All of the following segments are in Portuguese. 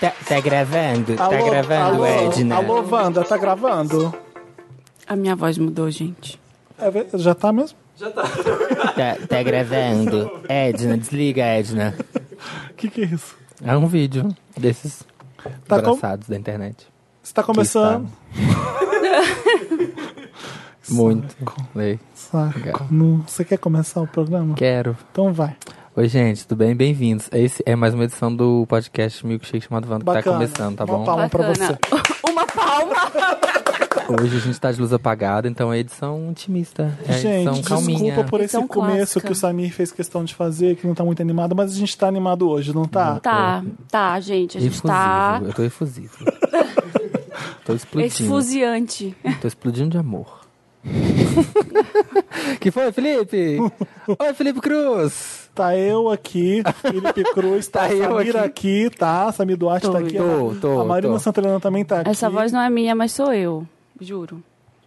Tá, tá gravando? tá gravando, alô, Edna? Alô, Wanda, tá gravando? A minha voz mudou, gente. É ver- já tá mesmo? Tá, tá gravando? Edna, desliga, Edna. O que, que é isso? É um vídeo desses Tá com- engraçados da internet. Você tá começando. Muito. Lei. Saco. Não- Você quer começar o programa? Quero. Então vai. Oi, gente, tudo bem? Bem-vindos. Esse é mais uma edição do podcast Milkshake chamado Vando que tá Bacana. começando, tá Uma bom? palma pra você. Uma palma! Hoje a gente tá de luz apagada, então é edição intimista. É Gente, edição calminha. desculpa por esse Edição começo Então clássica. que o Samir fez questão de fazer, que não tá muito animado, mas a gente tá animado hoje, não tá? Tá, tá, gente. A gente Efusivo, tá eu tô efusivo. tô explodindo. esfuziante. Tô explodindo de amor. que foi, Felipe? Oi, Felipe Cruz! Tá eu aqui, Felipe Cruz, tá, Tá eu Samir aqui. tá? Samir Duarte Tô, tá aqui. tô, a- tô, a Marina tô. Santelena também tá aqui. Essa voz não é minha, mas sou eu. Juro.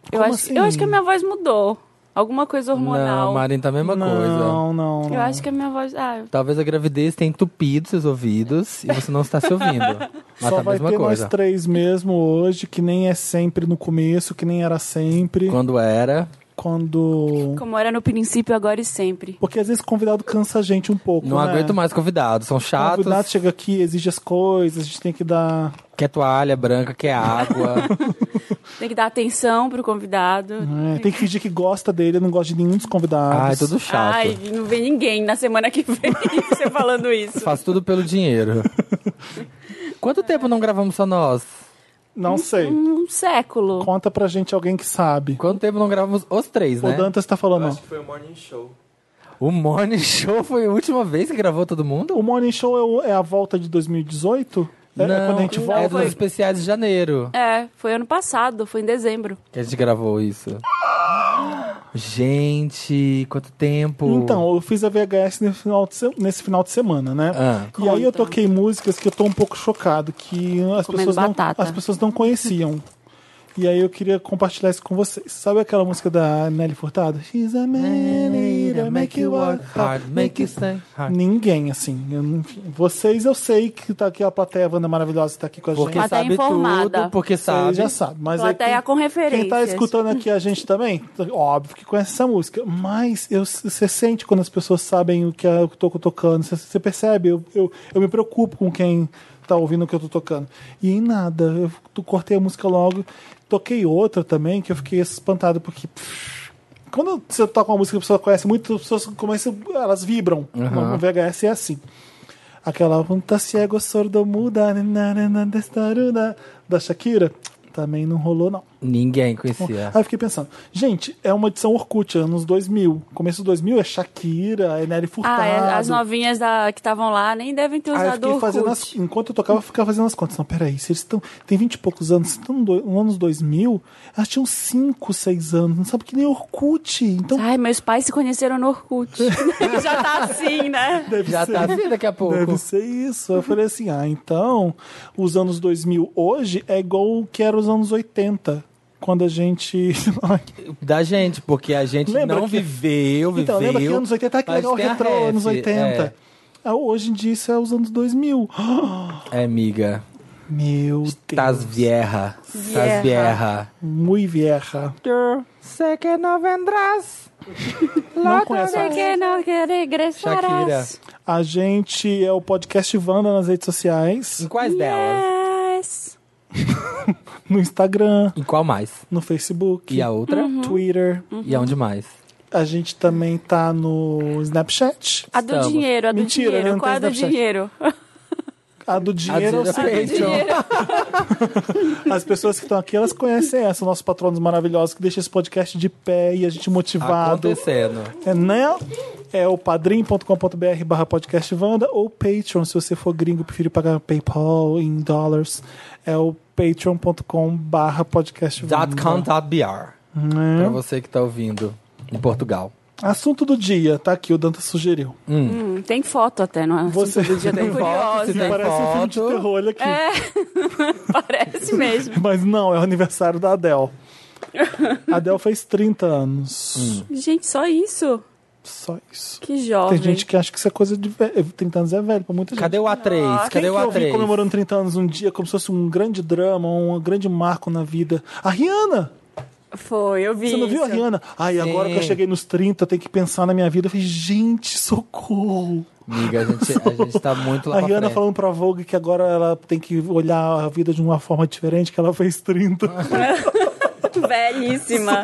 Eu Como acho, assim? eu acho que a minha voz mudou. Alguma coisa hormonal. Não, Marina, tá a mesma coisa. Não, não, não. Eu acho que a minha voz. Ah, Talvez a gravidez tenha entupido seus ouvidos e você não está se ouvindo. Mas Só tá a vai mesma ter coisa. nós três mesmo hoje, que nem é sempre no começo, que nem era sempre. Quando era, Quando. como era no princípio, agora e sempre. Porque às vezes convidado cansa a gente um pouco. não né? aguento mais convidados. São O chatos. convidado chega aqui, exige as coisas, a gente tem que dar. Quer toalha branca, quer água. Tem que dar atenção pro convidado. né? Tem que fingir que gosta dele, não gosta de nenhum dos convidados. Ai, tudo chato. Ai, não vem ninguém na semana que vem você falando isso. Faz tudo pelo dinheiro. Quanto tempo não gravamos só nós? Não sei. Um século. Conta pra gente alguém que sabe. Quanto tempo não gravamos os três, né? O Dantas tá falando. Eu ó, acho que foi o Morning Show. O Morning Show foi a última vez que gravou todo mundo? O Morning Show é o- é, a volta de 2018? É, é quando a gente não, volta. é dos Foi- especiais de janeiro É, foi ano passado, foi em dezembro. que a gente gravou isso. Gente, quanto tempo. Então, eu fiz a VHS nesse final de, se- nesse final de semana, né? Ah. E aí eu Conta. toquei músicas que eu tô um pouco chocado, que as Comendo pessoas, não, batata. as pessoas não conheciam. E aí eu queria compartilhar isso com vocês. Sabe aquela música da Nelly Furtado? She's a man eater, make you work hard, make you stay hard. Ninguém, assim. Eu não- enfim, vocês eu sei que tá aqui a plateia Wanda maravilhosa que tá aqui com a Porque gente. Mas tá sabe informada. tudo, porque Vocês sabe. já sabem. Mas é aí Plateia quem- com referências. quem tá escutando aqui a gente também, tá, óbvio que conhece essa música, mas eu, você sente quando as pessoas sabem o que é- o que eu tô tocando, você, você percebe, eu, eu, eu me preocupo com quem tá ouvindo o que eu tô tocando. E em nada, eu tu- cortei a música logo, toquei outra também, que eu fiquei espantado, porque pff, quando você toca uma música que a pessoa conhece muito, as pessoas começam, elas vibram. Aham. No VHS é assim. Aquela "Tá Junta Ciego Sordo Muda né, na, na, na, destaruda", né, da Shakira, também não rolou não. Ninguém conhecia. Aí eu fiquei pensando, gente, é uma edição Orkut, anos 2000. Começo dos 2000 é Shakira, é Nelly Furtado. Ah, é, as novinhas da- que estavam lá nem devem ter Aí Ah, eu usado fiquei o fazendo as, Orkut. enquanto eu tocava, eu ficava fazendo as contas. Não, peraí, se eles estão. Tem 20 e poucos anos, estão do- no um anos 2000, elas tinham 5, 6 anos, não sabe que nem Orkut. Então, Ai, meus pais se conheceram no Orkut. Já tá assim, né? deve Já ser. tá assim daqui a pouco. Deve ser isso. Eu falei assim: ah, então, os anos 2000 hoje é igual o que era os anos 80. Quando a gente. Ai, Da gente, porque a gente Lembra não que- viveu, viveu. Então, lembra que anos 80 ah, que mas legal tem a retrô, ref, anos 80. Ah, Hoje em dia isso é os anos 2000. É, é amiga. Meu Tás Deus. vierra. Tás Vierra. vierra. Muito vieja. Sei que não vendrás. Não conhece. Sei que não que regressarás. A gente é o podcast Wanda nas redes sociais. Em quais delas? Yes. No Instagram, Em qual mais? no Facebook, E a outra? Uhum. Twitter. E aonde mais? A gente também tá no Snapchat. A do Estamos. dinheiro, a do Mentira, né? dinheiro. Não Qual é a tem do Snapchat. dinheiro? A do dinheiro, eu Azira sei. Patreon. as pessoas que estão aqui, elas conhecem essa, nossos patronos maravilhosos que deixam esse podcast de pé e a gente motivado. Acontecendo. É, né? É o padrim.com.br barra podcast Wanda ou Patreon, se você for gringo, prefiro pagar PayPal em dólares. É o patreon.com barra podcast Wanda. .com.br Né? Pra você que tá ouvindo em Portugal. Assunto do dia, tá aqui, o Danta sugeriu. Hum, tem foto até, não é? Você- Assunto do dia, tô Tem foto, se curiosa. tem- Parece um filme de foto. terror olha aqui. Parece mesmo. Mas não, é o aniversário da Adele. A Adele fez 30 anos. Hum. Gente, só isso? Só isso. Que jovem. Tem gente que acha que isso é coisa de velho. 30 anos é velho pra muita gente. Cadê o A3? Nossa. Cadê Quem o que eu vi A3? comemorando 30 anos um dia como se fosse um grande drama, um grande marco na vida? A Rihanna! Foi, eu vi. Você não viu a isso. Rihanna? Ai, agora Sim. que eu cheguei nos 30, eu tenho que pensar na minha vida. Eu falei, gente, socorro! Amiga, a gente, a gente tá muito lá a pra Rihanna frente. falando pra Vogue que agora ela tem que olhar a vida de uma forma diferente, que ela fez 30. Velhíssima.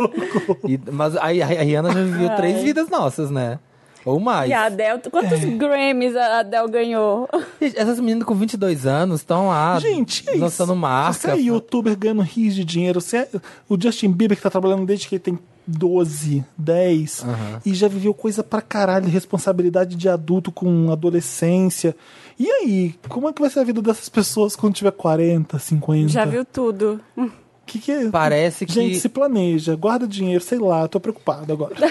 E- mas a, a Rihanna já viveu três vidas nossas, né? Ou mais. E a Adele, quantos É. Grammys a Adele ganhou? Gente, Essas meninas com 22 anos estão lá Gente, é isso. lançando Se Você marca. é youtuber ganhando rios de dinheiro. Você é- O Justin Bieber que tá trabalhando desde que ele tem 12, 10 e já viveu coisa pra caralho, responsabilidade de adulto com adolescência. E aí, como é que vai ser a vida dessas pessoas quando tiver 40, 50? Já viu tudo. Que que é? Parece que Gente, se planeja, guarda dinheiro, sei lá, tô preocupado agora.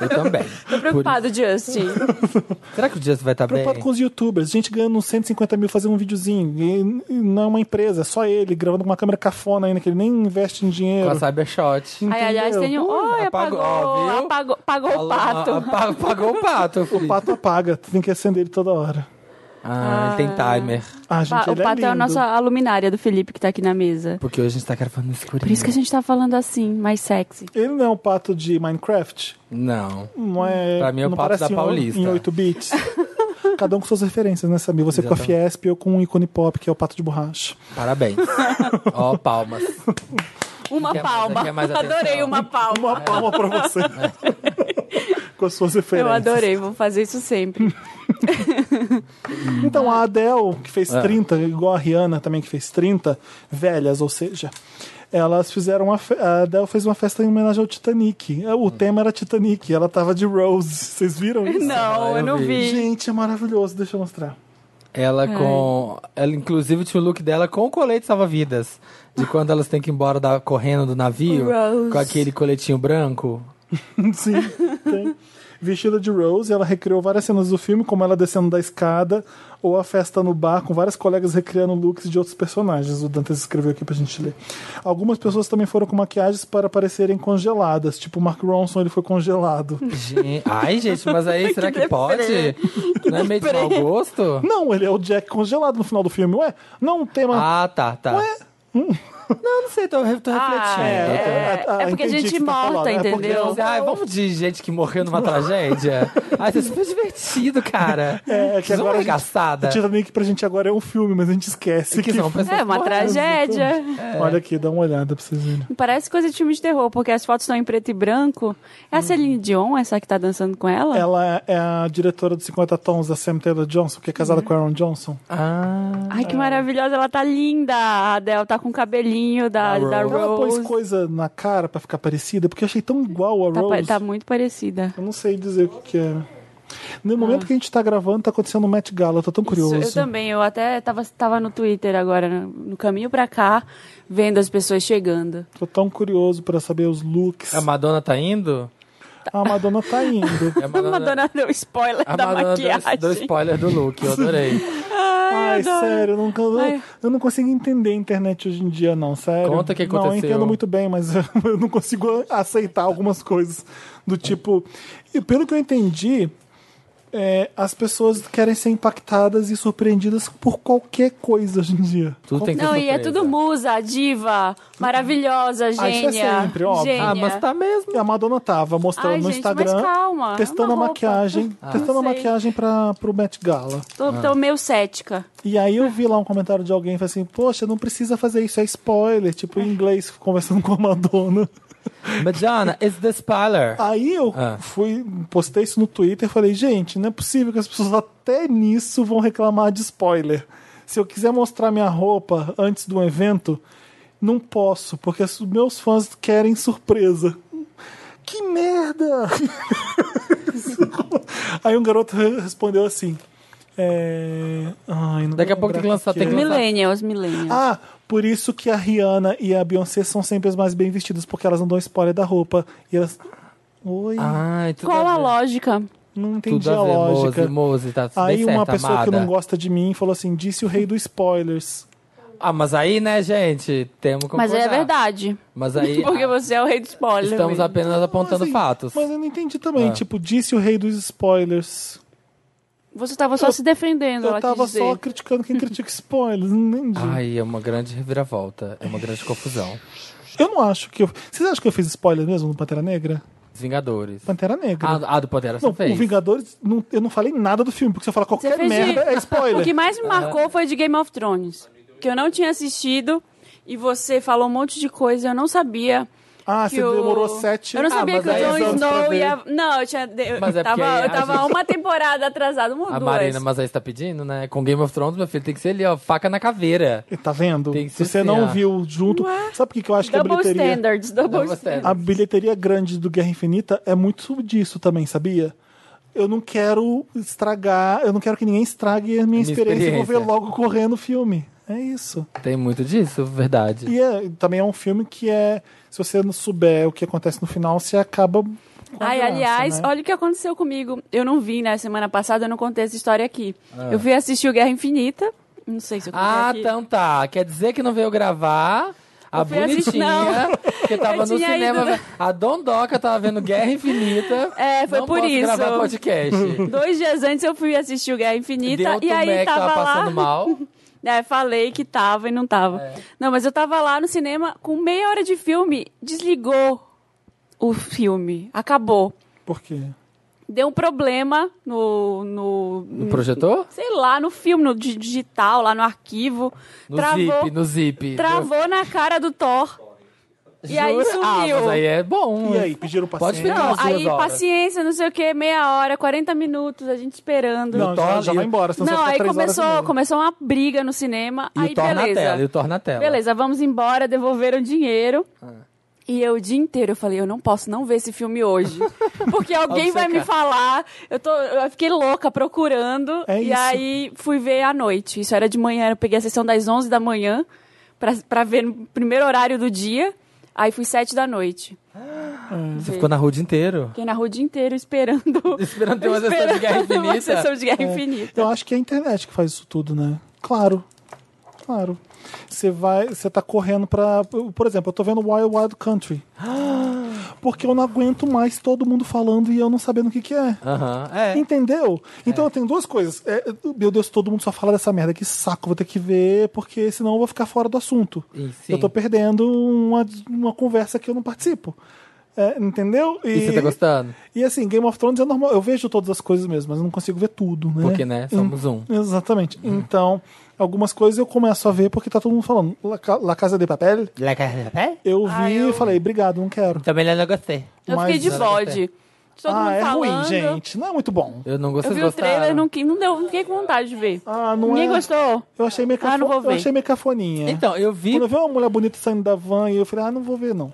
eu também. Tô preocupado, Justin. Por- Será que o Justin vai estar bem? preocupado com os youtubers, gente ganhando uns 150 mil fazendo um videozinho. E, e não é uma empresa, é só ele, gravando com uma câmera cafona ainda, que ele nem investe em Com dinheiro. a Cybershot. Aí, aliás, tem um. Oi, apagou, apagou. viu? Apagou, apagou o pato. Ah, Apagou, o pato. O pato apaga, tu tem que acender ele toda hora. Ah, ele tem timer. Ah, gente, Pa- ele o pato é, lindo. a nossa a luminária do Felipe que tá aqui na mesa. Porque hoje a gente tá gravando no escurinho. Por isso que a gente tá falando assim, mais sexy. Ele não é um pato de Minecraft? Não. Não é. Pra mim é o não pato da parece um Paulista. Em 8 bits. Cada um com suas referências, né, Samir? Você com a Exatamente. Fiesp, eu com o ícone pop, que é o pato de borracha. Parabéns. Ó, palmas. Uma Quer mais- palma. quer mais atenção? adorei uma palma. É. Uma palma pra você. com as suas referências. Eu adorei, vou fazer isso sempre. Então, a Adele, que fez É. 30, igual a Rihanna também, que fez 30, velhas, ou seja, elas fizeram uma. fe- A Adele fez uma festa em homenagem ao Titanic. É, O tema era Titanic, ela tava de Rose. Vocês viram isso? Não, eu eu não vi. vi. Gente, é maravilhoso, deixa eu mostrar. Ela com. Ela, inclusive, tinha o look dela com o colete salva-vidas. De quando elas têm que ir embora da, correndo do navio. Gross. Com aquele coletinho branco. Sim, tem. Vestida de Rose, ela recriou várias cenas do filme, como ela descendo da escada, ou a festa no bar, com várias colegas recriando looks de outros personagens. O Dantes escreveu aqui pra gente ler. Algumas pessoas também foram com maquiagens para parecerem congeladas, tipo o Mark Ronson, ele foi congelado. Gente- Ai, gente, mas aí será que, pode? Não é meio de mau gosto? Não, ele é o Jack congelado no final do filme, ué? Não, o tema. Ah, tá, tá. Não, não sei, tô, tô tá refletindo. Hum. é. é porque entendi a o gente que você morta, falando. É porque entendeu? não- Ai, vamos de gente que morreu numa tragédia. Ai, isso é super divertido, cara. É, é que Vocês vão agora a gente- arregaçada. O Titanic pra gente agora é um filme, mas a gente esquece Ah, tá. Que que... são pessoas É uma né? tragédia. Olha aqui, dá uma olhada pra vocês verem. Parece coisa de filme de terror, porque as fotos estão em preto e branco. É a Hum. Celine Dion, essa que tá dançando com ela? Ela é a diretora dos 50 Tons da Sam Taylor Johnson, que é casada Uhum. com o Aaron Johnson. Ah, Ai, que maravilhosa, ela tá linda. A Adele tá com o cabelinho da, Da da Rose. Rose. Ela pôs coisa na cara pra ficar parecida, porque eu achei tão igual a Tá, pa- Rose. tá muito parecida. Eu não sei dizer o que, que é. No momento que a gente tá gravando, tá acontecendo o Met Gala, eu tô tão curioso. Ah. Isso, eu também, eu até tava, tava no Twitter agora, no, no caminho pra cá, vendo as pessoas chegando. Tô tão curioso pra saber os looks. a Madonna tá indo? A Madonna tá indo. É, A A Madonna deu spoiler A da Madonna deu- maquiagem. deu spoiler do look, eu adorei. Ai, sério, eu não, eu, Ai. eu não consigo entender a internet hoje em dia, não, sério. Conta o que Não, eu aconteceu. entendo muito bem, mas eu não consigo aceitar algumas coisas do tipo. E pelo que eu entendi, é, as pessoas querem ser impactadas e surpreendidas por qualquer coisa hoje em dia. Tudo tem que ser Não, e é surpresa. tudo musa, diva, maravilhosa, Ah, isso é gênia. sempre, óbvio. gênia. Ah, mas tá mesmo. E a Madonna tava mostrando Ai, no gente, Instagram. mas calma, é Testando uma a roupa. maquiagem, Ah. testando a sei. maquiagem para pro Met Gala. Tô, tô meio cética. E aí eu vi lá um comentário de alguém e falei assim, poxa, não precisa fazer isso, é spoiler, tipo em inglês conversando com a Madonna. Madonna, it's the spoiler. Aí eu Ah. fui, postei isso no Twitter e falei, gente, não é possível que as pessoas até nisso vão reclamar de spoiler. Se eu quiser mostrar minha roupa antes de um evento, não posso, porque os meus fãs querem surpresa. Que merda! Aí um garoto re- respondeu assim. É... Ai, não Daqui a vou pouco tem que lembrar lançar- quem tem é. que lançar Millennials, millennials. Ah, por isso que a Rihanna e a Beyoncé são sempre as mais bem vestidas, porque elas não dão spoiler da roupa. E elas. Oi, Ai, tudo Qual a a ver. lógica? não entendi Tudo a a ver, lógica. Mose, Mose, tá Aí bem uma certa, pessoa que amada. não gosta de mim falou assim: disse o rei dos spoilers. Ah, mas aí, né, gente, temos que Mas é concordar. verdade. Mas aí ah, Porque você é o rei do spoiler. estamos mesmo. apenas apontando assim, fatos. Mas eu não entendi também. Ah. Tipo, disse o rei dos spoilers. Você tava só se defendendo, ela eu tava quis dizer. só criticando quem critica spoilers. Não entendi. Ai, é uma grande reviravolta, é uma grande confusão. Eu não acho que eu. Vocês acham que eu fiz spoiler mesmo no Pantera Negra? Os Vingadores. Pantera Negra. Ah, ah, do Pantera você não, fez. o Vingadores, não- eu não falei nada do filme, porque se eu falar Você qualquer fez de- merda, é O que spoiler. mais me marcou foi de Game of Thrones. Que eu não tinha assistido e você falou um monte de coisa, eu não sabia. Ah, que você o- demorou sete Ah, Eu não sabia mas que o aí é Jon anos pra Snow ver. ia. Não, eu tinha. Eu Mas é porque tava, aí eu a tava gente- uma temporada atrasada, uma ou A duas. Marina, mas aí você tá pedindo, né? Com Game of Thrones, meu filho, tem que ser ali, ó, faca na caveira. Tá vendo? Tem que Se ser você assim, não ah. viu junto. Sabe por que que eu acho que a Double bilheteria. standards, double, Double standards. standards. A bilheteria grande do Guerra Infinita é muito disso também, sabia? Eu não quero estragar, eu não quero que ninguém estrague a minha, experiência. Eu vou experiência. ver logo correndo o filme. É isso. Tem muito disso, verdade. E é- também é um filme que é. Se você não souber o que acontece no final, você acaba. Com a Ai, graça, aliás, né? olha o que aconteceu comigo. Eu não vi, né? Semana passada eu não contei essa história aqui. Eu fui assistir o Guerra Infinita. Não sei se eu contei Ah, aqui. então tá. Quer dizer que não veio gravar a Eu fui assistir- bonitinha, que tava assim, Eu no tinha cinema. ido- A Dondoca tava vendo Guerra Infinita. É, foi não por posso isso. gravar podcast. Dois dias antes eu fui assistir o Guerra Deu Infinita e aí Tomé que tava tava lá. passando mal. É, falei que tava e não tava. É. Não, mas eu tava lá no cinema com meia hora de filme, desligou o filme, acabou. Por quê? Deu um problema no, no No projetor? sei lá, no filme, no di- digital, lá no arquivo. No travou, zip, no zip. travou na cara do Thor. E aí Jura? Ah, sumiu. mas aí é bom. E aí, pediram Pode paciência? ficar. Não, umas duas aí horas. paciência, não sei o que, meia hora, 40 minutos, a gente esperando. Não, já, Thor já tá ali- vai embora, senão Não, você vai aí ficar três horas e começou, meia. começou uma briga no cinema. E aí o Thor beleza. na tela, e o Thor na tela. Beleza, vamos embora, devolveram o dinheiro. Ah. E eu o dia inteiro eu falei, eu não posso não ver esse filme hoje. Porque alguém vai me Obcecar. falar. Eu, tô, eu fiquei louca procurando. É e isso. aí fui ver à noite. Isso era de manhã, eu peguei a sessão das 11 da manhã pra, pra ver no primeiro horário do dia. Aí fui 7 da noite. Ah. Você ficou na rua o dia inteiro. Fiquei na rua o dia inteiro esperando. Esperando ter uma sessão de Guerra esperando uma Infinita. sessão de Guerra Infinita. Eu acho que é a internet que faz isso tudo, né? Claro. Claro. Você vai, você tá correndo pra. Por exemplo, eu tô vendo Wild Wild Country. Porque eu não aguento mais todo mundo falando e eu não sabendo o que que é. Aham, é. Entendeu? Então eu tenho duas coisas. É, meu Deus, todo mundo só fala dessa merda. Que saco, vou ter que ver, porque senão eu vou ficar fora do assunto. E sim. Eu tô perdendo uma, uma conversa que eu não participo. É, entendeu? E você tá gostando? E assim, Game of Thrones é normal. Eu vejo todas as coisas mesmo, mas eu não consigo ver tudo, né? Porque, né, somos um. Exatamente. Então, algumas coisas eu começo a ver porque tá todo mundo falando. La, Ca- La Casa de Papel, eu vi Ah, eu- e falei, obrigado, não quero. Também não gostei. Eu Mas- fiquei de bode. Todo ah, mundo é falando. ruim, gente. Não é muito bom. Eu não Eu gostei. vi o trailer, não, qui- não, deu, não fiquei com vontade de ver. Ah, não Ninguém é. gostou? Eu achei meio, cafo... Ah, não vou eu ver. achei meio cafoninha. Então, eu vi Quando eu vi uma mulher bonita saindo da van, e eu falei, ah, não vou ver, não.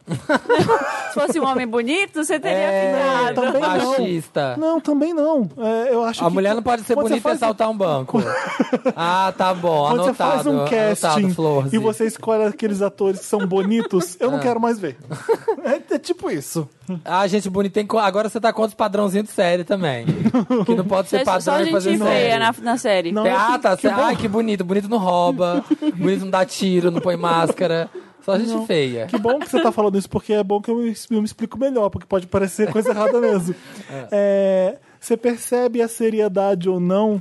Se fosse um homem bonito, você teria É, ficado. também não. machista. Não, também não. É, eu acho A que- mulher não pode ser quando bonita você e faz- assaltar um banco. ah, tá bom. Quando você anotado. faz um casting anotado, Florzi. e você escolhe aqueles atores que são bonitos, eu não quero mais ver. É, é tipo isso. Ah, gente bonita. tem co- Agora você tá contra os padrãozinhos de série também. que não pode ser Só- Só padrão e fazer gente né? série. feia na, na série. Não. é? Tem- ah, tá. Que bom. Ai, que bonito. Bonito não rouba. bonito não dá tiro, não põe máscara. Só gente feia. Que bom que você tá falando isso, porque é bom que eu me, eu me explico melhor, porque pode parecer coisa errada mesmo. É, você percebe a seriedade ou não?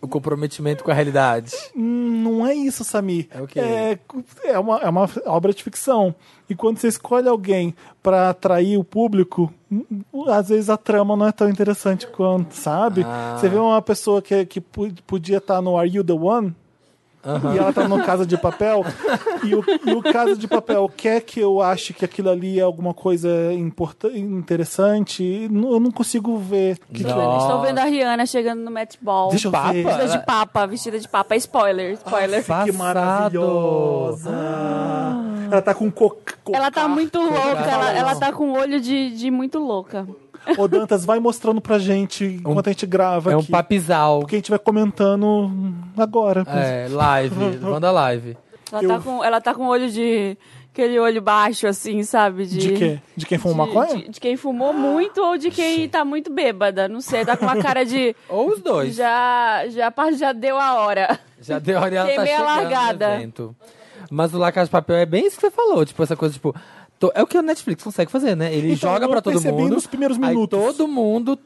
O comprometimento com a realidade. Hum, não é isso, Samir. É o quê? É, é uma, é uma obra de ficção. E quando você escolhe alguém pra atrair o público, hum, às vezes a trama não é tão interessante quanto, sabe? Ah. Você vê uma pessoa que, que pu- podia estar no Are You the One? E ela tá no Casa de Papel. e, o, e o Casa de Papel quer que eu ache que aquilo ali é alguma coisa importante, interessante. e não- Eu não consigo ver. Que é que- Nossa. Estou vendo a Rihanna chegando no matchball. Deixa eu Papa? ver. é Vestida de papa, vestida de papa. É Spoiler, spoiler. Passado. Que maravilhosa! Ah. Ela tá com coca. ela tá muito louca, cara, ela, não. ela tá com um olho de, de muito louca. tá- Ô, Dantas, vai mostrando pra gente enquanto a gente grava É um aqui. papizal. Porque a gente vai comentando agora. É, live. Manda live. Ela, Eu- tá com, ela tá com um olho de. aquele olho baixo, assim, sabe? De, De quê? De quem fuma de- maconha? De, de quem fumou muito ou de quem tá muito bêbada. Não sei, tá com uma cara de. Ou os dois. já, já, já deu a hora. Já deu a hora e ela Fiquei tá meio chegando largada. no evento. Mas o La Casa de Papel é bem isso que você falou. Tipo, essa coisa, tipo... to- É o que o Netflix consegue fazer, né? Ele Então, joga eu pra todo percebi mundo. nos primeiros Aí minutos. todo mundo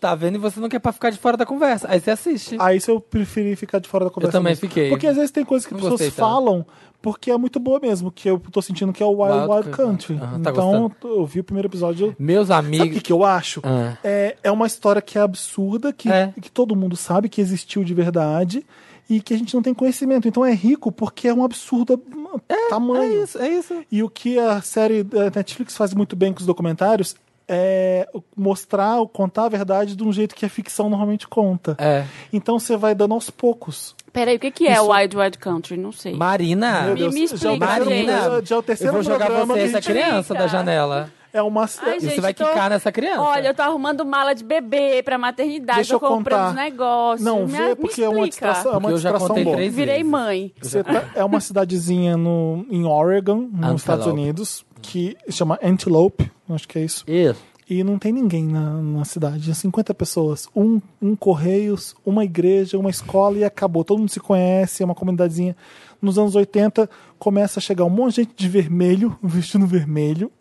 tá vendo e você não quer pra ficar de fora da conversa. Aí você assiste. Aí se eu preferi ficar de fora da conversa. também mesmo. fiquei. Porque às vezes tem coisas que Não pessoas gostei tanto. falam porque é muito boa mesmo, que eu tô sentindo que é o Wild, Wild Wild, Country. Country. Aham, tá então, gostando. eu vi o primeiro episódio. Meus Sabe o amigos... que, que eu acho? Ah. É, é uma história que é absurda, que, É. que todo mundo sabe que existiu de verdade e que a gente não tem conhecimento. Então é rico porque é um absurdo É tamanho. isso, é isso. E o que a série da Netflix faz muito bem com os documentários é mostrar, contar a verdade de um jeito que a ficção normalmente conta. É. Então você vai dando aos poucos. Peraí, o que, que é Wild Wild Country? Não sei. Marina... Meu Me- me já é o explica, terceiro, gente. programa- já é o terceiro Ah. eu vou jogar você, programa que a essa gente- criança da Explica. janela. É uma Ai, E você gente, vai tô- quicar nessa criança. Olha, eu tô arrumando mala de bebê pra maternidade, Deixa tô eu comprando contar. os negócios. Não, me, vê me porque é uma explica. distração, é uma Porque eu já distração contei boa. três Virei vezes. mãe. Você tá- é uma cidadezinha no, em Oregon, nos Antelope. Estados Unidos, que chama Antelope, acho que é isso. Isso. E não tem ninguém na, na cidade, 50 pessoas. Um, um Correios, uma igreja, uma escola e acabou. Todo mundo se conhece, é uma comunidadezinha. Nos anos 80, começa a chegar um monte de gente de vermelho, vestindo vermelho.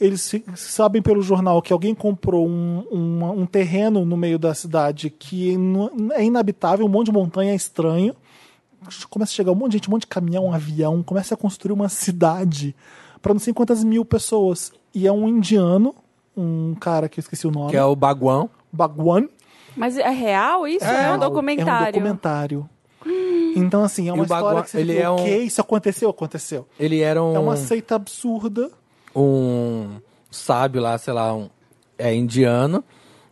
Eles fi- sabem pelo jornal que alguém comprou um, uma- um terreno no meio da cidade que não- é inabitável, um monte de montanha é estranho começa a chegar um monte de gente, um monte de caminhão, um avião, começa a construir uma cidade para não sei quantas mil pessoas. E é um indiano, um cara que eu esqueci o nome, Que é o baguão. Bhagwan. Mas é real isso? É, um É um documentário. documentário. Então, assim, é uma o Bhagwan, história que você ele fica, é um- o quê? Isso aconteceu? Aconteceu. Ele era um, É uma seita absurda. um sábio lá, sei lá, um, é indiano.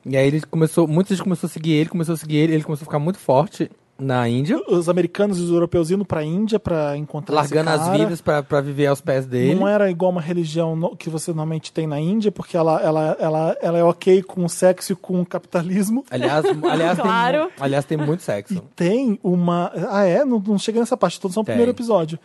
E aí ele começou, muita gente começou a seguir ele, começou a seguir ele, ele começou a ficar muito forte na Índia, Os americanos e os europeus indo pra Índia pra encontrar esse largando as cara. vidas pra, pra viver aos pés dele. Não é- era igual uma religião no- que você normalmente tem na Índia, porque ela, ela, ela, ela é ok com o sexo e com o capitalismo. Aliás, aliás, Claro. tem, mu- aliás, tem muito E sexo. tem uma. Ah, é? Não, não chega nessa parte, tô só no Tem. primeiro episódio.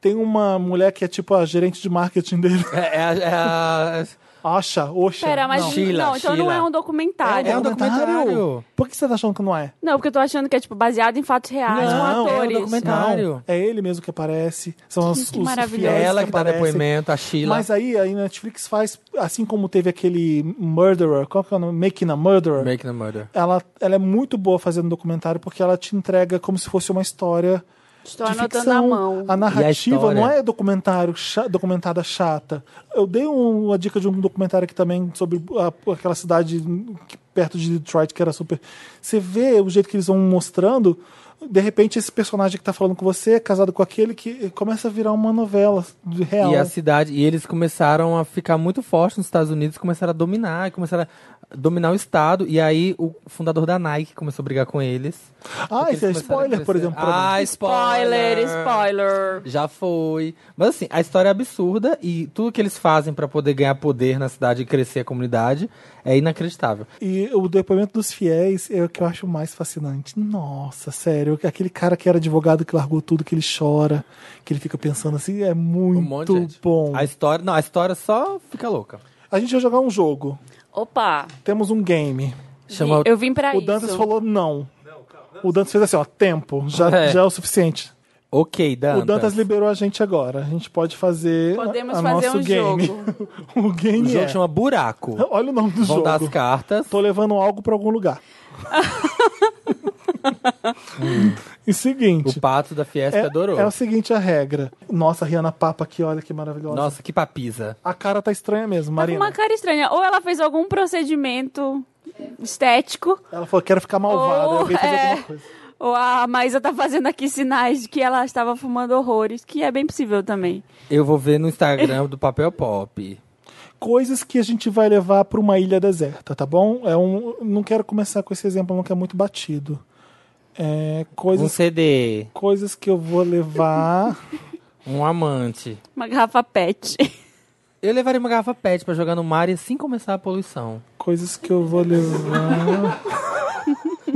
Tem uma mulher que é tipo a gerente de marketing dele. É, é, a- é a- Acha, oxa. Pera, mas Não. não, Sheila, então não Sheila. é um É documentário. um documentário. Por que você tá achando que não é? Não, porque eu tô achando que é tipo baseado em fatos reais, Não, com é um atores. documentário. Comentário. Não, é ele mesmo que aparece. São os, que os maravilhoso. é fiéis ela que que dá aparecem. depoimento, a Sheila. Mas aí a Netflix faz, assim como teve aquele Murderer, qual que é o nome? Making a Murderer. Making a Murder. Ela, ela é muito boa fazendo documentário porque ela te entrega como se fosse uma história Estou de anotando ficção. na mão. A narrativa história? não é documentário cha- documentada chata. Eu dei um- uma dica de um documentário aqui também sobre a- aquela cidade que- perto de Detroit que era super. Você vê o jeito que eles vão mostrando. De repente, esse personagem que tá falando com você é casado com aquele que começa a virar uma novela de real. E é a cidade, e eles começaram a ficar muito fortes nos Estados Unidos, começaram a dominar, começaram a dominar o estado, e aí o fundador da Nike começou a brigar com eles. Porque ah, isso é eles começaram a spoiler, por crescer. exemplo. pra mim. Ah, Spoiler, spoiler. Já foi. Mas assim, a história é absurda e tudo que eles fazem pra poder ganhar poder na cidade e crescer a comunidade é inacreditável. E o depoimento dos fiéis é o que eu acho mais fascinante. Nossa, sério, aquele cara que era advogado que largou tudo, que ele chora, que ele fica pensando assim, é Um muito monte de gente. bom. A história, não, a história só fica louca. A gente vai jogar um jogo. Opa, Temos um game. Chama eu vim o pra É isso. Dantas falou não. O Dantas fez assim, ó, tempo, já É. é, já é o suficiente. OK, Dantas. O Dantas liberou a gente agora. A gente pode fazer Podemos a, a fazer nosso um game. jogo. o O game jogo é... chama Buraco. Olha o nome do Vão jogo. dar as cartas. Tô levando algo pra algum lugar. e seguinte. O pato da Fiesta adorou. é, é o seguinte a regra. Nossa, Rihanna Papa aqui, olha que maravilhosa. Nossa, que papisa. A cara tá estranha mesmo, Tá com Marina. uma cara estranha. Ou ela fez algum procedimento estético, Ela falou, quero ficar malvada. Ou, alguém fez é, alguma coisa. ou a Maísa tá fazendo aqui sinais de que ela estava fumando horrores, que é bem possível também. Eu vou ver no Instagram do Papel Pop. Coisas que a gente vai levar pra uma ilha deserta, tá bom? É um, não quero começar com esse exemplo, não, que é muito batido. É, Um coisas, CD, coisas que eu vou levar. um amante. Uma garrafa pet. Eu levaria uma garrafa PET pra jogar no mar e assim começar a poluição. coisas que eu vou levar.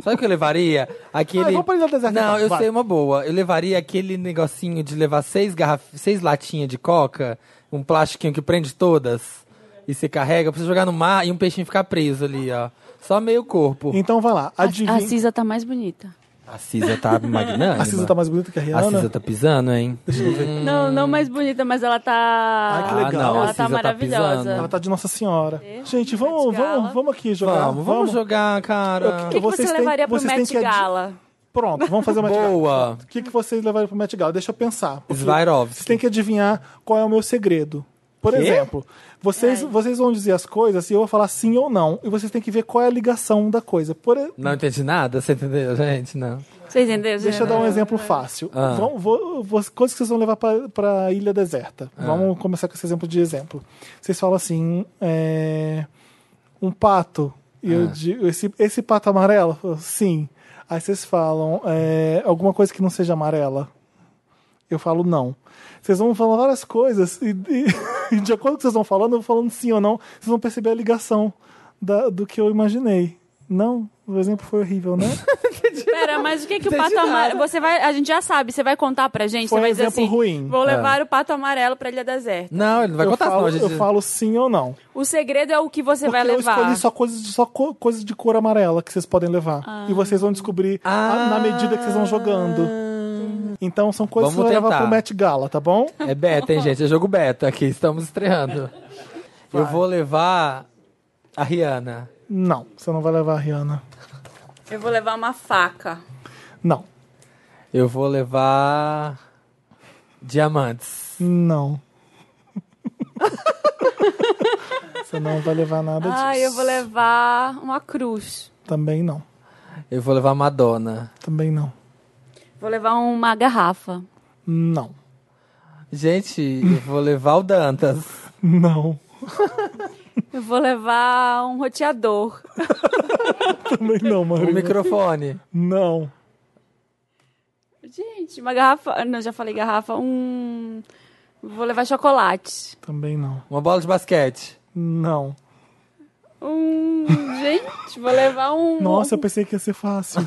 Sabe o que eu levaria? Ah, Aquele. vamos pra Ilha Deserta, Não, então, eu vai. sei é uma boa. Eu levaria aquele negocinho de levar seis garraf... seis latinhas de coca, um plastiquinho que prende todas e se carrega pra você jogar no mar e um peixinho ficar preso ali, ó. Só meio corpo. Então vai lá, A adivinha. Cisa tá mais bonita. A Cisa tá magnânima. A Cisa tá mais bonita que a A Rihanna. Cisa tá pisando, hein? Não, não mais bonita, mas ela tá. Ah, que Ah, não, legal. a Ela tá Cisa tá maravilhosa. pisando. Ela tá de Nossa Senhora. Gente, vamos, Met Gala. vamos, vamos aqui jogar. Vamos, vamos jogar, cara. O que, que você Vocês têm- levaria pro vocês têm Met que adi- Gala? Pronto, vamos fazer o Met Gala. Boa. O que, que vocês levaram pro Met Gala? Deixa eu pensar. Porque Swarovski. Vocês têm que adivinhar qual é o meu segredo. Por exemplo, vocês, Ai. vocês vão dizer as coisas e eu vou falar sim ou não. E vocês têm que ver qual é a ligação da coisa. Por, e- Não entendi nada, você entendeu, gente? Não. Você entendeu? Deixa eu dar um exemplo fácil. Ah. Vão- vou- vou- coisas que vocês vão levar para a ilha deserta. Vamos começar com esse exemplo de exemplo. Vocês falam assim: é, um pato. E eu digo, esse, esse pato é amarelo? Eu falo, Sim. Aí vocês falam é, alguma coisa que não seja amarela. Eu falo não. Vocês vão falando várias coisas e, e- e de acordo com o que vocês vão falando, eu vou falando sim ou não, vocês vão perceber a ligação da- do que eu imaginei. Não, o exemplo foi horrível, né? Pera, mas o que, que o Não entendi pato amarelo. nada. Você vai. A gente já sabe, você vai contar pra gente? Foi você um vai dizer exemplo assim. ruim. É. Vou levar o pato amarelo pra Ilha Deserta. Não, ele não vai eu contar, falo, senão a gente. eu falo sim ou não. O segredo é o que você Porque vai eu levar. escolhi só coisas de, só co- coisas de cor amarela que vocês podem levar. Ah. E vocês vão descobrir a- Ah. na medida que vocês vão jogando. Então são coisas Vamos que vocês vão levar tentar. pro Met Gala, tá bom? É beta, hein, gente? É jogo beta aqui, estamos estreando. Eu vou levar a Rihanna. Não, você não vai levar a Rihanna. Eu vou levar uma faca. Não, Eu vou levar. Diamantes. não. você não vai levar nada disso. Ah, eu vou levar uma cruz. Também não, Eu vou levar Madonna. também não. Vou levar uma garrafa. Não, Gente, eu vou levar o Dantas. não, Eu vou levar um roteador. também não, O Marina. Um microfone. Não, Gente, uma garrafa. Não, já falei garrafa. Um. Vou levar chocolate. também não, Uma bola de basquete. não. Um. Gente, vou levar um. Nossa, eu pensei que ia ser fácil.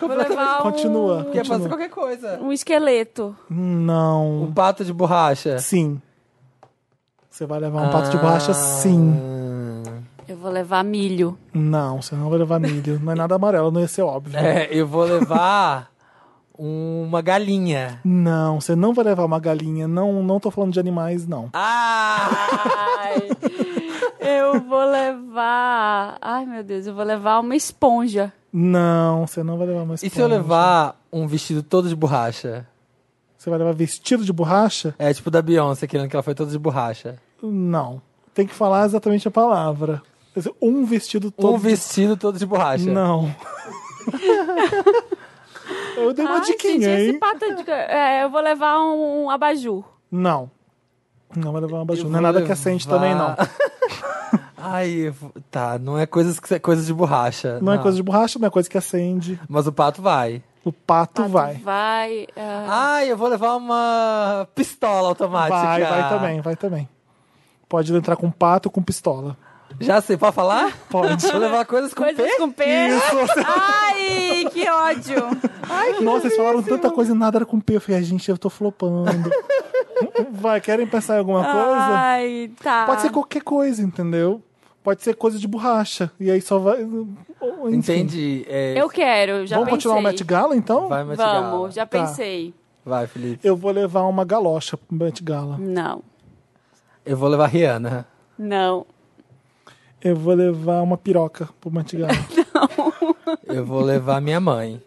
vou levar um. Continua, Quer fazer continua. qualquer coisa. Um esqueleto. Um Não. pato de borracha. Sim. Você vai levar um Ah. pato de borracha? Sim. Eu vou levar milho. Não, você não vai levar milho. Não é nada amarelo, não ia ser óbvio. É, eu vou levar uma galinha. Não, você não vai levar uma galinha. Não, não tô falando de animais, não. Ah! Ai. eu vou levar. Ai, meu Deus, eu vou levar uma esponja. Não, você não vai levar uma E esponja. se eu levar um vestido todo de borracha? Você vai levar vestido de borracha? É tipo da Beyoncé, querendo que ela foi toda de borracha. Não. Tem que falar exatamente a palavra. Quer dizer, Um vestido todo. Um vestido todo de borracha. Não. Eu dei uma Ai, diquinha, gente, esse hein? pato de... é, eu vou levar um, um abajur. Não. Não vai levar uma abajur. Eu Não é vou nada que acende levar- também, não. Ai, eu vou- tá, não é coisas que coisas de borracha. Não é coisa de borracha, não é coisa que acende. Mas o pato vai. O pato, vai. Ah, Vai. é, Ai, eu vou levar uma pistola automática. Vai, vai também, vai também. Pode entrar com pato ou com pistola. Já sei, pode falar? Pode. Vou levar coisas com Coisas P? com P. Ai, que ódio. Nossa, vocês falaram tanta coisa e nada era com P. Eu falei, "Ai, gente, eu tô flopando. vai, querem pensar em alguma coisa? Ai, tá. Pode ser qualquer coisa, entendeu? Pode ser coisa de borracha. E aí só vai. ou, enfim. Entendi. é, Eu quero, já Vamos pensei. continuar o Met Gala, então? Vai, Met Gala. Vamos, já Tá. pensei. Vai, Felipe. Eu vou levar uma galocha pro Met Gala. Não, Eu vou levar a Rihanna. não. Eu vou levar uma piroca pro Met Gala. Eu vou levar minha mãe.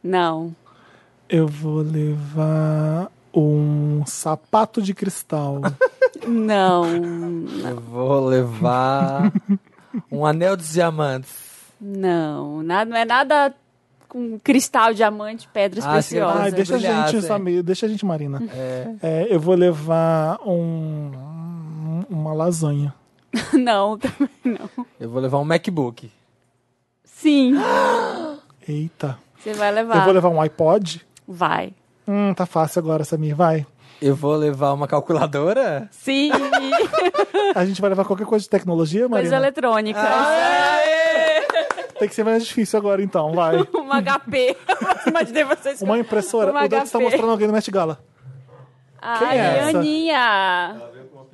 Não. eu vou levar um sapato de cristal. Não. Eu vou levar um anel de diamantes. Não. Nada, não é nada com cristal, diamante, pedras Ah, achei que preciosas. era Ai, Nossa, deixa a brilhasse, gente, hein? Samir, deixa a gente, Marina. É, É, eu vou levar um, uma lasanha. Não, também não. eu vou levar um MacBook. Sim. Eita. Você vai levar. Eu vou levar um iPod? Vai. Hum, tá fácil agora, Samir, vai. Eu vou levar uma calculadora? Sim. A gente vai levar qualquer coisa de tecnologia, Coisa Marina? eletrônica. Tem que ser mais difícil agora, então, vai. Uma HP. Um Imaginei vocês. com- um Uma impressora. Uma o Dante está HP. mostrando alguém no Met Gala. Ai, é essa? Ah, Aninha.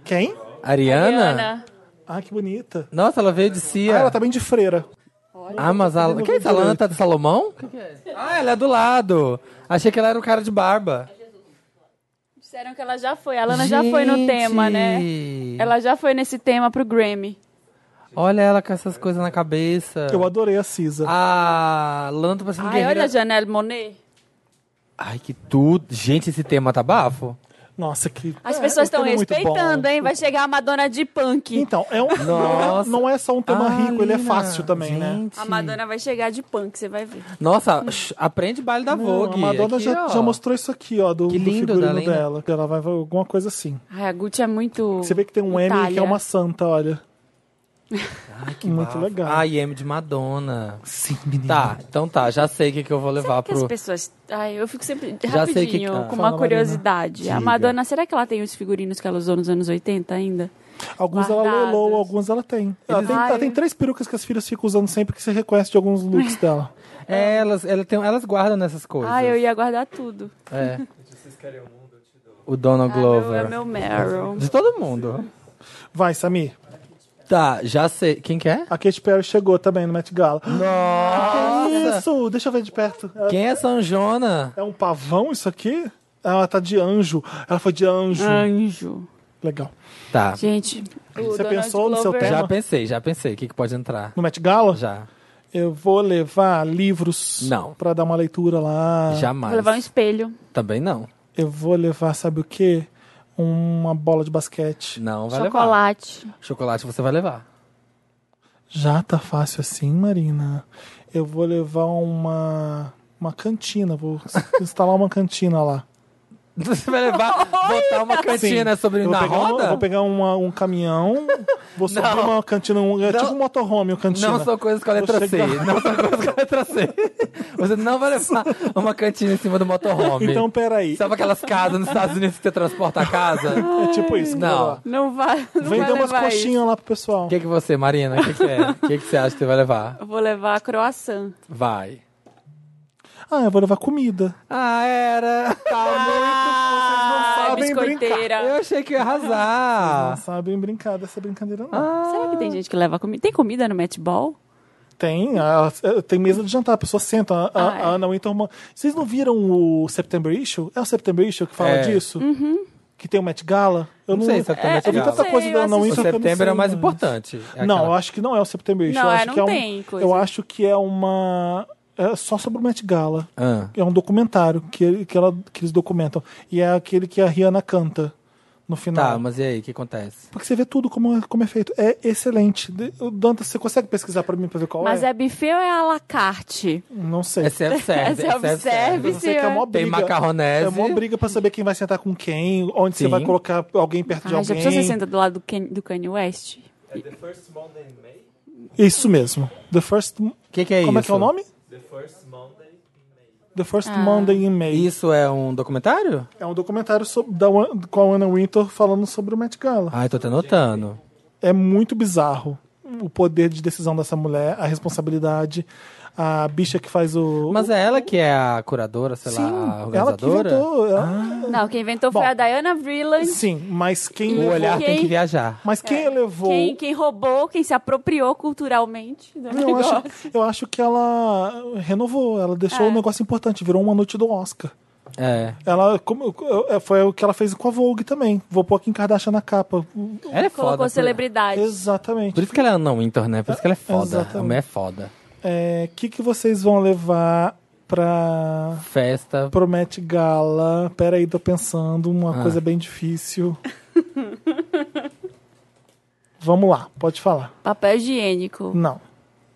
Quem? Ariana? Ana. Ah, que bonita. Nossa, ela veio de Cia. É. Ah, ela tá bem de freira. Ah, mas a... Quem é essa Lana tá de Salomão? Ah, ela é do lado. Achei que ela era o cara de barba. Disseram que ela já foi. A Lana já foi no tema, né? Gente! Ela já foi nesse tema pro Grammy. Olha ela com essas coisas na cabeça. Eu adorei a Cisa. A Lana tá Um parecendo Ai, guerreira. olha a Janelle Monet. Ai, que tudo. Gente, esse tema tá bafo. Nossa, que. As é, pessoas estão é muito respeitando, bom. hein? Vai chegar a Madonna de punk. Então, é um, não, é, Nossa. não é só um tema Ah, rico, ele é Lina, fácil também, né? gente. A Madonna vai chegar de punk, você vai ver. Nossa, shh, aprende baile da Não, Vogue. a Madonna Aqui, já, ó. já mostrou isso aqui, ó, do, Que do lindo, né? figurino da Lina. dela. que Ela vai vai alguma coisa assim. Ai, a Gucci é muito. Você vê que tem um M que é Itália. uma santa, olha. Ai, que Muito bafo. legal. Ai, M de Madonna. Sim, menina. Tá, então tá, já sei o que, que eu vou Será levar que as pro. pessoas. Ai, eu fico sempre Já sei que- rapidinho, Ah. com Fala, uma Marina. curiosidade. Diga. A Madonna, será que ela tem os figurinos que ela usou nos anos 80 ainda? Alguns ela Guardados. lolou, alguns ela tem. Ela tem, ela Ai. tem três perucas que as filhas ficam usando sempre que você reconhece de alguns looks dela. É, elas, elas, tem, elas guardam nessas coisas. Ah, eu ia guardar tudo. É. O Donald Ah, meu- é Glover. meu Meryl. De todo mundo. Vai, Samir. Tá, já sei. Quem que é? A Katy Perry chegou também no Met Gala. Nossa! Isso! Deixa eu ver de perto. É- Quem é Sanjona? É um pavão isso aqui? Ela tá de anjo. Ela foi de anjo. Anjo. Legal. Tá, Gente, o Você Donald pensou no seu Glover- tema? já pensei, já pensei. O que, que pode entrar? No Met Gala? Já. Eu vou levar livros Não. pra dar uma leitura lá. Vou levar um Jamais. espelho. Também não. Eu vou levar, sabe o quê? Uma bola de basquete. Não vai levar. chocolate. Chocolate você vai levar. Já tá fácil assim, Marina? Eu vou levar uma uma cantina, vou s- instalar uma cantina lá. Você vai levar, botar uma cantina Sim. sobre eu vou na pegar uma- roda? eu vou pegar uma- um caminhão, vou subir uma cantina, um, é Não. tipo um motorhome, uma cantina. Não são coisas com a letra Vou C. chegar- Não são coisas com a letra C. Você não vai levar uma cantina em cima do motorhome. Então, peraí. Sabe aquelas casas nos Estados Unidos que você transporta a casa? É tipo isso. Não. vou lá. Não vai. Não vai Vender umas levar isso. coxinhas lá pro pessoal. O que, que você, Marina? O que, que é? O que, que você acha que você vai levar? Eu vou levar croissant. Vai. Ah, eu vou levar comida. Ah, era. Tá Ah, sabem biscoiteira. É. Eu achei que ia Não arrasar. sabem brincar dessa brincadeira, não. Será que tem gente que leva comida? Tem comida no matchball? Tem, a- a- tem mesa de jantar, a pessoa senta. A, a- Ah, é. a Ana Winterman. Vocês não viram o September Issue? É o September Issue que fala É. disso? Uhum. Que tem o Met Gala? Eu Não sei se é o É, Met eu vi Gala. tanta sei, coisa da eu Ana O Winter que eu não setembro é sei o mais mais. importante. É Não, eu aquela- acho que não é o September Issue. Não, eu é, acho não que é um, tem coisa. Eu acho que é uma. É só sobre o Met Gala. Ah. É um documentário que, ele- que, ela, que eles documentam. E é aquele que a Rihanna canta no final. Tá, mas e aí? O que acontece? Porque você vê tudo como é, como é feito. É excelente. De- o Dantas, você consegue pesquisar pra mim pra ver qual Mas é? é buffet ou é à la carte? Não sei. É self-service. É self-service. Eu sei que é mó Tem briga. macarronese. É mó briga pra saber quem vai sentar com quem, onde você Sim. vai colocar alguém perto de Ah, já alguém. pensou você senta do lado do, Ken, do Kanye West? Isso mesmo. The first. O que, que é isso? como é que é o nome? The First Monday in May. Isso é um documentário? É um documentário sobre, da, Wan- com a Anna Winter falando sobre o Met Gala. Ai, tô até notando. É muito bizarro o poder de decisão dessa mulher, a responsabilidade, a bicha que faz o. Mas é ela que é a curadora, sei Sim, lá, a ela que organizadora? inventou. ela- Não, quem inventou foi Bom. a Diana Vreeland. Ah, Sim, mas quem O levou- olhar tem que Quem- viajar. Mas quem levou. Quem, quem roubou, quem se apropriou culturalmente né? do Eu negócio. acho, eu acho que ela renovou, ela deixou um negócio importante, virou uma noite do Oscar. É. Ela como- eh, foi o que ela fez com a Vogue também. Vou pôr Kim Kardashian na capa. Ela é Colocou foda. por- celebridade. Por Exatamente. isso que ela é não Winter, né? Por isso que ela é foda. Exatamente. A mulher é foda. O É, que, que vocês vão levar pra Festa. Promete Gala? Pera aí, tô pensando, uma Ah. coisa bem difícil. Vamos lá, pode falar. Papel higiênico. Não,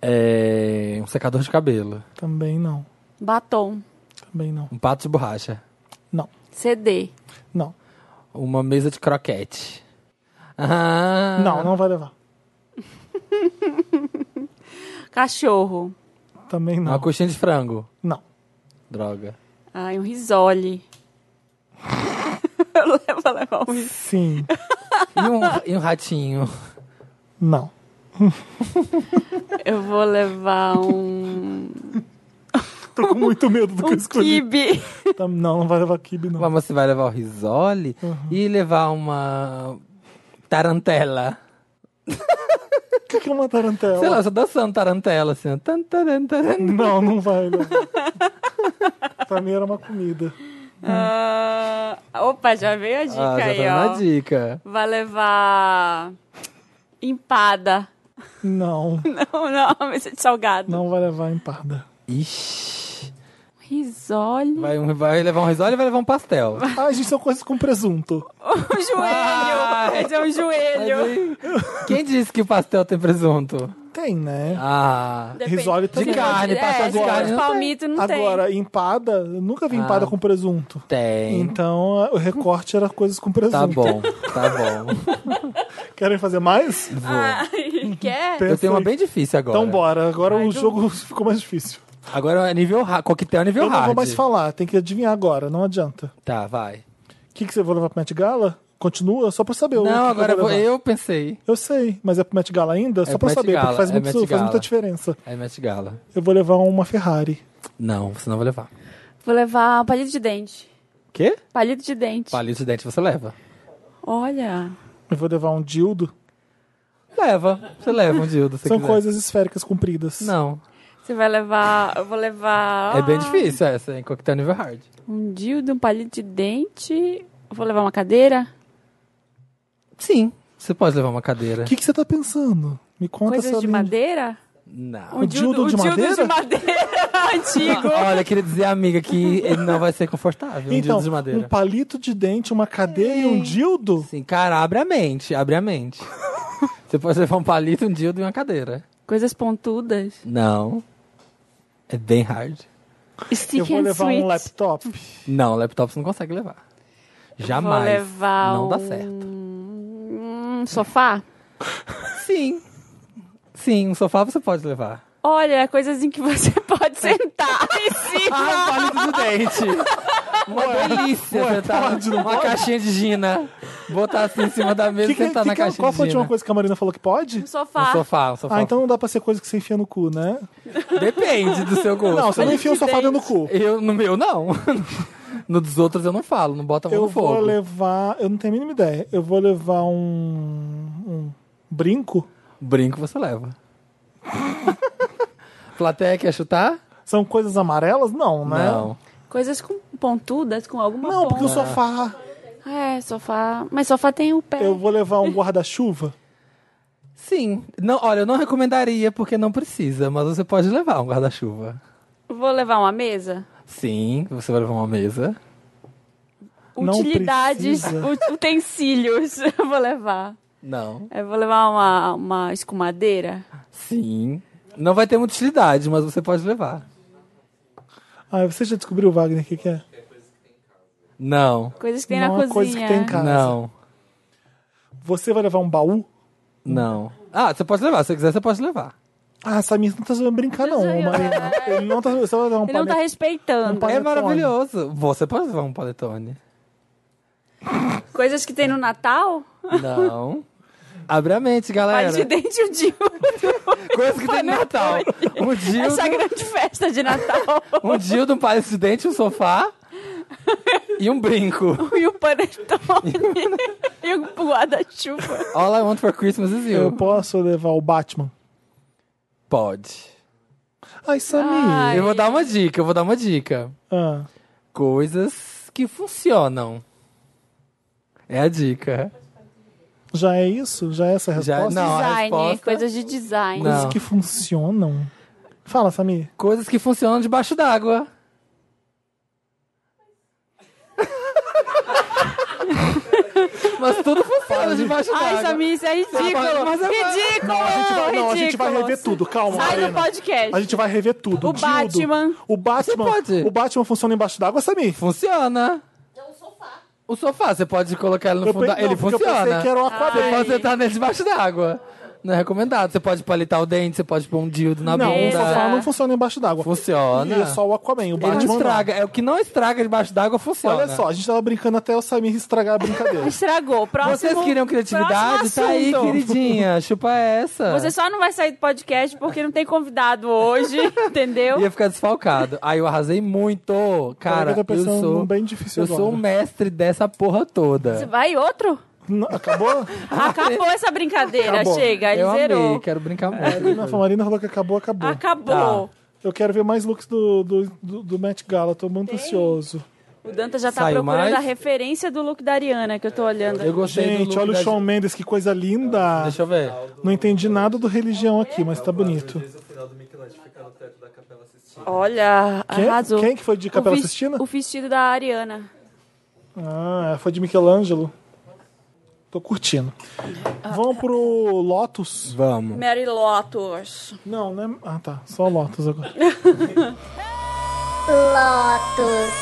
É... Um secador de cabelo. também não. Batom. Também não. Um pato de borracha. Não, CD. não. Uma mesa de croquete. Ah, Não, não vai levar. Cachorro. Também Uma não. coxinha de frango. Não. Droga. Ai, um risole. eu levo, levar um risole. Sim. E um, e um ratinho. Não. Eu vou levar um. Tô com muito medo do que eu um escolhi. kibe. Tá, Não, não vai levar kibe, não. Mas você vai levar o risole Uhum. e levar uma tarantela. que que é uma tarantela? Sei lá, só dançando tarantela, assim. ó. Tan, taran, taran. Não, não vai, não. pra mim era uma comida. Ah, opa, já veio a dica Ah, já aí, tá ó. dando a dica. Vai levar empada. Não, Não, não, mesa de salgado. não vai levar empada. Ixi. Risole. Vai, um- vai levar um risole e vai levar um pastel. Ah, gente, são coisas com presunto. O Ah, joelho. Ai. Esse é um Mas joelho. aí, Quem disse que o pastel tem presunto? Tem, né? Ah. Depende. Risole De também. carne, é, pastel de agora- carne. não tem. palmito não tem. Agora, empada, eu nunca vi empada Ah. com presunto. Tem. Então, o recorte era coisas com presunto. Tá bom, tá bom. Querem fazer mais? Ai, quer? Eu tenho uma Perfeito. bem difícil agora. Então bora, agora Ai, o do- jogo ficou mais difícil. Agora é nível hard. Coquetel é nível Eu não hard. vou mais falar, tem que adivinhar agora, não adianta. Tá, vai. O que, que você vai levar pro Met Gala? Continua, só pra eu saber. o que que não, agora eu, eu, vou- levar. eu pensei. Eu sei, mas é pro Met Gala ainda? só pra eu Met saber, Gala, porque faz, é muito- Met faz Gala. muita diferença. É Met Gala. Eu vou levar uma Ferrari. Não, você não vai levar. Vou levar palito de dente. Quê? Palito de dente. Palito de dente você leva. Olha. Eu vou levar um dildo. Leva. Você leva um dildo, se São quiser. coisas esféricas compridas. Não. Você vai levar. Eu vou levar. ah, É Ah. bem difícil essa, em coquetel é nível hard. Um dildo, um palito de dente. Eu vou levar uma cadeira. Sim. Você pode levar uma cadeira. O que, que você tá pensando? Me conta Coisas essa de linha. madeira? Não. Um dildo um de madeira? de madeira antigo. Olha, queria dizer, amiga, que ele não vai ser confortável. Um Então, dildo de madeira. um palito de dente, uma cadeira e É. um dildo? Sim, cara, abre a mente, abre a mente. Você pode levar um palito, um dildo e uma cadeira. Coisas pontudas. Não. É bem hard. Stick Eu vou and levar sweet. um laptop. Não, laptop você não consegue levar. Jamais. Vou levar não dá um- certo. Um sofá? Sim. Sim, um sofá você pode levar. Olha, coisas em que você pode sentar em Ah, um cima. palito do dente. Uma delícia sentar pode, não numa caixinha de gina. Botar assim em cima da mesa Que e que- sentar que na que- é caixinha qual de né? foi a gina. última coisa que a Marina falou que pode? Um Um sofá. sofá, um sofá. Ah, então não dá pra ser coisa que você enfia no cu, né? Depende do seu gosto. Não, você não Palito enfia o de sofá dentro do dente. cu. Eu, no meu, não. no dos outros eu não falo, não bota a mão Eu no fogo. vou levar. Eu não tenho a mínima ideia. Eu vou levar um. um brinco? Brinco você leva. Plateia quer chutar? São coisas amarelas? Não, né? Não. Coisas com pontudas, com alguma Não, porque o ponta. sofá. É, sofá. Mas sofá tem o pé. Eu vou levar um guarda-chuva. Sim. Não, olha, eu não recomendaria porque não precisa, mas você pode levar um guarda-chuva. Vou levar uma mesa? Sim, você vai levar uma mesa. Não Utilidades, precisa. ut- utensílios. Eu vou levar. Não. Eu vou levar uma, uma escumadeira. Sim. Não vai ter muita utilidade, mas você pode levar. Ah, você já descobriu, Wagner, o que, que é? Não. Coisas que tem Não na é cozinha. coisa que tem em casa. Não. Você vai levar um baú? Não. Ah, você pode levar. Se você quiser, você pode levar. Ah, Samir, você não tá sabendo brincar, não, Mas eu- Marina. Ele não tá. Você vai levar um Ele não tá palito- respeitando. Paletone. É maravilhoso. Você pode levar um paletone. Coisas que tem no Natal? Não. Abre a mente, galera. Mas de dente e o dildo. Coisa que tem no Natal. Um dildo, Essa grande festa de Natal. um dildo, um palito de dente, um sofá e um brinco. e o panetone. e o guarda-chuva. All I want for Christmas is you. Eu posso levar o Batman? Pode. Ai, Samir. Ai. Eu vou dar uma dica, eu vou dar uma dica. Ah, Coisas que funcionam. É a dica. já é isso? Já é essa a Já- resposta? não. a Design, resposta- coisas de design. Não. Coisas que funcionam. Fala, Samir. Coisas que funcionam debaixo d'água. Mas tudo funciona debaixo Ai, d'água. Samir, isso é ridículo. Mas é- ridículo! Não, a gente vai, não, a gente vai ridículo. rever tudo, calma. Sai do Marina. podcast. A gente vai rever tudo. O Dildo. Batman. O Batman. Você pode. O Batman funciona embaixo d'água, Samir? Funciona. É um sofá. O sofá, você pode colocar ele no Eu fundo da... pe- não, Ele porque eu funciona. pensei que era um o Aquaman. Você pode Ai. sentar nele debaixo d'água. Não é recomendado. Você pode palitar o dente, você pode pôr um dildo na Não, é o bunda. sofá não funciona embaixo d'água. Funciona. E é só o Aquaman, o Ele Batman não não. estraga. É o que não estraga debaixo d'água funciona. Olha só, a gente tava brincando até o Samir estragar a brincadeira. Estragou. Próximo, Vocês queriam criatividade? próximo Tá aí, assunto. queridinha. Chupa essa. Você só não vai sair do podcast porque não tem convidado hoje, entendeu? Ia ficar desfalcado. Aí eu arrasei muito. Peraí que Cara, eu tô eu pensando sou. um- num bem difícil eu agora. sou o mestre dessa porra Você toda. vai outro? Não, acabou? Acabou essa brincadeira, Acabou. chega, ele eu zerou. amei, quero brincar muito. Não, a Marina falou que acabou, acabou. Tá. Acabou. Eu quero ver mais looks do, do, do, do Met Gala, tô muito ansioso. O Danta já tá Saiu procurando mais? a referência do look da Ariana que eu tô olhando. Eu gostei do Gente, look olha o da- Shawn Mendes, que coisa linda. Deixa eu ver. Não entendi nada do religião aqui, mas tá bonito. Desde o final do Michelangelo ficar no teto da Capela Sistina. Olha, Quem, arrasou. quem que foi de o, Capela ves- Sistina? o vestido da Ariana. Ah, foi de Michelangelo. Tô curtindo. Ah, Vamos pro Lotus? Vamos. Mary Lotus. Não, né? Ah, tá. Só Lotus agora. Lotus,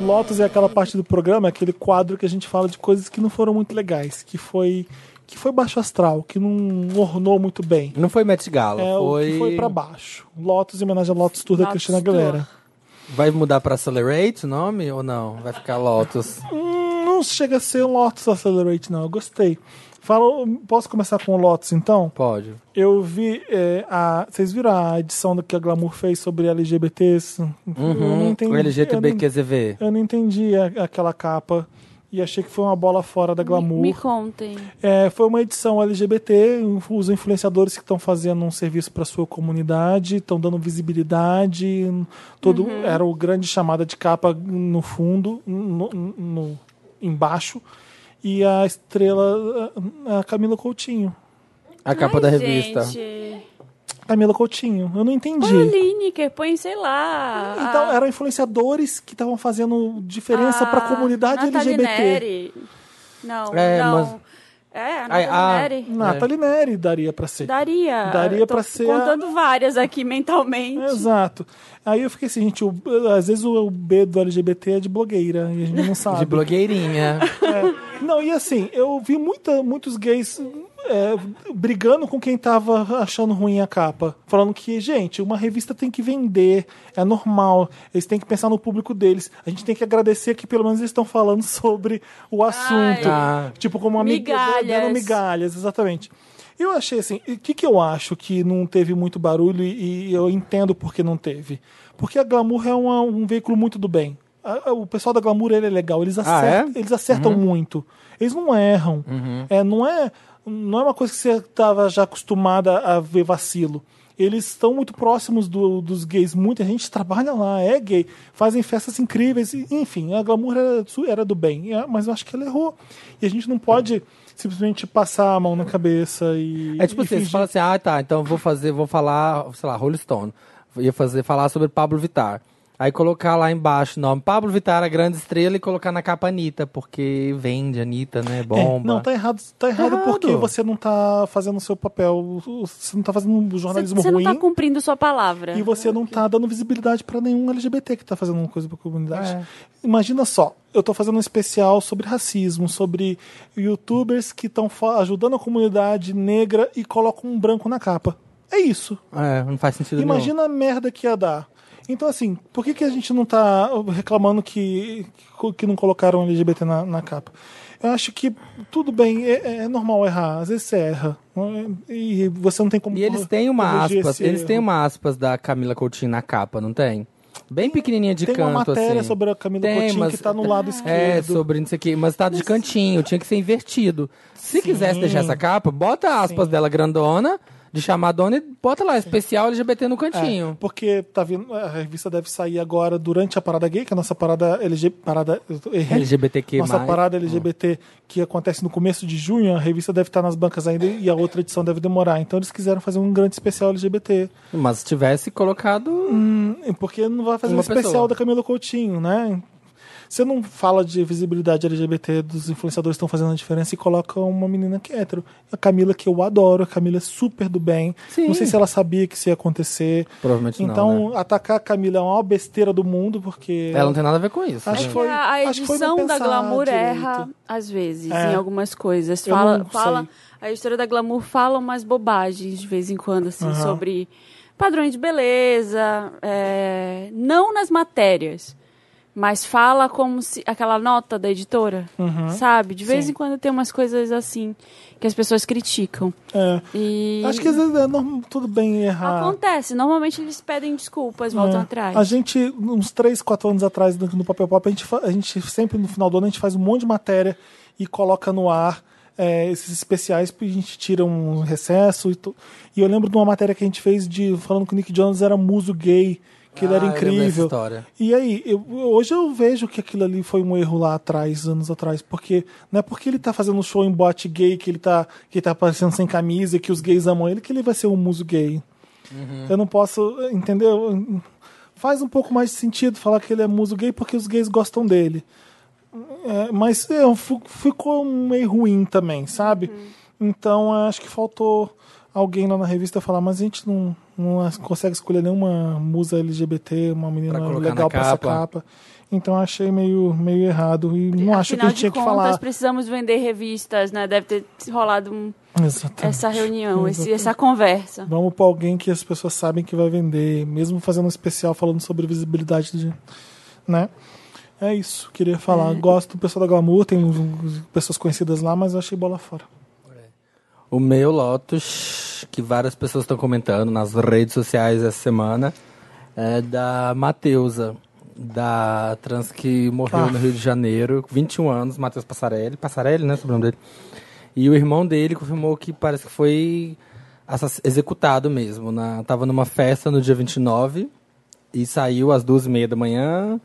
Lotus é aquela parte do programa, aquele quadro que a gente fala de coisas que não foram muito legais, que foi que foi baixo astral, que não ornou muito bem. Não foi Met Gala, É o foi... que foi pra baixo. Lotus em homenagem a Lotus Tour da Lotus Cristina Aguilera. Vai mudar pra Accelerate o nome ou não? Vai ficar Lotus. Hum, não chega a ser um Lotus Accelerate, não. Eu gostei. Fala, posso começar com o Lotus, então? Pode. Eu vi é, a. Vocês viram a edição do que a Glamour fez sobre LGBTs? eu não Uhum, entendi. o Eu LGTBQZV. não, eu não entendi a- aquela capa. E achei que foi uma bola fora da Glamour. Me, me contem. É, foi uma edição LGBT, os influenciadores que estão fazendo um serviço para sua comunidade, estão dando visibilidade. Todo Uhum. era o grande chamada de capa no fundo, no, no- embaixo. E a estrela, a a Camila Coutinho. A É capa Ai, da revista. Gente. Camila Coutinho, eu não entendi. Põe o Lineker, põe, sei lá. Então, eram influenciadores que estavam fazendo diferença para a comunidade Ah, Nathalie LGBT. Neri. Não, É, não. É, a Ai, Nathalie ah, Neri. Nathalie Neri daria para ser. Daria. Daria Eu tô pra ser a- contando várias aqui mentalmente. Exato. Aí eu fiquei assim, gente, o- às vezes o B do LGBT é de blogueira e a gente não sabe. De blogueirinha. Não, e assim, eu vi muita, muitos gays é, brigando com quem tava achando ruim a capa. Falando que, gente, uma revista tem que vender, é normal, eles têm que pensar no público deles. A gente tem que agradecer que pelo menos eles estão falando sobre o assunto. Ah. Tipo, como uma miga- Migalhas. dando migalhas, exatamente. Eu achei assim, e o que, que eu acho que não teve muito barulho e, e eu entendo por que não teve? Porque a Glamour é uma- um veículo muito do bem. A- a- o pessoal da Glamour ele é legal, eles Ah, é? acertam, eles acertam muito. Eles não erram. Uhum. É, não é não é uma coisa que você estava já acostumada a ver vacilo. Eles estão muito próximos do- dos gays, muita gente trabalha lá, é gay, fazem festas incríveis, e, enfim, a glamour era, su- era do bem, É, mas eu acho que ela errou. E a gente não pode simplesmente passar a mão na cabeça e. É tipo e assim, você fingir. fala assim, ah, tá, então vou fazer, vou falar, sei lá, Rolling Stone. Ia fazer, falar sobre Pablo Vittar. Aí colocar lá embaixo o nome Pablo Vittar, a grande estrela, e colocar na capa Anitta, porque vende Anitta, né? É, Bomba. não, tá errado, tá errado errado. porque você não tá fazendo o seu papel, você não tá fazendo um Você jornalismo você não ruim. tá cumprindo sua palavra. É, E você não tá dando visibilidade pra nenhum LGBT que tá fazendo uma coisa pra comunidade. É. Imagina só, eu tô fazendo um especial sobre racismo, sobre youtubers que estão ajudando a comunidade negra e colocam um branco na capa. É isso. É, não faz sentido nenhum. Imagina a merda que ia dar. Então, assim, por que, que a gente não tá reclamando que, que não colocaram LGBT na, na capa? Eu acho que tudo bem, é, é normal errar, às vezes você erra. é, E você não tem como. E eles têm uma corrigir aspas, esse eles têm erro. uma aspas da Camila Coutinho na capa, não tem? Bem pequenininha de tem canto, uma matéria assim. sobre a Camila Tem, Coutinho mas- que tá no lado esquerdo. É, sobre não sei o quê, mas tá de cantinho, tinha que ser invertido. Se quisesse deixar essa capa, bota aspas dela grandona, de chamadona, e bota lá, especial LGBT no cantinho. Porque tá vindo, a revista deve sair agora durante a parada gay, que é a nossa parada LG, parada eu tô- errei. LGBTQ+. Nossa parada LGBT que acontece no começo de junho, a revista deve estar nas bancas ainda e a outra edição deve demorar. Então eles quiseram fazer um grande especial LGBT. Mas se tivesse colocado. Hum. Porque não vai fazer um Uma especial pessoa. da Camila Coutinho, né? Você não fala de visibilidade LGBT dos influenciadores que estão fazendo a diferença e coloca uma menina que é hétero. A Camila, que eu adoro, a Camila é super do bem. Sim. Não sei se ela sabia que isso ia acontecer. Provavelmente não, né? então, atacar a Camila é a maior besteira do mundo, porque. Ela não tem nada a ver com isso. Acho né? que foi- É. a, a acho que foi edição não da pensar Glamour direito. erra às vezes É. em algumas coisas. Eu Fala, não fala, sei. a história da Glamour fala umas bobagens de vez em quando assim Aham. sobre padrões de beleza, é, não nas matérias. Mas fala como se. aquela nota da editora, Uhum. sabe? De vez em quando tem umas coisas assim que as pessoas criticam. É. E. Acho que às vezes é norm- tudo bem errar. Acontece, normalmente eles pedem desculpas, voltam É. atrás. A gente, uns 3, 4 anos atrás, no, no Papel Pop, a gente, fa- a gente sempre no final do ano a gente faz um monte de matéria e coloca no ar é, esses especiais, porque a gente tira um recesso. E, tu- e eu lembro de uma matéria que a gente fez de falando que o Nick Jonas era muso gay, que ele Ah, era eu lembro dessa incrível. história. E aí, eu- hoje eu vejo que aquilo ali foi um erro lá atrás, anos atrás, porque não é porque ele tá fazendo um show em boate gay que ele tá, que ele tá aparecendo sem camisa e que os gays amam ele, que ele vai ser um muso gay. Eu não posso, entendeu? Faz um pouco mais de sentido falar que ele é muso gay porque os gays gostam dele. É, mas é, fi- ficou meio ruim também, sabe? Uhum. Então é, acho que faltou alguém lá na revista falar, mas a gente não, não as- consegue escolher nenhuma musa LGBT, uma menina Pra colocar legal na pra essa capa." capa. Então eu achei meio, meio errado e não acho que a Afinal gente tinha de que contas, falar. precisamos vender revistas, né? Deve ter rolado um- Exatamente. essa reunião, esse, essa conversa. Vamos pra alguém que as pessoas sabem que vai vender, mesmo fazendo um especial falando sobre visibilidade de, né? É isso, queria falar. Gosto do pessoal da Glamour, tem uns- uns- pessoas conhecidas lá, mas eu achei bola fora. O meu Lotus, que várias pessoas estão comentando nas redes sociais essa semana, é da Mateusa, da trans que morreu Ah. no Rio de Janeiro, com 21 anos, Matheus Passarelli. Passarelli, né? Sobrenome dele. E o irmão dele confirmou que parece que foi assass- executado mesmo. Na, tava numa festa no dia 29 e saiu às duas e meia da manhã.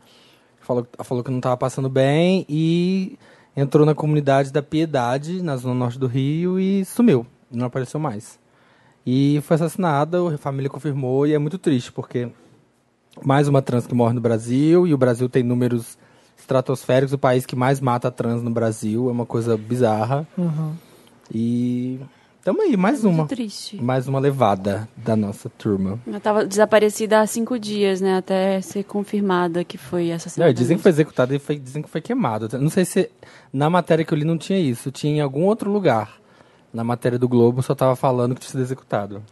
Falou, falou que não estava passando bem e entrou na comunidade da Piedade, na zona norte do Rio, e sumiu. Não apareceu mais. E foi assassinada, a família confirmou, e é muito triste, porque mais uma trans que morre no Brasil, e o Brasil tem números estratosféricos, o país que mais mata trans no Brasil, é uma coisa bizarra. E tamo aí, mais uma. Uhum. É Muito triste. Mais uma levada da nossa turma. Ela tava desaparecida há cinco dias, né? Até ser confirmada que foi assassinada. Não, dizem que foi executado e foi- dizem que foi queimado. Não sei se na matéria que eu li não tinha isso, tinha em algum outro lugar. Na matéria do Globo só tava falando que tinha sido executado.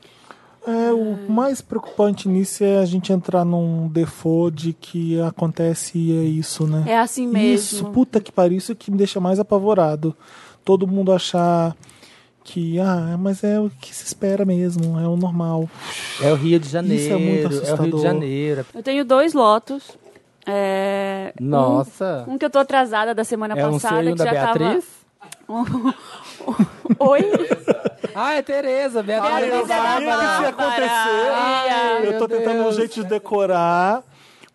É, o mais preocupante nisso é a gente entrar num default de que acontece e é isso, né? É assim Isso, mesmo. puta que pariu, isso é que me deixa mais apavorado. Todo mundo achar que, ah, mas é o que se espera mesmo, é o normal. É o Rio de Janeiro. Isso é muito o Rio assustador. de Janeiro. Eu tenho dois lotos. É, um- Nossa. Um, que eu tô atrasada da semana é um passada, sonho que da já Beatriz? tava. Oi? Ah, é Tereza. Beatriz. Beatriz é da Bárbara. ia acontecer. Ai, eu meu tô tentando um Deus. jeito de decorar,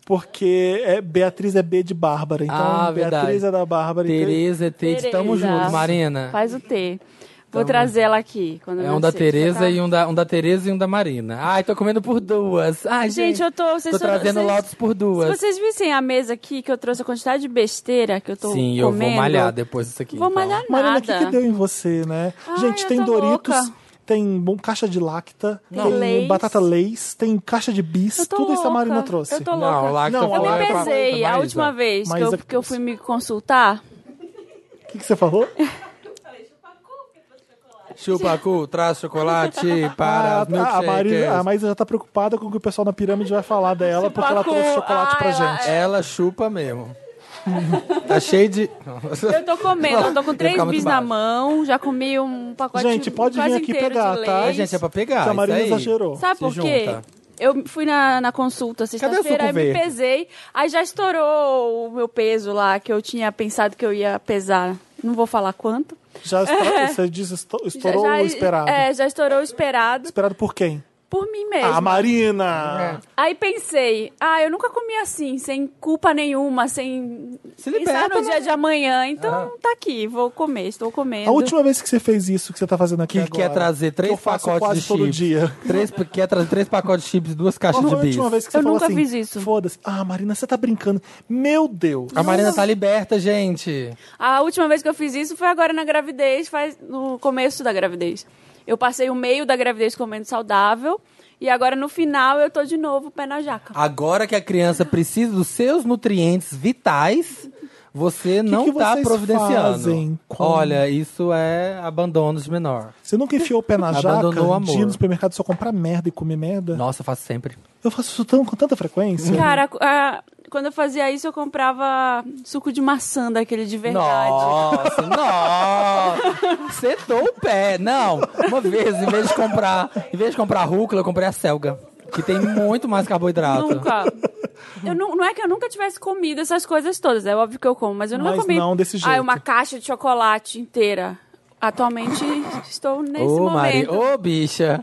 porque é, Beatriz é B de Bárbara. Então, Ah, verdade. Beatriz é da Bárbara. então- Tereza é Tete. Tamo Tereza. junto, Marina. Faz o T. Vou trazer ela aqui. Quando É um da nascer. Tereza Já tá- e um da, um da Tereza e um da Marina. Ai, tô comendo por duas. Ai, gente, Gente, eu tô. Vocês tô só- trazendo vocês- lotes por Se duas. vocês vissem a mesa aqui, que eu trouxe a quantidade de besteira que eu tô Sim, comendo... eu vou malhar depois disso aqui. Vou então. malhar Marina, o nada. que, que deu em você, né? Ai, Gente, eu tem tô Doritos, louca. tem bom, caixa de lacta, Não. tem Lays. batata Lays, tem caixa de bis, Eu tô tudo isso a louca. Marina trouxe. Eu tô Não, louca. lá que Não, tá Eu Olá, falando me é pra- pesei. pra a Maísa. última vez que Maísa eu, que que eu trouxe. fui me consultar, O que, que você falou? Chupa cu, traz chocolate para Ah, os milkshakers. a, a, Marina, a Maísa já tá preocupada com o que o pessoal na pirâmide vai falar dela, porque ela Pacu. trouxe chocolate Ah, pra ela- gente. Ela chupa mesmo. tá cheio de... eu tô comendo. Eu tô com três ficar muito bis na baixo. mão, já comi um pacote Gente, pode vir quase aqui inteiro pegar, de tá? Ai, leite. gente, é pra pegar. Que a Marina isso aí. exagerou. Sabe Se por quê? junta. Eu fui na, na consulta sexta-feira, suco aí me verde? pesei, aí já estourou o meu peso lá, que eu tinha pensado que eu ia pesar. Não vou falar quanto. Já estra- você diz esto- estourou já, já- o esperado. Ah, É, já estourou o esperado Esperado por quem? por mim A mesma. Marina! Aí pensei, ah, eu nunca comi assim, sem culpa nenhuma, sem Se pensar liberta, no dia né? de amanhã. Então tá aqui, vou comer, estou comendo. A última vez que você fez isso que você tá fazendo aqui Que agora, quer trazer três que eu faço pacotes quase de todo chips. dia. Três, quer trazer três pacotes de chips e duas caixas de Qual foi a bis. última vez que você Eu falou nunca assim? fiz isso. Foda-se. Ah, Marina, você tá brincando. Meu Deus. A Marina tá liberta, gente. A última vez que eu fiz isso foi agora na gravidez, faz no começo da gravidez. Eu passei o meio da gravidez comendo saudável e agora no final eu tô de novo pé na jaca. Agora que a criança precisa dos seus nutrientes vitais, Você que não que tá vocês providenciando. fazem quando- Olha, isso é abandono de menor. Você nunca enfiou o pé na jaca Abandonou o de ir amor. no supermercado só comprar merda e comer merda? Nossa, eu faço sempre. Eu faço isso tão, com tanta frequência. Cara, a- quando eu fazia isso, eu comprava suco de maçã daquele de verdade. Nossa, nossa! Setou o pé. Não, uma vez, em vez de comprar, em vez de comprar rúcula, eu comprei a selga. Que tem muito mais carboidrato. Nunca. Eu não, não é que eu nunca tivesse comido essas coisas todas, é óbvio que eu como, mas eu nunca Mas comi. não desse Ah, jeito. uma caixa de chocolate inteira. Atualmente estou nesse Ô, Mari... momento. Ô, bicha!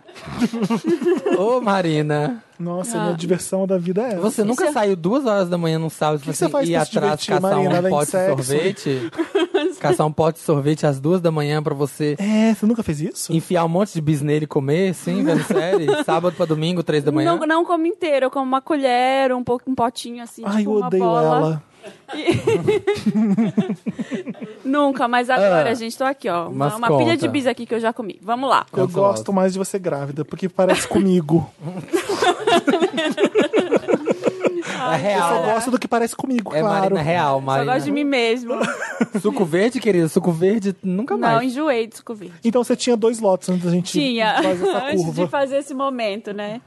Ô, Marina! Nossa, Ah. minha diversão da vida é essa. Você nunca saiu duas horas da manhã num sábado que e você faz ir pra se atrás divertir, caçar Marina, um além de pote de sexo? sorvete? caçar um pote de sorvete às duas da manhã pra você É, você nunca fez isso? enfiar um monte de bis nele e comer, sim, vendo série? Sábado pra domingo, três da manhã? Não, não como inteiro, eu como uma colher, um, pouco, um potinho assim, Ai, tipo eu uma odeio bola. ela. Nunca, mas agora, Ah, gente, tô aqui, ó. Uma, mas uma pilha conta. de bis aqui que eu já comi. Vamos lá. Eu Conta gosto logo. mais de você grávida, porque parece comigo. é Eu real. só gosto do que parece comigo, É claro. Marina real, Só Marina. gosto de mim mesmo. Suco verde, querido, suco verde nunca Não, mais. enjoei de suco verde. Então você tinha dois lotes antes da gente Tinha, fazer essa antes de curva. fazer esse momento, né?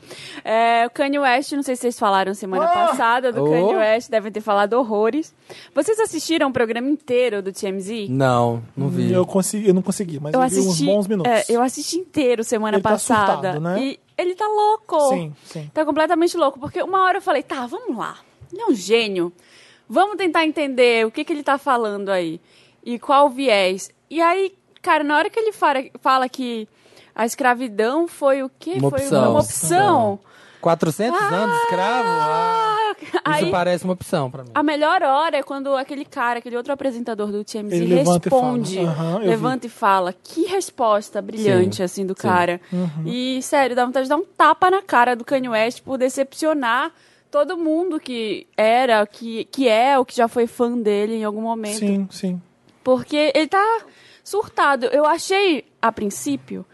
É, o Kanye West, não sei se vocês falaram semana Ah! passada do Oh! Kanye West, devem ter falado horrores. Vocês assistiram o programa inteiro do TMZ? Não, não vi. Eu, consegui, eu não consegui, mas eu, vi uns bons minutos. é, eu assisti inteiro semana Ele tá passada. surtado, né? E ele tá louco. Sim, sim. Tá completamente louco, porque uma hora eu falei, tá, vamos lá. Ele é um gênio. Vamos tentar entender o que, que ele tá falando aí. E qual o viés. E aí, cara, na hora que ele fala, fala que a escravidão foi o quê? Uma foi opção. uma opção. 400 anos escravo? Ah, Ah, Isso aí, parece uma opção pra mim. a melhor hora é quando aquele cara, aquele outro apresentador do TMZ Ele levanta e fala. responde. Aham, eu vi. levanta e fala. Que resposta brilhante, Sim, assim, do sim. cara. Uhum. E, sério, dá vontade de dar um tapa na cara do Kanye West por decepcionar todo mundo que era, que, que é, ou que já foi fã dele em algum momento. Sim, sim. Porque ele tá surtado. Eu achei, a princípio,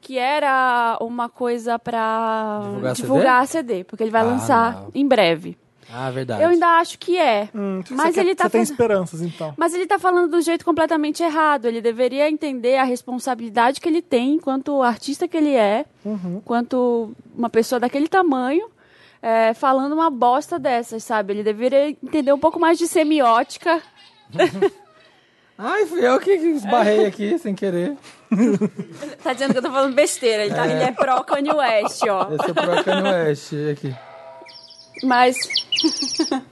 que era uma coisa pra Divulgar divulgar CD? porque ele vai Ah, lançar não. em breve. Ah, verdade. Eu ainda acho que é. Hum, então Mas você ele quer- tá Você tem fazendo- esperanças, então. Mas ele tá falando do jeito completamente errado. Ele deveria entender a responsabilidade que ele tem enquanto artista que ele é, enquanto uma pessoa daquele tamanho, é, falando uma bosta dessas, sabe? Ele deveria entender um pouco mais de semiótica. Ai, fui eu que esbarrei aqui sem querer. Tá dizendo que eu tô falando besteira. Ele, tá, ele é pró Kanye West, ó. Eu sou é pro Kanye West aqui. Mas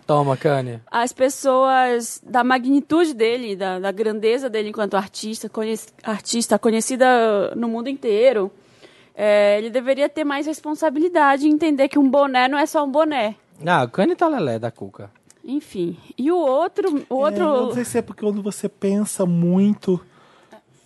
Toma, Kanye. as pessoas da magnitude dele, da, da grandeza dele enquanto artista, conhec- artista conhecida uh, no mundo inteiro, é, ele deveria ter mais responsabilidade e entender que um boné não é só um boné. Ah, o Kanye tá lelé da cuca. Enfim. E o outro. O É, eu não outro... sei se é porque quando você pensa muito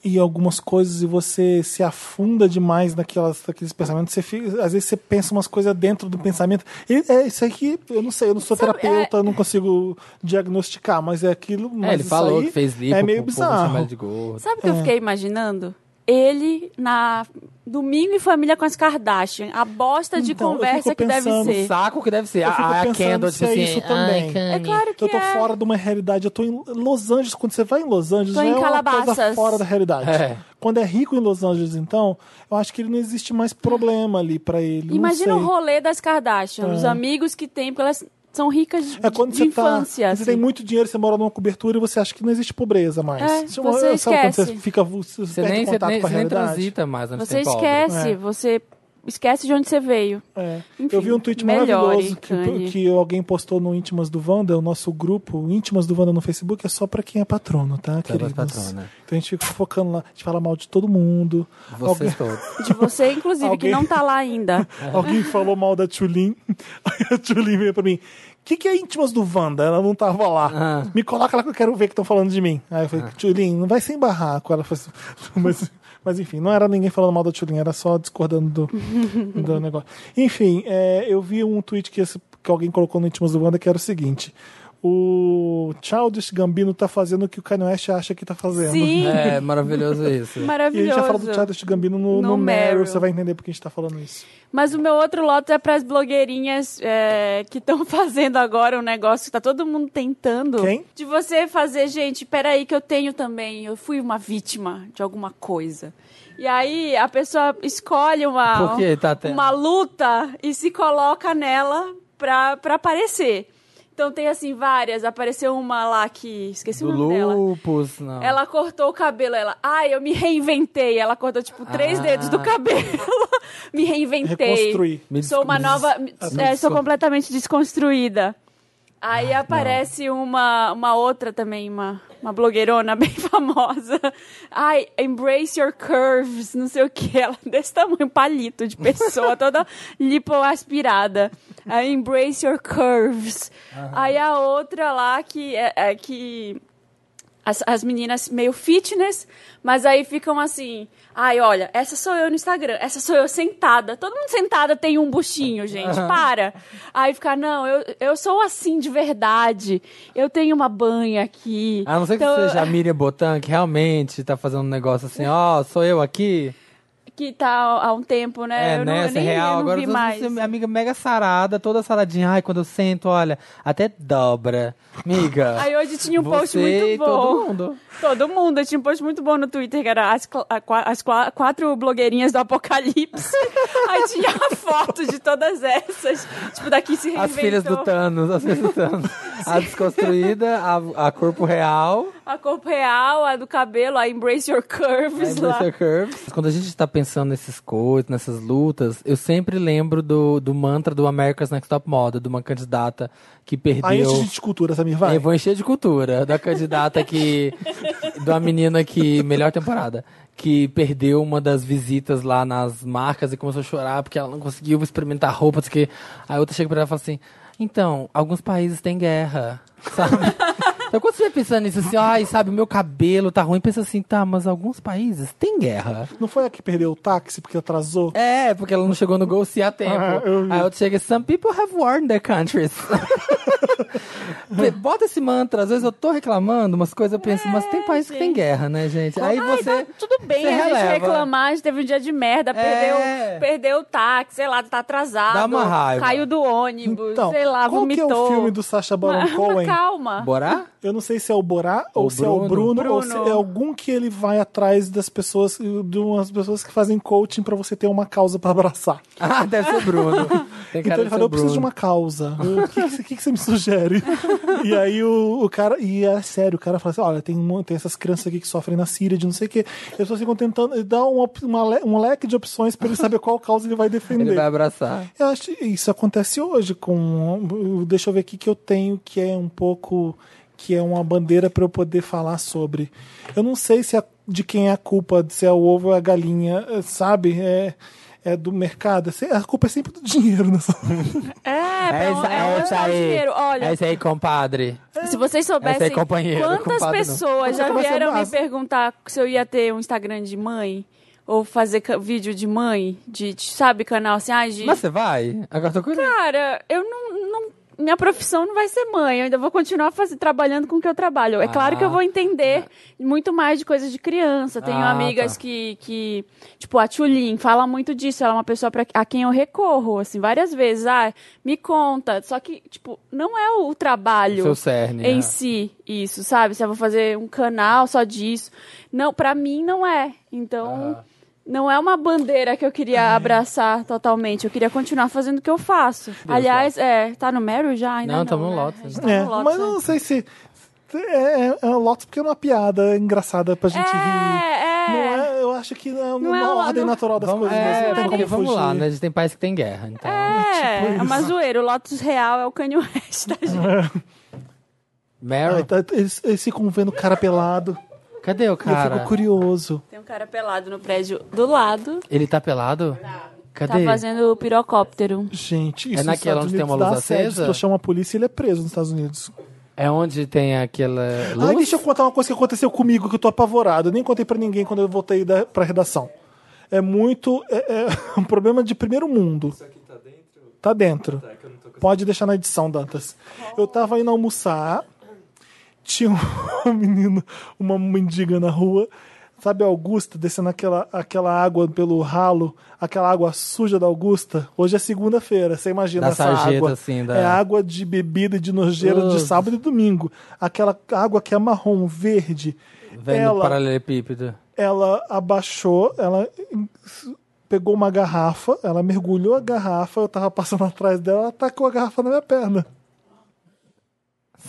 em algumas coisas e você se afunda demais naquelas, naqueles pensamentos, você fica- às vezes você pensa umas coisas dentro do pensamento. E é isso aqui, eu não sei, eu não sou Sabe, é- terapeuta, eu não consigo diagnosticar, mas é aquilo. mas É, ele isso falou aí que fez lipo, É meio o povo chama ele bizarro. de gordo. Sabe o É. que eu fiquei imaginando? Ele na. Domingo em família com as Kardashian. A bosta de Então, eu conversa fico que deve pensando, O ser. saco que deve ser. Eu fico Ah, a pensando Kendall, se tipo é assim. isso também. Ai, Kanye. É claro que Eu tô é. fora de uma realidade, eu tô em Los Angeles. Quando você vai em Los Angeles, Tô já em é uma coisa Calabasas. fora da realidade. É. Quando é rico em Los Angeles, então, eu acho que ele não existe mais problema ali pra ele. não Imagina o sei. rolê das Kardashian, os amigos que tem, porque elas são ricas de, É quando de você, infância. tá, assim. você tem muito dinheiro, você mora numa cobertura e você acha que não existe pobreza mais. É, Você- você sabe quando você esquece. fica você Você perde nem, você, contato nem, com a você nem realidade? transita mais onde Você tem pobre. esquece, É. você esquece de onde você veio. É. Enfim, eu vi um tweet melhore, maravilhoso que, Kanye. que alguém postou no Íntimas do Wanda, o nosso grupo, o Íntimas do Wanda no Facebook, é só pra quem é patrono, tá, Pra nós queridos? patrona. Então a gente fica focando lá, a gente fala mal de todo mundo. Vocês todos. De você, inclusive, Alguém- que não tá lá ainda. Alguém falou mal da Tulin. Aí a Tulin veio pra mim. O que, que é íntimas do Wanda? Ela não tava lá. Ah. Me coloca lá que eu quero ver o que estão falando de mim. Aí eu falei, Tulin, não vai sem barraco. Ela falou assim, mas, mas enfim, não era ninguém falando mal da Tulin, era só discordando do, do negócio. Enfim, é, eu vi um tweet que, esse- que alguém colocou no íntimas do Wanda que era o seguinte. O o Childish Gambino tá fazendo o que o Kanye West acha que tá fazendo. Sim, É, maravilhoso isso. E a gente maravilhoso. já fala do Childish Gambino no, No no, Meryl, Meryl. você vai entender porque a gente tá falando isso. Mas o meu outro lote é pras blogueirinhas é, que estão fazendo agora um negócio que tá todo mundo tentando. Quem? De você fazer, gente, peraí que eu tenho também, eu fui uma vítima de alguma coisa. E aí a pessoa escolhe uma, Por que tá tendo? uma luta e se coloca nela pra, pra aparecer. Então tem assim várias, apareceu uma lá que esqueci Do o nome dela. lupus, não. Ela cortou o cabelo, ela, ai, eu me reinventei. Ela cortou, tipo, três Ah. dedos do cabelo. me reinventei. Reconstruir. Me Ah, Sou uma desculpe. nova. me- me é, sou desculpe. completamente desconstruída. Ah, Aí aparece uma, uma outra também, uma, uma blogueirona bem famosa. Ai, embrace your curves, não sei o que. Ela é desse tamanho, palito de pessoa, toda lipoaspirada. Aí, embrace your curves. Aí a outra lá que, é, é que as, as meninas meio fitness, mas aí ficam assim. Ai, olha, essa sou eu no Instagram, essa sou eu sentada. Todo mundo sentada tem um buchinho, gente, para. Aí fica, não, eu, eu sou assim de verdade. Eu tenho uma banha aqui. A não ser que Então, seja a Miriam Botan, que realmente tá fazendo um negócio assim, ó, sou eu aqui. Que tá há um tempo, É, né? né? eu não, eu essa nem, real. eu não Agora vi eu mais. minha amiga mega sarada, toda saradinha. Ai, quando eu sento, olha, até dobra. Amiga. Aí hoje tinha um post você e muito bom. todo mundo. Todo mundo. Eu tinha um post muito bom no Twitter, que era as, cla- a qua- as qua- quatro blogueirinhas do apocalipse. Aí tinha a foto de todas essas. Tipo, daqui se As reinventou. filhas do Thanos, as filhas do Thanos. a desconstruída, a, a corpo real, A corpo real, a do cabelo, a Embrace Your a Curves lá. Inversa Curves. Quando a gente tá pensando nessas coisas, nessas lutas, eu sempre lembro do, do mantra do America's Next Top Model, de uma candidata que É perdeu... Aí enche de cultura, né, Samir, vai. Eu vou encher de cultura da candidata que. da menina que. Melhor temporada. Que perdeu uma das visitas lá nas marcas e começou a chorar porque ela não conseguiu experimentar roupa. não sei o quê. Aí a outra chega pra ela e fala assim: Então, alguns países têm guerra. Sabe? Então, quando você vai pensando nisso assim, ai, sabe, meu cabelo tá ruim, pensa assim, tá, mas alguns países têm guerra. Não foi a que perdeu o táxi porque atrasou? É, porque ela não chegou no gol se há tempo. Ah, eu vi. Aí outro chega, some people have warned their countries. Você Bota esse mantra, às vezes eu tô reclamando umas coisas, eu penso, mas tem país que tem guerra, né, gente? Aí É, Ai, você. tá tudo bem você a gente releva. reclamar, a gente teve um dia de merda, É. perdeu, perdeu o táxi, sei lá, tá atrasado. Dá uma raiva. Caiu do ônibus, Então, sei lá, qual que é vomitou. o filme do Sacha Baron Mas- Cohen? Calma. Bora? Eu não sei se é o Borá ou O se é o Bruno. Bruno, ou se Bruno. é algum que ele vai atrás das pessoas, de umas pessoas que fazem coaching pra você ter uma causa pra abraçar. Ah, deve ser o Bruno. Tem cara Então ele de fala, ser eu preciso de Bruno. uma causa. O que, que- que que você me sugere? e aí o, o cara, e é sério, o cara fala assim: olha, tem, mu- tem essas crianças aqui que sofrem na Síria, de não sei o quê. E as pessoas ficam tentando, ele dá uma op- uma le- um leque de opções pra ele saber qual causa ele vai defender. Ele vai abraçar. Eu acho que isso acontece hoje com. Deixa eu ver aqui que eu tenho que é um pouco. que é uma bandeira para eu poder falar sobre. Eu não sei se é de quem é a culpa, se é o ovo ou a galinha, eh, sabe? É, é do mercado. Se- A culpa é sempre do dinheiro. Nessa... É, pra isso- onde é, isso tá o dinheiro. Olha, É isso aí, compadre. Se vocês soubessem Essa é companheira, quantas compadre, não. pessoas já Você começa vieram a- me perguntar se eu ia ter um Instagram de mãe ou fazer ca- vídeo de mãe, de, de- sabe, canal assim, ah, de... Mas você vai? Agora eu tô curioso. Cara, eu não, não- minha profissão não vai ser mãe, eu ainda vou continuar faz- trabalhando com o que eu trabalho. É claro que eu vou entender muito mais de coisas de criança. Tenho Ah, amigas tá. que, que, tipo, a Tulin fala muito disso, ela é uma pessoa pra, a quem eu recorro, assim, várias vezes, ah, me conta. Só que, tipo, não é o trabalho Seu cerne. em é. si isso, sabe? Se eu vou fazer um canal só disso. Não, pra mim não é. Então, Aham. não é uma bandeira que eu queria abraçar totalmente. Eu queria continuar fazendo o que eu faço. Aliás, é, tá no Meryl já? Ainda Não, não, tá no né? Lotus A gente ainda. tá É, no Lotus mas eu ainda. não sei se. se É, é, é um Lotus porque é uma piada engraçada pra gente rir. É, Não é. é, eu acho que é uma Não é uma- ordem não- natural das Vamos, coisas. né? é, não tem porque como vamos lá, fugir. né? A gente tem país que tem guerra, então. É, tipo é uma zoeira. O Lotus real é o Kanye West, tá, gente? Meryl, Ai, tá, eles, eles ficam vendo o cara pelado. cadê o E eu cara? fico curioso. Tem um cara pelado no prédio do lado. Ele tá pelado? Cadê? Tá fazendo o pirocóptero. Gente, isso É nos naquela Estados onde tem Unidos uma luz dá assédio, acesa? Se tu chama a polícia, ele é preso nos Estados Unidos. É onde tem aquela luz? Ai, deixa eu contar uma coisa que aconteceu comigo, que eu tô apavorado. Eu nem contei pra ninguém quando eu voltei da, pra redação. É muito. É, é um problema de primeiro mundo. Isso aqui tá dentro? Tá dentro. Tá, que eu não tô conseguindo. Pode deixar na edição, Dantas. Eu tava indo almoçar tinha uma menina, uma mendiga na rua, sabe a Augusta descendo aquela, aquela água pelo ralo, aquela água suja da Augusta? Hoje é segunda-feira, você Da imagina essa sarjeta, água. assim, da- É água de bebida de nojeira de Ugh. sábado e domingo. Aquela água que é marrom, verde. Vendo ela, paralelepípedo. ela abaixou, ela em- pegou uma garrafa, ela mergulhou a garrafa, eu tava passando atrás dela, ela tacou a garrafa na minha perna.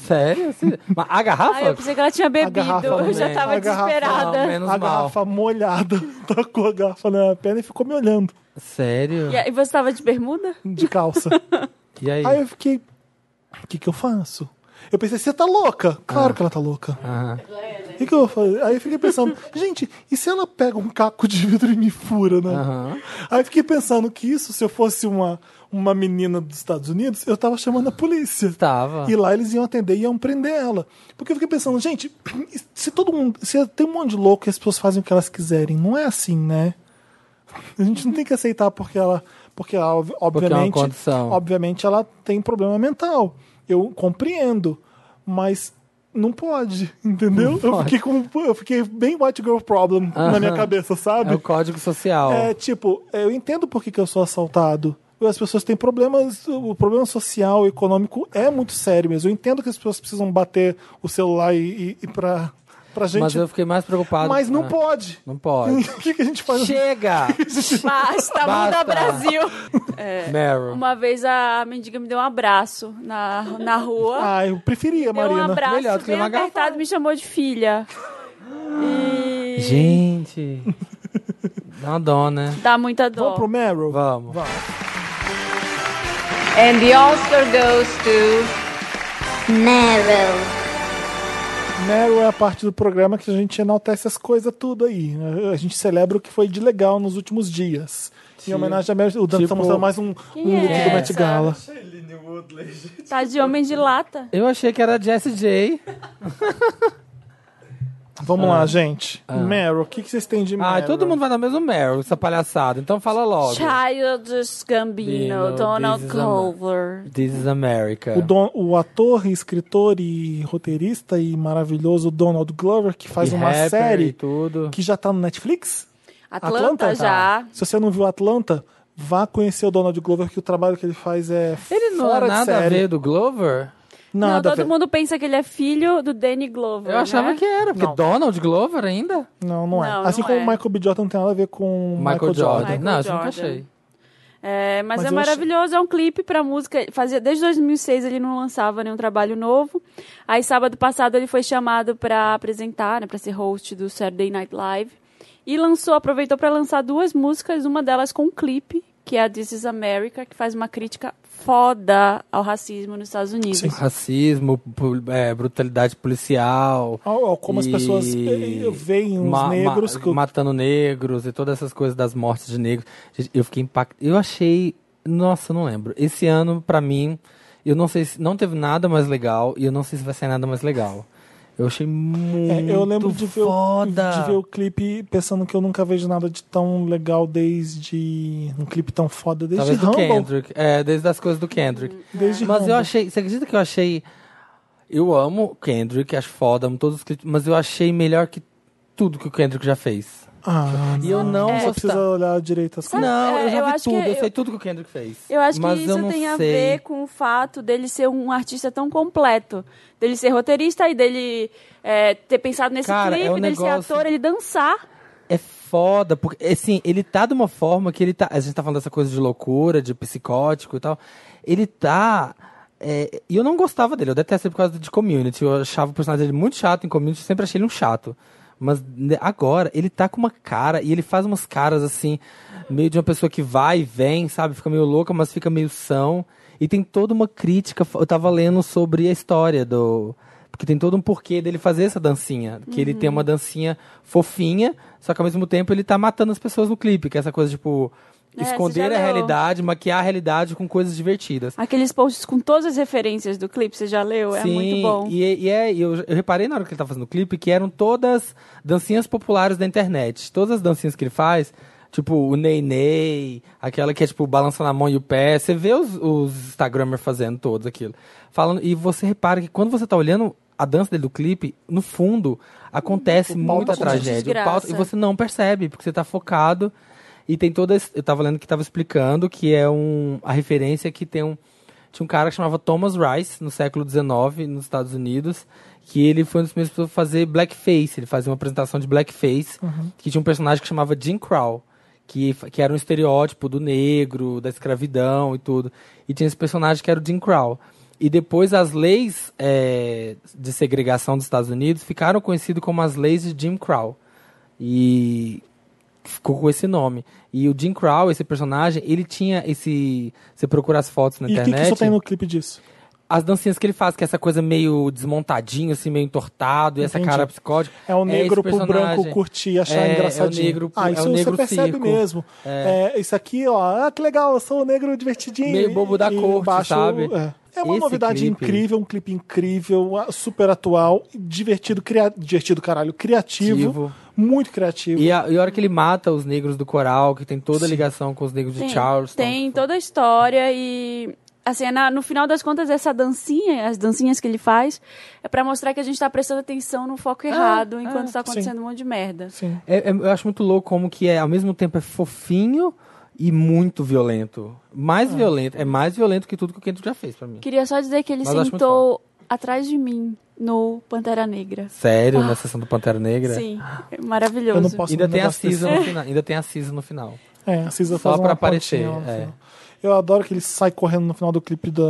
Sério? Assim? Mas a garrafa? Ai, eu pensei que ela tinha bebido. garrafa Eu já também. tava A garrafa desesperada. não, Menos a mal. garrafa molhada tacou a garrafa na minha perna e ficou me olhando Sério? E aí, você tava de bermuda? de calça. E aí? Aí eu fiquei, o que que eu faço? Eu pensei, você tá louca? Ah. Claro que ela tá louca. Aham. O que, que eu vou fazer? Aí eu fiquei pensando, gente, e se ela pega um caco de vidro e me fura, né? Aham. Aí eu fiquei pensando que isso, se eu fosse uma, uma menina dos Estados Unidos, eu tava chamando a polícia. Tava. E lá eles iam atender e iam prender ela. Porque eu fiquei pensando, gente, se todo mundo. Se tem um monte de louco e as pessoas fazem o que elas quiserem, não é assim, né? A gente não tem que aceitar porque ela. Porque ela, ob- obviamente. é condição. Obviamente ela tem problema mental. Eu compreendo. Mas não pode, entendeu? Eu, fiquei com, eu fiquei bem white girl problem na minha Aham. cabeça, sabe? É o código social. É, tipo, eu entendo por que, que eu sou assaltado. As pessoas têm problemas, o problema social e econômico é muito sério mesmo. Eu entendo que as pessoas precisam bater o celular e, e, e pra, pra gente. Mas Mas, eu fiquei mais preocupado. não Ah, pode. Não pode. O que, que a gente faz? Chega! Basta, Basta. muda Brasil. É. Meryl. Uma vez a mendiga me deu um abraço na, na rua. Ah, eu preferia, deu um Marina. abraço Melhor do que bem uma apertado, me chamou de filha. E Gente. Dá uma dó, né? dá muita dó. Vamos pro Meryl? Vamos. And the Oscar goes to Meryl. Meryl é a parte do programa que a gente enaltece as coisas tudo aí. né? A gente celebra o que foi de legal nos últimos dias. Em homenagem a Meryl, o Dan Tipo- tá mostrando mais um, um look é do Met essa? Gala. Shailene Woodley, gente. Tá de homem de lata. Eu achei que era Jessie J. Vamos lá, gente. Meryl, o que, que vocês têm de Meryl? Ai, Ah. todo mundo vai dar mesmo Meryl, essa palhaçada. Então fala logo. Childish Gambino, Gambino, Donald this is a- Glover. This is America. O, don- o ator, escritor e roteirista e maravilhoso Donald Glover, que faz E uma rapper E série tudo. que já tá no Netflix? Atlanta, já. Se você não viu Atlanta, vá conhecer o Donald Glover, que o trabalho que ele faz é Ele não fora é nada de série. a ver do Glover? Não, Nada a todo ver. mundo pensa que ele é filho do Danny Glover. Eu achava né? que era, porque é? Não. Donald Glover ainda? Não, não é. Não, assim não como é. o Michael B. Jordan não tem nada a ver com o Michael, Jordan. Michael não, isso eu nunca Jordan. achei. É, mas, Mas é eu achei- maravilhoso, é um clipe pra música. Ele Fazia, desde 2006 ele não lançava nenhum trabalho novo. Aí, sábado passado, ele foi chamado pra apresentar, né, pra ser host do Saturday Night Live. E lançou, aproveitou pra lançar duas músicas, uma delas com um clipe, que é a This Is America, que faz uma crítica foda ao racismo nos Estados Unidos. Racismo, pu- é, brutalidade policial. Ao- ao como as e- pessoas eh, veem os ma- ma- negros que- Matando negros e todas essas coisas das mortes de negros. Gente, Eu fiquei impactado. Eu achei. Nossa, eu não lembro. Esse ano, pra mim, eu não sei se. Não teve nada mais legal e eu não sei se vai sair nada mais legal. Eu achei muito. É, eu lembro de ver, o, foda. de ver o clipe pensando que eu nunca vejo nada de tão legal desde. Um clipe tão foda desde Talvez do Rumble. Kendrick. É, desde as coisas do Kendrick. Desde Mas Rumble. eu achei. Você acredita que eu achei. Eu amo Kendrick, acho foda, amo todos os clipes, mas eu achei melhor que tudo que o Kendrick já fez. Ah, E eu não Só precisa gostava. olhar direito assim. as coisas. Não, É, eu já eu vi acho tudo, que eu sei eu- tudo que o Kendrick fez. Eu acho mas que eu isso não tem a sei. ver com o fato dele ser um artista tão completo. Dele ser roteirista e dele é, ter pensado nesse Cara, clipe, é um dele ser negócio- ator, ele dançar. É foda, porque, assim, ele tá de uma forma que ele tá. A gente tá falando dessa coisa de loucura, de psicótico e tal. Ele tá. é, e eu não gostava dele, eu detesto ele por causa de community. Eu achava o personagem dele muito chato em community, eu sempre achei ele um chato. Mas né, agora, ele tá com uma cara, e ele faz umas caras assim, meio de uma pessoa que vai e vem, sabe? Fica meio louca, mas fica meio são. E tem toda uma crítica. Eu tava lendo sobre a história do. Porque tem todo um porquê dele fazer essa dancinha. Que ele Uhum. tem uma dancinha fofinha, só que ao mesmo tempo ele tá matando as pessoas no clipe, que é essa coisa, tipo, É, você esconder já a leu. realidade, maquiar a realidade com coisas divertidas. Aqueles posts com todas as referências do clipe, você já leu? é muito bom. E, e é, e eu, eu reparei na hora que ele tá fazendo o clipe que eram todas dancinhas populares da internet. Todas as dancinhas que ele faz, tipo o Ney Ney, aquela que é tipo balançando a mão e o pé. Você vê os, os Instagramers fazendo todos aquilo. Falando, e você repara que quando você tá olhando a dança dele do clipe, no fundo, acontece Uhum. muita tá tragédia. O pau- desgraça. e você não percebe, porque você tá focado. E tem toda. esse- Eu tava lendo que tava explicando que é um. A referência que tem um. Tinha um cara que chamava Thomas Rice, no século XIX, nos Estados Unidos, que ele foi um dos primeiros pessoas a fazer blackface. Ele fazia uma apresentação de blackface, que tinha um personagem que chamava Jim Crow, que, fa- que era um estereótipo do negro, da escravidão e tudo. E tinha esse personagem que era o Jim Crow. E depois as leis eh, de segregação dos Estados Unidos ficaram conhecidas como as leis de Jim Crow. E ficou com esse nome. E o Jim Crow, esse personagem, ele tinha esse... Você procura as fotos na E o que, internet que só tem no clipe disso? as dancinhas que ele faz, que é essa coisa meio desmontadinho, assim, meio entortado, e essa Entendi. cara psicótica. É o negro esse pro branco personagem. curtir, achar É, é o engraçadinho. negro pro- ah, é isso o negro você percebe circo. mesmo. É, isso aqui, ó, ah, que legal, eu sou o negro divertidinho. Meio bobo E- da e corte, embaixo, sabe? É, É uma Esse novidade clipe. incrível, um clipe incrível, ah, super atual, divertido, cria... divertido, caralho, criativo, Criativo. muito criativo. E a, e a hora que ele mata os negros do coral, que tem toda a Sim. ligação com os negros de Tem, Charles. Tem toda a história e. Assim, é na- no final das contas, essa dancinha, as dancinhas que ele faz, é pra mostrar que a gente tá prestando atenção no foco errado, enquanto tá acontecendo um monte de merda. Sim. É- é- eu acho muito louco como que é, ao mesmo tempo é fofinho e muito violento. Mais violento, é mais violento que tudo que o Kento já fez pra mim. Queria só dizer Ah. que ele Mas eu acho muito sentou atrás de mim no Pantera Negra. Sério, na sessão do Pantera Negra? Ah. Sim, é Eu não maravilhoso. posso Ainda um tem, a negócio desse. Cisa no final, ainda tem a Cisa no final. É, a Cisa Só faz pra uma aparecer, pontinha lá no é. final. Eu adoro que ele sai correndo no final do clipe da.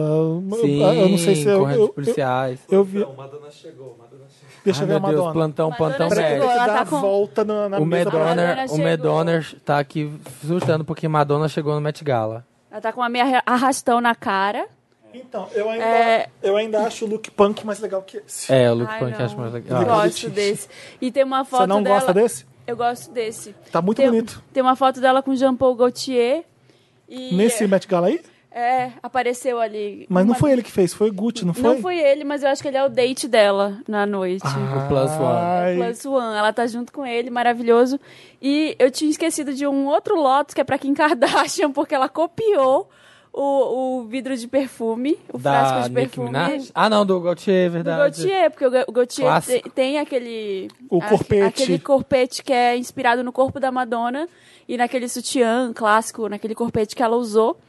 Sim, eu, eu não sei se eu. correndo Eu, de eu, policiais. eu vi. Não, Madonna chegou, Madonna chegou. Deixa Ai, eu ver a meu Deus, Madonna. plantão, plantão, Madonna velho. chegou. Ela dá tá a com- volta na, na O mesa Mad pra- Donner, o chegou. Mad Donner tá aqui surtando porque Madonna chegou no Met Gala. Ela tá com a meia arrastão na cara. Então, eu ainda, É. eu ainda acho o look punk mais legal que esse. É, o Luke Ai, Punk não. acho mais Eu legal. Ah, Legal. gosto desse. E tem uma foto Você não dela... gosta desse? Eu gosto desse. Tá muito tem, um- bonito. Tem uma foto dela com Jean Paul Gaultier. E Nesse Met Gala aí? É, apareceu ali. Mas não Uma- foi ele que fez, foi o Gucci, não foi? Ah, Não foi ele, mas eu acho que ele é o date dela na noite. O Plus One. Ai, Plus One, ela tá junto com ele, maravilhoso. E eu tinha esquecido de um outro lote que é pra Kim Kardashian, porque ela copiou o, o vidro de perfume, o Da frasco de Nicki perfume. Minaj? Ah, não, do Gaultier, Do verdade. Gautier, porque o Ga- o Gautier te- Clássico. tem, aquele. O a- corpete. Aquele corpete que é inspirado no corpo da Madonna e naquele sutiã clássico, naquele corpete que ela usou.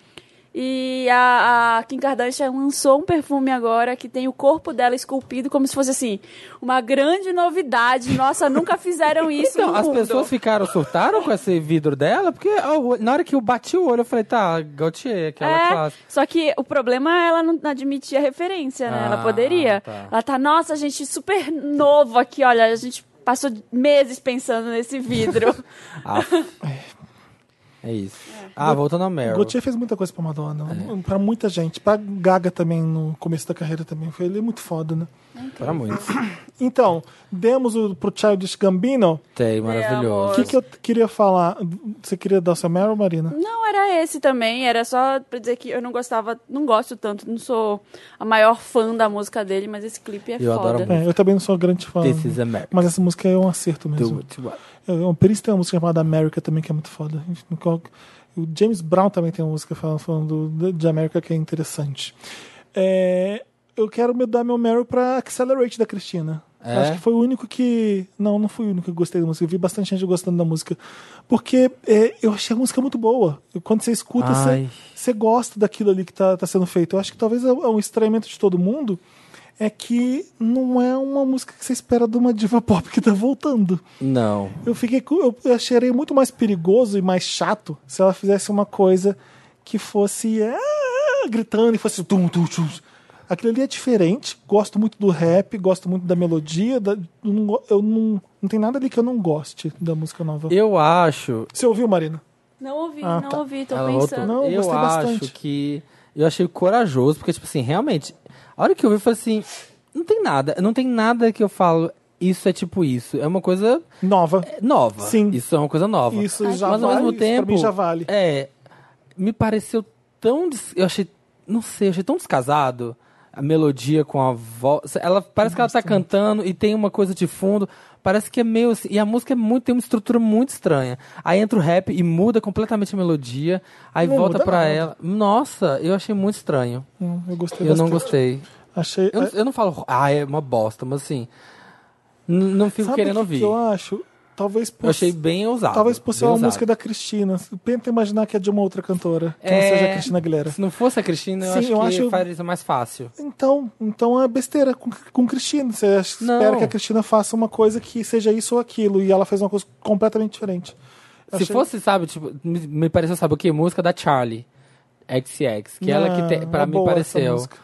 E a, a Kim Kardashian lançou um perfume agora que tem o corpo dela esculpido como se fosse assim, uma grande novidade. Nossa, nunca fizeram isso. Então, no as mundo. pessoas ficaram, surtaram com esse vidro dela, porque ó, o- na hora que eu bati o olho, eu falei, tá, Gaultier, aquela É, clássica. só que o problema é ela não admitia referência, né? ela Ah, poderia. tá. Ela tá, nossa, gente, super novo aqui, olha, a gente passou meses pensando nesse vidro. Ah, é isso. Ah, voltando ao Meryl. Gautier fez muita coisa pra Madonna, É. um, pra muita gente, pra Gaga também no começo da carreira também. Foi ele é muito foda, né? Pra muitos. Então, demos o, pro Childish Gambino. Tem, maravilhoso. O que, que eu queria falar? Você queria dar o seu Meryl, Marina? não era esse também, era só pra dizer que eu não gostava, não gosto tanto, não sou a maior fã da música dele, mas esse clipe é Eu foda. adoro muito. É, eu também não sou grande fã. Uhum. This is America. Mas essa música é um acerto mesmo. Do it well. Eu, por isso É um tem uma música chamada America também, que é muito foda. Enfim, no qual- O James Brown também tem uma música falando, falando do- de América que é interessante. É, eu quero me dar meu Meryl pra Accelerate da Cristina. É? Acho que foi o único que. Não, não fui o único que gostei da música. Eu vi bastante gente gostando da música. Porque é, eu achei a música muito boa. Quando você escuta, você, Ai. você gosta daquilo ali que tá, tá sendo feito. Eu acho que talvez é um estranhamento de todo mundo. É que não é uma música que você espera de uma diva pop que tá voltando. Não. Eu fiquei com- eu eu achei muito mais perigoso e mais chato se ela fizesse uma coisa que fosse ah, gritando e fosse tum, tum, tum. Aquilo ali é diferente. Gosto muito do rap, gosto muito da melodia. da- eu não, go- eu não, não tem nada ali que eu não goste da música nova. Eu acho Você ouviu, Marina? Não ouvi, Ah, não tá. ouvi, tô Ela pensando. voltou. Não, eu eu gostei acho bastante. que. Eu achei corajoso, porque, tipo assim, realmente, a hora que eu vi, eu falei assim: não tem nada, não tem nada que eu falo, isso é tipo isso. É uma coisa Nova. nova. Sim. Isso é uma coisa nova. Isso Mas já ao vale, mesmo isso pra tempo. mim já vale. É. Me pareceu tão. des- Eu achei. Não sei, eu achei tão descasado. A melodia com a voz. Ela parece que ela tá cantando e tem uma coisa de fundo. Parece que é meio assim. E a música é muito, tem uma estrutura muito estranha. Aí entra o rap e muda completamente a melodia. Aí Não volta muda pra nada. ela. Nossa, eu achei muito estranho. Hum, Eu gostei Eu não bastante. gostei. Achei. Eu, é, não- eu não falo, ah, é uma bosta, mas assim. n- Não fico sabe querendo o que ouvir. que eu Eu acho? Talvez por, achei bem ousado. talvez por ser bem uma ousado. música da Cristina. Tenta imaginar que é de uma outra cantora, que não É. seja a Cristina Aguilera. Se não fosse a Cristina, eu Sim, acho eu que acho- faria isso mais fácil. Então, então é besteira com, com Cristina. Você acha- Não. espera que a Cristina faça uma coisa que seja isso ou aquilo. E ela fez uma coisa completamente diferente. Se Achei- fosse, sabe, tipo, me, me pareceu, sabe o que? Música da Charlie. XX, que ela que te, Não, pra é mim boa essa pareceu. música.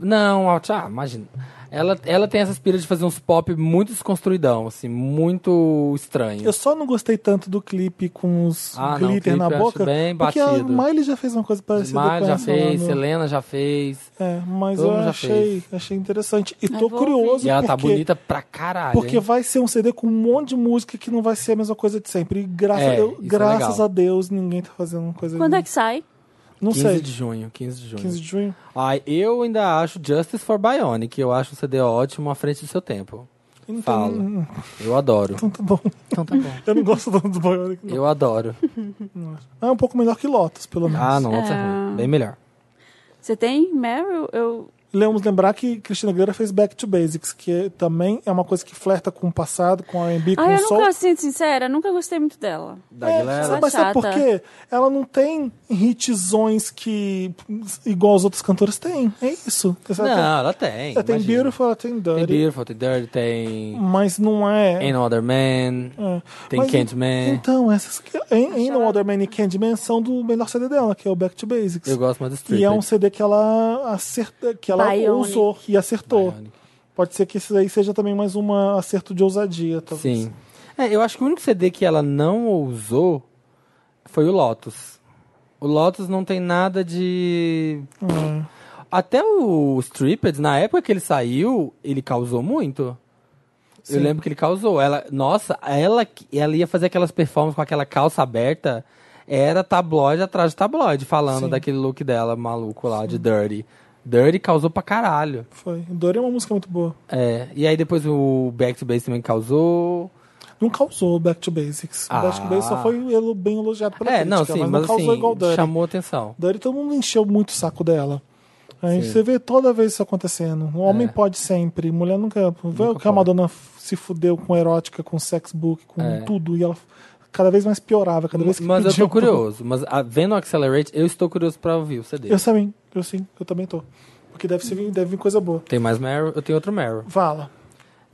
Não, a- ah, imagina. Ela, ela tem essa aspira de fazer uns pop muito desconstruidão, assim, muito estranho. Eu só não gostei tanto do clipe com os Ah, não, o glitter clipe na eu acho boca. bem porque a batido. Miley já fez uma coisa parecida Mar com já essa. fez, lá no- Selena já fez. É, mas Todo eu mundo já achei, achei interessante. E tô vou curioso E ela tá porque, bonita pra caralho. porque hein? vai ser um CD com um monte de música que não vai ser a mesma coisa de sempre. E graça- É, eu- isso é graças legal. a Deus ninguém tá fazendo coisa Quando é que sai? Não 15 sei, de junho, 15 de junho. 15 de junho. Ai, eu ainda acho Justice for Bionic, eu acho um CD ótimo à frente do seu tempo. Então, Fala. Eu adoro. Então tá bom. Então tá bom. Eu não gosto tanto do Bionic. não. Eu adoro. É um pouco melhor que Lotus, pelo menos. Ah, não, outra é ruim. Bem melhor. Você tem Meryl? Eu... Lemos lembrar que Cristina Aguilera fez Back to Basics, que também é uma coisa que flerta com o passado, com R&B, com Ah, eu o soul. nunca, assim, sincera, nunca gostei muito dela. Da É, Aguilera. ela mas sabe chata. por quê? Ela não tem hitzões que igual as outras cantoras têm. É isso. Não, ela tem, ela tem. ela tem imagina. Beautiful, ela tem Tem Dirty. Beautiful, tem Dirty, tem mas não é. Ain't No Other Man. é. tem Mas, Candyman. Então, essas. que- Ain't Ain't No Other Man e Candyman são do melhor CD dela, que é o Back to Basics. Eu gosto mais do Strip. E é um CD que ela acerta, que ela Bionic. ousou e acertou. Pode ser que isso daí seja também mais um acerto de ousadia, talvez. Sim. É, eu acho que o único CD que ela não usou foi o Lotus. O Lotus não tem nada de. Até o Stripped, na época que ele saiu, ele causou muito. Eu lembro que ele causou. Ela, nossa, ela, ela ia fazer aquelas performances com aquela calça aberta. Era tabloide atrás de tabloide, falando Sim. daquele look dela maluco lá, de Dirty. Dirty causou pra caralho. Foi. Dori é uma música muito boa. É, e aí depois o Back to Base também causou. Não causou o Back to Basics. Ah. O Back to Basics só foi elo- bem elogiado pela É, crítica, não, sim, mas, mas, não causou assim, igual o Dirty. chamou atenção. Dirty todo mundo encheu muito o saco dela. Aí você vê toda vez isso acontecendo. O homem É. pode sempre, mulher nunca. Vê o que a pode. Madonna f- se fudeu com erótica, com sex book, com É. tudo. E ela f- cada vez mais piorava, cada vez que Mas eu pedia tô curioso. Mas ah, vendo o Accelerate, eu estou curioso pra ouvir o CD. Eu também, eu sim, eu também tô. Porque deve, ser, deve vir coisa boa. Tem mais Meryl? Eu tenho outro Meryl. Fala.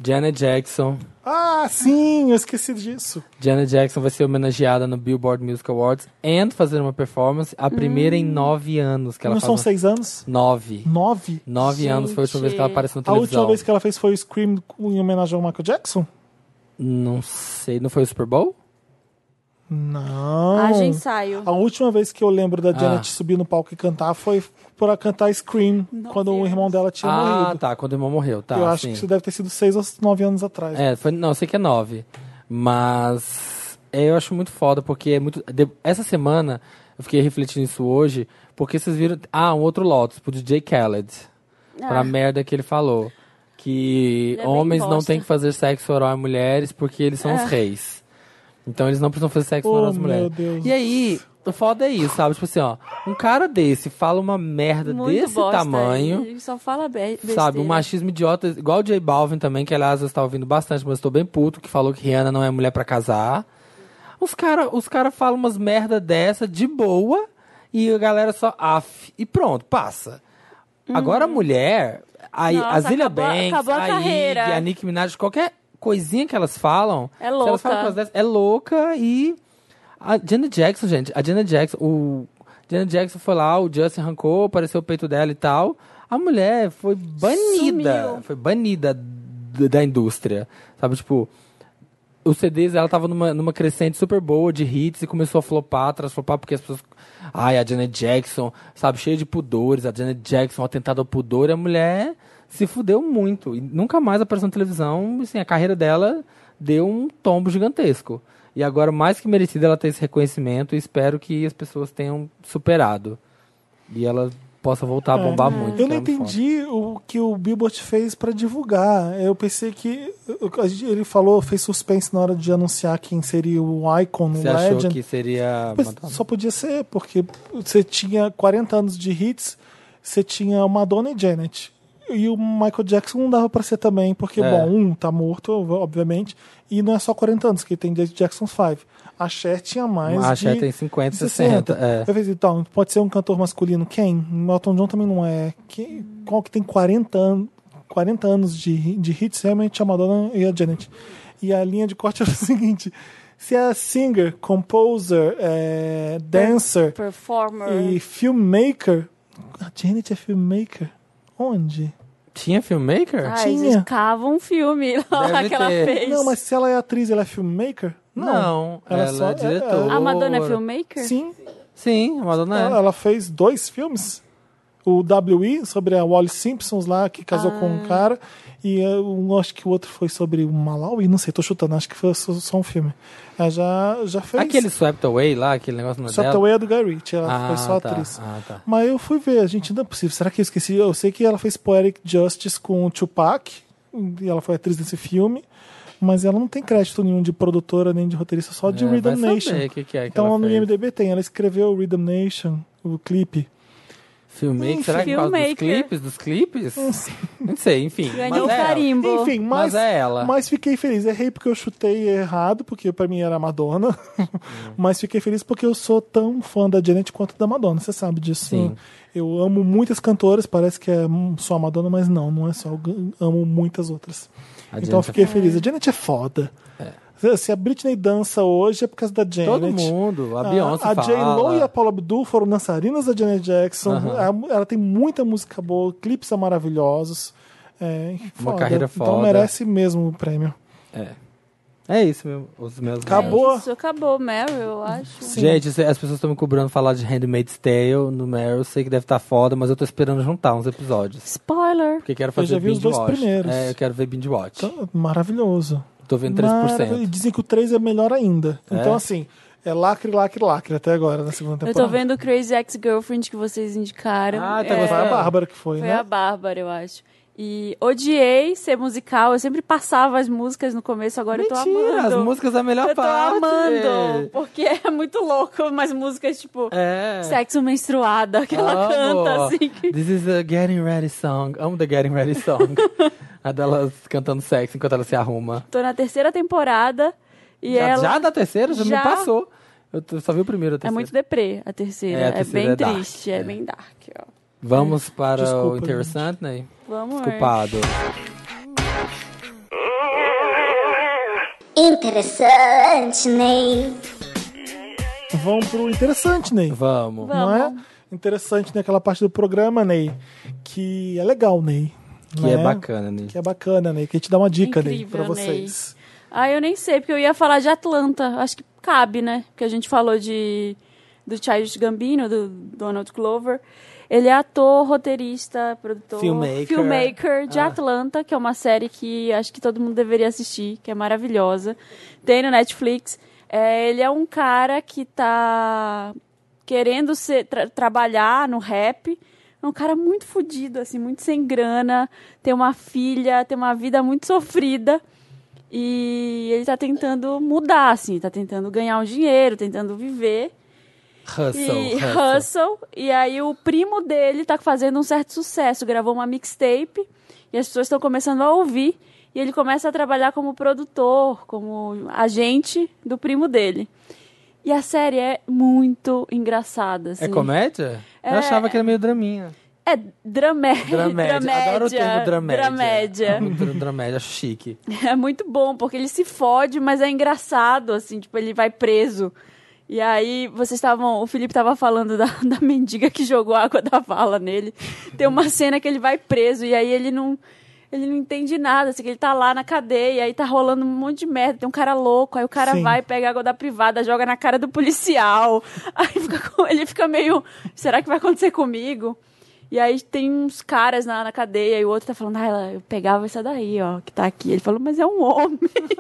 Janet Jackson. Ah, sim, eu esqueci disso. Janet Jackson vai ser homenageada no Billboard Music Awards and fazer uma performance, a primeira em nove anos que ela Hum. Não faz são uma- seis anos? Nove. Nove? Nove anos foi a última vez que ela apareceu na A televisão. última vez que ela fez foi o Scream em homenagem ao Michael Jackson? Não sei, não foi o Super Bowl? Não. Ah, gente, saio. A última vez que eu lembro da Janet Ah. subir no palco e cantar foi para cantar Scream, Nove quando o anos. irmão dela tinha ah, morrido. tá, quando o irmão morreu, tá. eu acho sim. que isso deve ter sido seis ou nove anos atrás. É, foi, não, eu sei que é nove. Mas é, eu acho muito foda, porque é muito. de- essa semana, eu fiquei refletindo isso hoje, porque vocês viram. Ah, um outro Lotus pro DJ Khaled. Pra Ah. merda que ele falou. Que Ele é bem homens não bosta. Ah. têm que fazer sexo oral a mulheres porque eles são os reis. Então eles não precisam fazer sexo Oh, oral às meu mulheres. Deus. E aí, o foda é isso, sabe? Tipo assim, ó, um cara desse fala uma merda Muito desse bosta, tamanho. Ele só fala be besteira. Sabe, um machismo idiota, igual o J Balvin também, que aliás eu estava ouvindo bastante, mas eu estou bem puto, que falou que Rihanna não é mulher pra casar. Os caras os cara falam umas merda dessa de boa e a galera só af e pronto, passa. Agora a mulher, aí Uhum. Nossa, a Zilia acabou- Banks, acabou a a carreira. Iggy, a Nicki Minaj, qualquer coisinha que elas falam, É se louca. elas falam coisas dessas, é louca e a Janet Jackson, gente, a Janet Jackson, o Janet Jackson foi lá, o Justin arrancou, apareceu o peito dela e tal. A mulher foi banida, Sumiu. foi banida d- da indústria. Sabe, tipo, os CDs, ela tava numa, numa crescente super boa de hits e começou a flopar, transflopar, porque as pessoas. Ai, a Janet Jackson, sabe, cheia de pudores, a Janet Jackson, um atentado ao pudor, e a mulher se fudeu muito. E nunca mais apareceu na televisão, e, assim, a carreira dela deu um tombo gigantesco. E agora, mais que merecida, ela ter esse reconhecimento e espero que as pessoas tenham superado. E ela possa voltar a bombar muito. Eu não que é muito entendi o que o Billboard fez pra divulgar. Eu pensei que eu- a gente- ele falou, fez suspense na hora de anunciar quem seria o Icon, foda. o Você achou Legend. que né? seria. né, Mas Madonna? só podia ser, porque você tinha 40 anos de hits, você tinha Madonna e Janet. E o Michael Jackson não dava pra ser também, porque, É. bom, um tá morto, obviamente, e não é só 40 anos, que tem desde Jackson 5. A Cher tinha mais. A Cher de tem 50, 60, é. Eu falei, então, pode ser um cantor masculino. Quem? O Elton John também não é. Quem- Qual que tem 40 anos? 40 anos de, de hits, realmente a Madonna e a Janet. E a linha de corte era o seguinte: se a singer, composer, é, dancer Performer. e filmmaker. A Janet é filmmaker? Onde? Tinha filmmaker? Ah, Tinha. eles cavam um filme lá Deve que ela ter. fez. Não, mas se ela é atriz, ela é filmmaker? Não, Ela ela, só- é diretora. A Madonna é filmmaker? Sim, Sim, a Madonna é. Ela, ela fez dois filmes. O WE, sobre a Wally Simpsons lá, que casou com Ah. um cara. E eh, um, acho que o outro foi sobre o Malawi, não sei, tô chutando, acho que foi só, só um filme. Ela já, já fez. Aquele Swept Away lá, aquele negócio na Swept dela. Away é do Guy Ritchie, ela Ah, foi só tá. atriz. Ah, tá. Mas eu fui ver, gente, não é possível. Será que eu esqueci? Eu sei que ela fez Poetic Justice com o Tupac, e ela foi atriz desse filme. Mas ela não tem crédito nenhum de produtora nem de roteirista, só de É, vai Rhythm saber Nation. o que que é que então ela no fez. IMDB tem, ela escreveu Rhythm Nation, o clipe. Filmmaker, será que por causa dos Filmmaker. clipes? Dos clipes? Não sei, enfim. Ganhou um mas é ela. carimbo. Enfim, mas, Mas é ela. Mas fiquei feliz. Errei porque eu chutei errado, porque pra mim era a Madonna. mas fiquei feliz porque eu sou tão fã da Janet quanto da Madonna, você sabe disso. Sim. Eu amo muitas cantoras, parece que é hum, só a Madonna, mas não, não é só. Eu amo muitas outras. A então eu Janet é fiquei feliz. A Janet é foda. Se- Se a Britney dança hoje é por causa da Janet. Todo mundo, a Beyoncé Ah, A fala. J-Lo e a Paula Abdul foram dançarinas da Janet Jackson. A- Ela tem muita música boa, clipes são maravilhosos. É, foda. carreira Então foda. merece mesmo o prêmio. É isso, meu, os meus. meus. Acabou. assim. Boa. É Isso acabou, Meryl, eu acho. Gente, as pessoas estão me cobrando falar de Handmaid's Tale no Meryl. Eu sei que deve estar foda, mas eu tô esperando juntar uns episódios. Spoiler. Porque quero fazer já vi os binge dois watch. primeiros. É, eu quero ver binge watch. Então, maravilhoso. Tô vendo Maravilhoso. E 3%. dizem que o 3 é melhor ainda. É? Então, assim, é lacre, lacre, lacre até agora na segunda Eu temporada. tô vendo o Crazy Ex-Girlfriend que vocês indicaram. Ah, tá É, Foi a gostando? Bárbara que foi, Foi né? a Bárbara, eu acho. E odiei ser musical. Eu sempre passava as músicas no começo, agora eu tô Mentira, as amando. músicas é a melhor eu tô parte. amando. Porque é muito louco, mas músicas tipo É. sexo menstruada, que ela Amo. canta assim. que- This is a Getting Ready song. Amo the Getting Ready song. a dela cantando sexo enquanto ela se arruma. Tô na terceira temporada e já, ela já da terceira, já, já- me passou. Eu t- só vi o primeiro, a é terceira. muito deprê a terceira. É, É, a terceira bem é dark, triste, é. bem dark, ó. Vamos para Desculpa, o gente. interessante, né? Vamos ver. Culpado. Interessante, Ney. Vão pro interessante, Ney. Vamos. Não é? Vamos. Interessante naquela parte do programa, Ney. Que é legal, Ney. Que né? é bacana, né? Que é bacana, Ney. Que a gente dá uma dica, Ney, Incrível, pra vocês. Ah, eu nem sei, porque eu ia falar de Atlanta. Acho que cabe, né? Porque a gente falou de do Childish Gambino, do Donald Glover. Ele é ator, roteirista, produtor, Filmmaker. filmmaker de Ah. Atlanta, que é uma série que acho que todo mundo deveria assistir, que é maravilhosa. Tem no Netflix. É, ele é um cara que tá querendo ser, tra- trabalhar no rap. É um cara muito fudido, assim, muito sem grana. Tem uma filha, tem uma vida muito sofrida. E ele tá tentando mudar, assim, tá tentando ganhar um dinheiro, tentando viver. Hustle. e hustle. E aí o primo dele tá fazendo um certo sucesso, gravou uma mixtape e as pessoas estão começando a ouvir. E ele começa a trabalhar como produtor, como agente do primo dele. E a série é muito engraçada. Assim. É comédia? É. Eu achava que era meio draminha. É dramé... Dramédia. Adoro o termo dramédia. dramédia. Amo dra- dramédia, acho chique. É muito bom, porque ele se fode, mas é engraçado, assim, tipo, ele vai preso. E aí, vocês estavam. O Felipe tava falando da, da mendiga que jogou água da vala nele. Tem uma cena que ele vai preso, e aí ele não. Ele não entende nada, assim, que ele tá lá na cadeia, aí tá rolando um monte de merda, tem um cara louco, aí o cara Sim. vai, pega água da privada, joga na cara do policial, aí fica com- ele fica meio, será que vai acontecer comigo? E aí tem uns caras na, na cadeia e o outro tá falando, ah, ela- eu pegava essa daí, ó, que tá aqui. Ele falou, mas é um homem.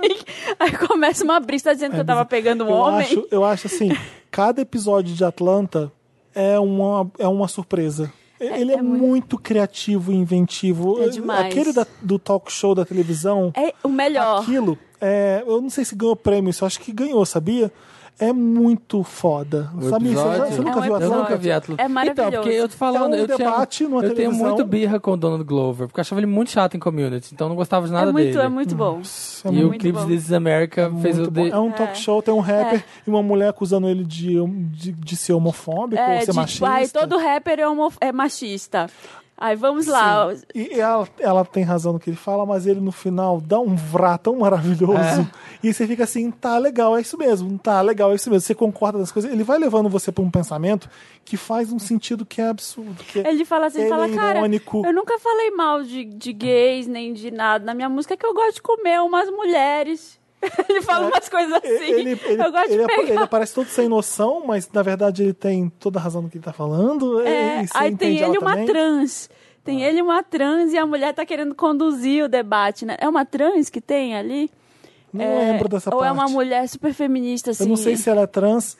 aí começa uma brisa, tá dizendo que eu tava pegando um eu homem. Acho, eu acho assim, cada episódio de Atlanta é uma, é uma surpresa. Ele é, é muito... muito- criativo e inventivo. É demais. Aquele da- do talk show da televisão, É o melhor. aquilo, é, eu não sei se ganhou prêmio, isso eu acho que ganhou, sabia? é muito foda. O Sabe, você, episódio? você nunca É um viu Eu Atlanta? nunca vi Atlanta. É maravilhoso. Então, porque eu tô falando, É um eu, tinha, debate numa eu tenho televisão. muito birra com o Donald Glover, porque eu achava ele muito chato em Community, então eu não gostava de nada é muito, dele. é muito bom. é e o muito clipe bom. de This is America fez Muito eu... De... bom. É um talk É. show, tem um rapper É. e uma mulher acusando ele de, de, de ser homofóbico ou É, ser de, tipo, machista. ai, todo rapper é, homo- é machista. Aí vamos lá. E ela, ela tem razão no que ele fala, mas ele no final dá um vrá tão maravilhoso. É. E você fica assim, tá legal, é isso mesmo, tá legal, é isso mesmo. Você concorda das coisas. Ele vai levando você pra um pensamento que faz um sentido que é absurdo. Que Ele fala assim, Ele fala, é cara, irônico." eu nunca falei mal de, de gays nem de nada. Na minha música é que eu gosto de comer umas mulheres. Ele fala umas coisas assim. É. Ele, ele, eu gosto ele, é de pegar. ele aparece todo sem noção, mas na verdade ele tem toda a razão no que ele tá falando. É, e você aí tem entende ela ele e uma também. Ah. trans. Tem ele e uma trans e a mulher tá querendo conduzir o debate, né? É uma trans que tem ali? Não É, lembro dessa ou parte. é uma mulher super feminista, assim. Eu não sei se ela é trans,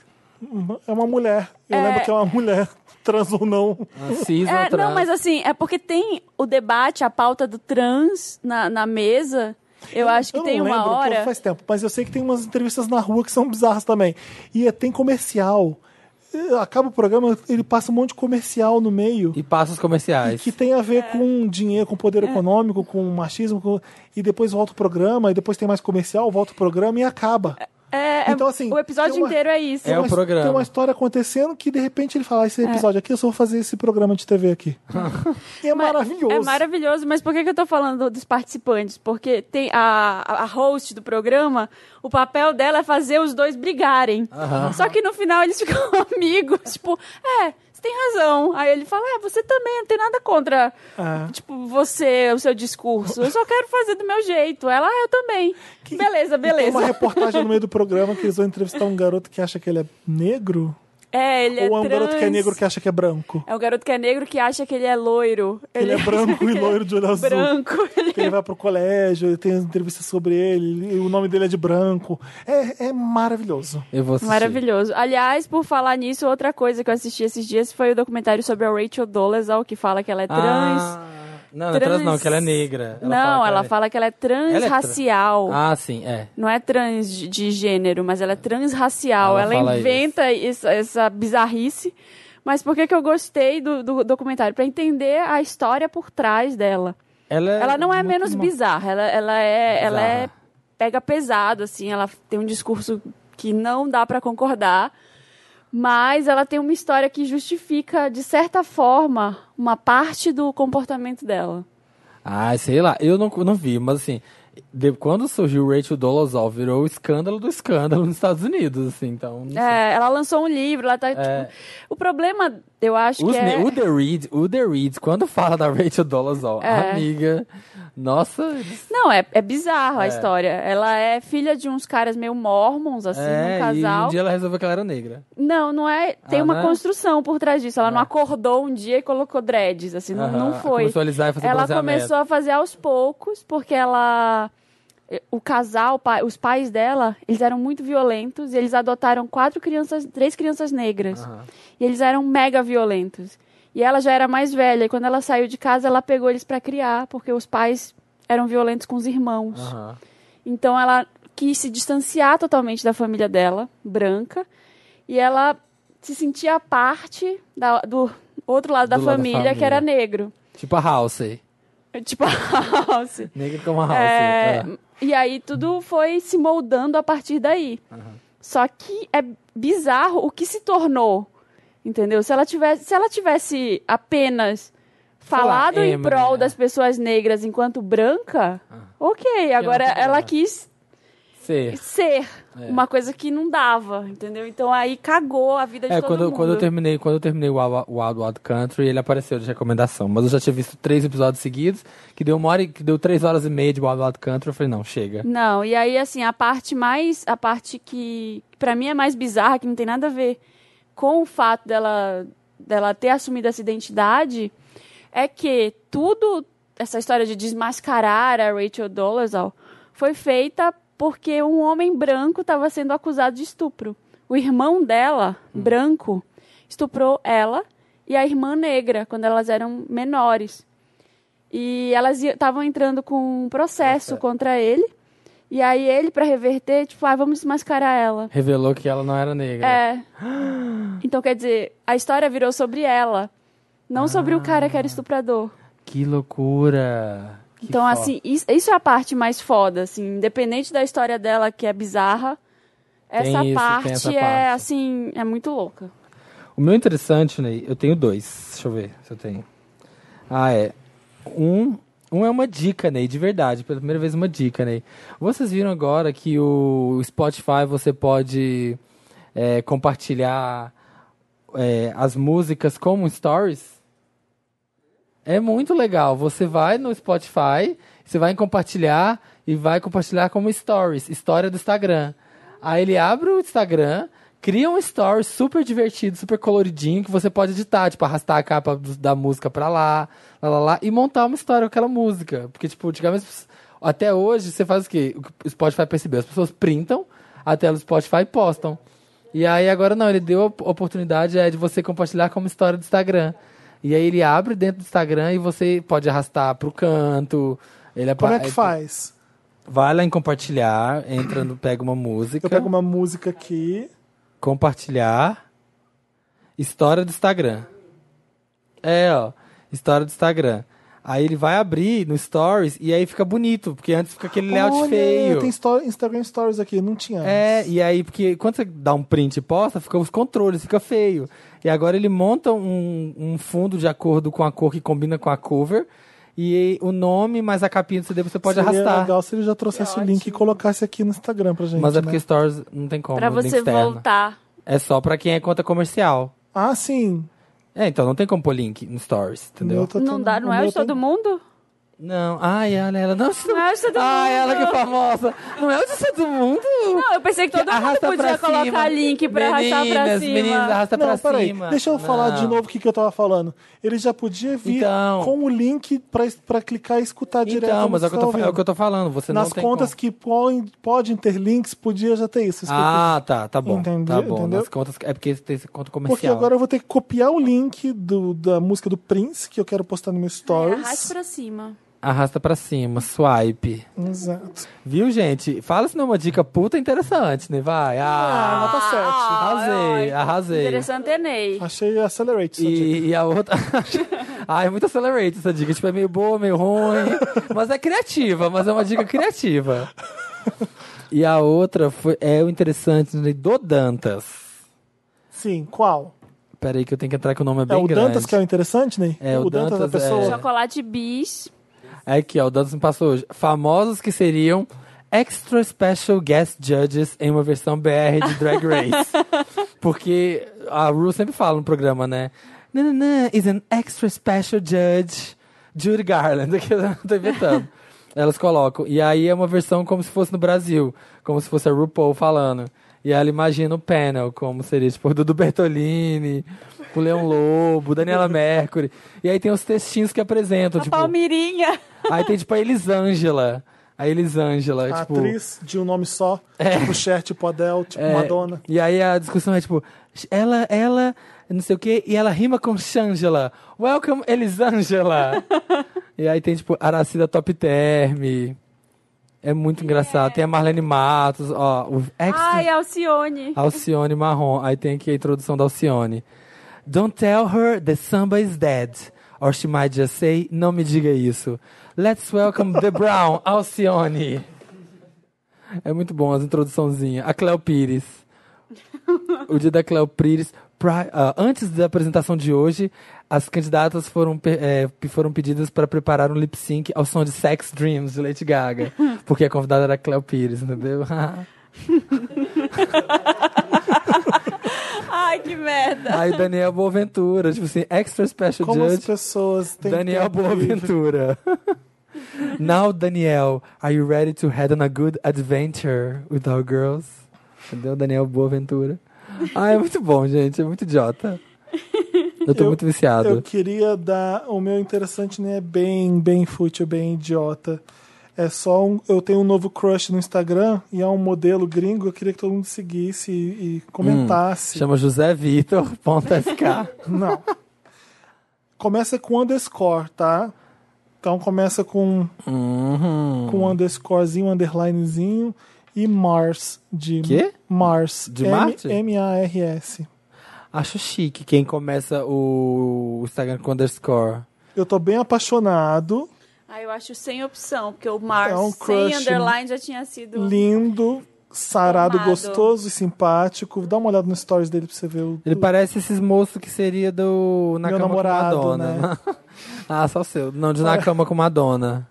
é uma mulher. Eu É. lembro que é uma mulher, trans ou não. Cis ou É, trans. não, mas assim, é porque tem o debate, a pauta do trans na, na mesa. Eu acho que eu tem não uma lembro, porque hora. faz tempo, mas eu sei que tem umas entrevistas na rua que são bizarras também. E é, tem comercial. Eh, Acaba o programa, ele passa um monte de comercial no meio. E é passa os comerciais. que tem a É. ver com dinheiro, com poder econômico, com machismo, com- e depois volta o programa, e depois tem mais comercial, volta o programa e acaba. É, é- Então, assim, o episódio tem uma- inteiro é isso. É o Mas programa. Tem uma história acontecendo que de repente ele fala: "Ah, É. esse episódio aqui, eu só vou fazer esse programa de TV aqui. e é Ma- maravilhoso. É maravilhoso, mas por que, que eu tô falando dos participantes? Porque tem a, a- a host do programa, o papel dela é fazer os dois brigarem. Só que no final eles ficam amigos, tipo, é, você tem razão. Aí ele fala, é, você também, não tem nada contra, Ah. tipo, você, o seu discurso. Eu só quero fazer do meu jeito. Ela, ah, eu também. Beleza, Tem uma beleza. reportagem no meio do programa que eles vão entrevistar um garoto que acha que ele é negro. É, ele é ou é um garoto que é trans. negro que acha que é branco. É um garoto que é negro que acha que ele é loiro. Ele é branco e loiro de olho azul. branco. Ele Ele vai pro colégio, ele tem entrevista sobre ele, e o nome dele é de branco. É, é maravilhoso. Eu vou assistir. Maravilhoso. Aliás, por falar nisso, outra coisa que eu assisti esses dias foi o documentário sobre a Rachel Dolezal, que fala que ela é trans. Ah, não, não é trans trans- não, que ela é negra. não, que ela é- fala que ela é Ela é tra- transracial. Ah, sim, é. Não é trans de- de gênero, mas ela é transracial. Ela Ela, fala inventa essa, essa bizarrice. Mas por que, que eu gostei do, do documentário? Pra entender a história por trás dela. Ela, Ela não é muito menos ma- bizarra, ela, ela é. Ela é- Bizarra. pega pesado, assim, ela tem um discurso que não dá pra concordar, mas ela tem uma história que justifica, de certa forma, uma parte do comportamento dela. Ah, sei lá, eu não, não vi, mas assim, de- quando surgiu Rachel Dolezal, virou o escândalo do escândalo nos Estados Unidos, assim, então... não sei. É, ela lançou um livro, ela tá. É. tipo, o problema, eu acho Os que ne- é. O The Reed, o The Reed, quando fala da Rachel Dolezal, É. amiga, nossa, eles- Não, é, é bizarro a história. Ela é filha de uns caras meio mormons, assim, é, num e casal. um dia ela resolveu que ela era negra. Não, não é. Tem Ah, uma não é? construção por trás disso. Ela não acordou um dia e colocou dreads, assim, não- Aham, não foi. Começou a alisar e fazer ela bronzeamento. começou a fazer aos poucos, porque ela. eh, O casal, o pai- os pais dela, eles eram muito violentos e eles adotaram quatro crianças, três crianças negras. Aham. E eles eram mega violentos. E ela já era mais velha, e quando ela saiu de casa, ela pegou eles pra criar, porque os pais eram violentos com os irmãos. Aham. Então ela quis se distanciar totalmente da família dela, branca, e ela se sentia parte da- do outro lado da, Do lado da família, que família. era negro. Tipo a Halsey. Tipo a House. Negra como a Halsey. É, é. E aí tudo foi se moldando a partir daí. Só que é bizarro o que se tornou. Entendeu? Se ela tivesse, se ela tivesse apenas Falar, falado em "Emma", prol né? Ah. das pessoas negras enquanto branca, ok. Agora tem ela problema. quis Ser. ser É. uma coisa que não dava, entendeu? Então aí cagou a vida de É, todo quando, mundo. quando eu terminei, quando eu terminei o Wild Wild Wild Country, ele apareceu de recomendação. Mas eu já tinha visto três episódios seguidos, que deu uma hora, e- que deu três horas e meia de Wild Wild Country. Eu falei, não, chega. Não, e aí assim, a parte mais a parte que que pra mim é mais bizarra, que não tem nada a ver com o fato dela dela ter assumido essa identidade, é que tudo essa história de desmascarar a Rachel Dolezal foi feita porque um homem branco estava sendo acusado de estupro. O irmão dela, branco, estuprou ela e a irmã negra quando elas eram menores. E elas estavam entrando com um processo contra ele. E aí ele, pra reverter, tipo, ah, vamos desmascarar ela. Revelou que ela não era negra. É. Então, quer dizer, a história virou sobre ela, não sobre o cara que era estuprador. Que loucura. Ah. Que então, foda. assim, is- isso é a parte mais foda, assim, independente da história dela, que é bizarra, Tem essa isso, tem parte essa é, parte. assim, é muito louca. O meu interessante, Ney, eu tenho dois. Deixa eu ver se eu tenho. Ah, é. Um, um é uma dica, Ney, de verdade. Pela primeira vez, uma dica, Ney. Vocês viram agora que o Spotify você pode é, compartilhar é, as músicas como stories? É muito legal. Você vai no Spotify, você vai em compartilhar e vai compartilhar como stories, história do Instagram. Aí ele abre o Instagram, cria um story super divertido, super coloridinho, que você pode editar, tipo, arrastar a capa do- da música pra lá, lá, lá, lá, e montar uma história com aquela música. Porque, tipo, antigamente, até hoje, você faz o quê? O que o Spotify percebeu, as pessoas printam a tela do Spotify e postam. E aí agora não, ele deu a op- oportunidade é, de você compartilhar como história do Instagram. E aí ele abre dentro do Instagram e você pode arrastar pro canto. Ele Como apa- é que faz? Vai lá em compartilhar, entra no pega uma música, Eu pego uma música aqui. compartilhar, história do Instagram. É, ó, história do Instagram. Aí ele vai abrir no Stories e aí fica bonito, porque antes fica aquele layout Olha, é feio. Tem story- Instagram Stories aqui, não tinha. É, antes. e aí, porque quando você dá um print e posta, fica os controles, fica feio. E agora ele monta um, um fundo de acordo com a cor que combina com a cover. E o nome mais a capinha do CD você pode Seria arrastar. legal se ele já trouxesse É o link e colocasse aqui no Instagram pra gente. Mas é né? porque Stories não tem como. Pra link você externo. voltar. É só pra quem é conta comercial. Ah, sim. É, então não tem como pôr link no Stories, entendeu? Eu tô Não tendo- dá, não o é meu o de tem- todo mundo? Não. Ai, ela, ela. Não, isso não- Não é o de todo Ai, mundo. ela que é famosa. Não é o de todo mundo. Não, eu pensei que todo mundo Arrasta podia pra cima. colocar link pra arrastar pra Meninas, cima. Meninas, arrasta Não, tá pra peraí. cima. Deixa eu falar Não. de novo o que, que eu tava falando. Ele já podia vir Então. com o link pra, pra clicar e escutar direto. Então, no mas é o, que eu tô, você fa- tá é o que eu ouvindo. tô falando. Você Nas não tem contas que podem, podem ter links, podia já ter isso. isso que eu quis- Ah, tá, tá bom. Entendi, tá bom. entendeu? Nas contas. É porque tem esse conto comercial. Porque agora eu vou ter que copiar o link do- da música do Prince que eu quero postar no meu É, Stories. arraste pra cima. Arrasta pra cima, swipe. Exato. Viu, gente? Fala se não é uma dica puta interessante, né? Vai. Ah, Ah, nota 7. arrasei, arrasei. Interessante é Ney. Achei Accelerate. essa dica. E, e a outra. Ai, é muito accelerate essa dica. Tipo, é meio boa, meio ruim. mas é criativa, mas é uma dica criativa. E a outra foi, é o interessante né, do Dantas. Sim, qual? Peraí, que eu tenho que entrar que o nome é É bem o grande. Dantas que é o interessante, né? É, o da Dantas é- pessoa. Chocolate bis. É que ó, o Dantas me passou hoje. Famosos que seriam extra special guest judges em uma versão BR de Drag Race. Porque a Ru sempre fala no programa, né? Nananã is an extra special judge Judy Garland. Que eu tô inventando. Elas colocam. E aí é uma versão como se fosse no Brasil. Como se fosse a RuPaul falando. E ela imagina o panel, como seria, tipo, o Dudu Bertolini, o Leão Lobo, Daniela Mercury. E aí tem os textinhos que apresentam, tipo... Palmirinha. Aí tem, tipo, a Elisângela. A Elisângela, A tipo... atriz de um nome só, tipo Cher, tipo Adele, tipo é, Madonna. E aí a discussão é, tipo... Ela, ela, não sei o quê, e ela rima com Shangela. Welcome, Elisângela! e aí tem, tipo, Aracida Top Term. É muito engraçado. Tem a Marlene Matos, ó. O extra Ai, Alcione. Alcione Marrom. Aí tem aqui a introdução da Alcione. Don't tell her that samba is dead. Or she might just say, não me diga isso. Let's welcome the Brown, Alcione. É muito bom as introduçãozinhas. A Cleo Pires. O dia da Cleo Pires. Pri- ah, antes da apresentação de hoje, as candidatas foram, pe- eh, pe- foram pedidas para preparar um lip sync ao som de Sex Dreams de Lady Gaga. Porque a convidada era a Cleo Pires, entendeu? Ah. Ai, que merda. Aí Daniel Boaventura, tipo assim, extra special Como as judge, pessoas têm Daniel tempo livre. Boaventura. Now, Daniel, are you ready to head on a good adventure with our girls? Entendeu? Daniel Boaventura. Ah, é muito bom, gente. É muito idiota. Eu tô Eu- muito viciado. Eu queria dar. O meu interessante né, é bem, bem fútil, bem idiota. É só um. Eu tenho um novo crush no Instagram e é um modelo gringo. Eu queria que todo mundo seguisse e, e comentasse. Hum, Chama José Vitor.sk. Não. Começa com underscore, tá? Então começa com, Uhum. com um underscorezinho, um underlinezinho e Mars de Quê? Mars. De M- Marte? M-A-R-S. Acho chique quem começa o Instagram com underscore. Eu tô bem apaixonado, Ah, eu acho sem opção, porque o Mars É um sem crush, underline já tinha sido. lindo, sarado, Amado. gostoso e simpático. Dá uma olhada no stories dele pra você ver o. Ele o- parece esses moços que seria do Na Hum. Meu Cama namorado, né? com Madonna. ah, só seu. Não, de Na Cama com Madonna.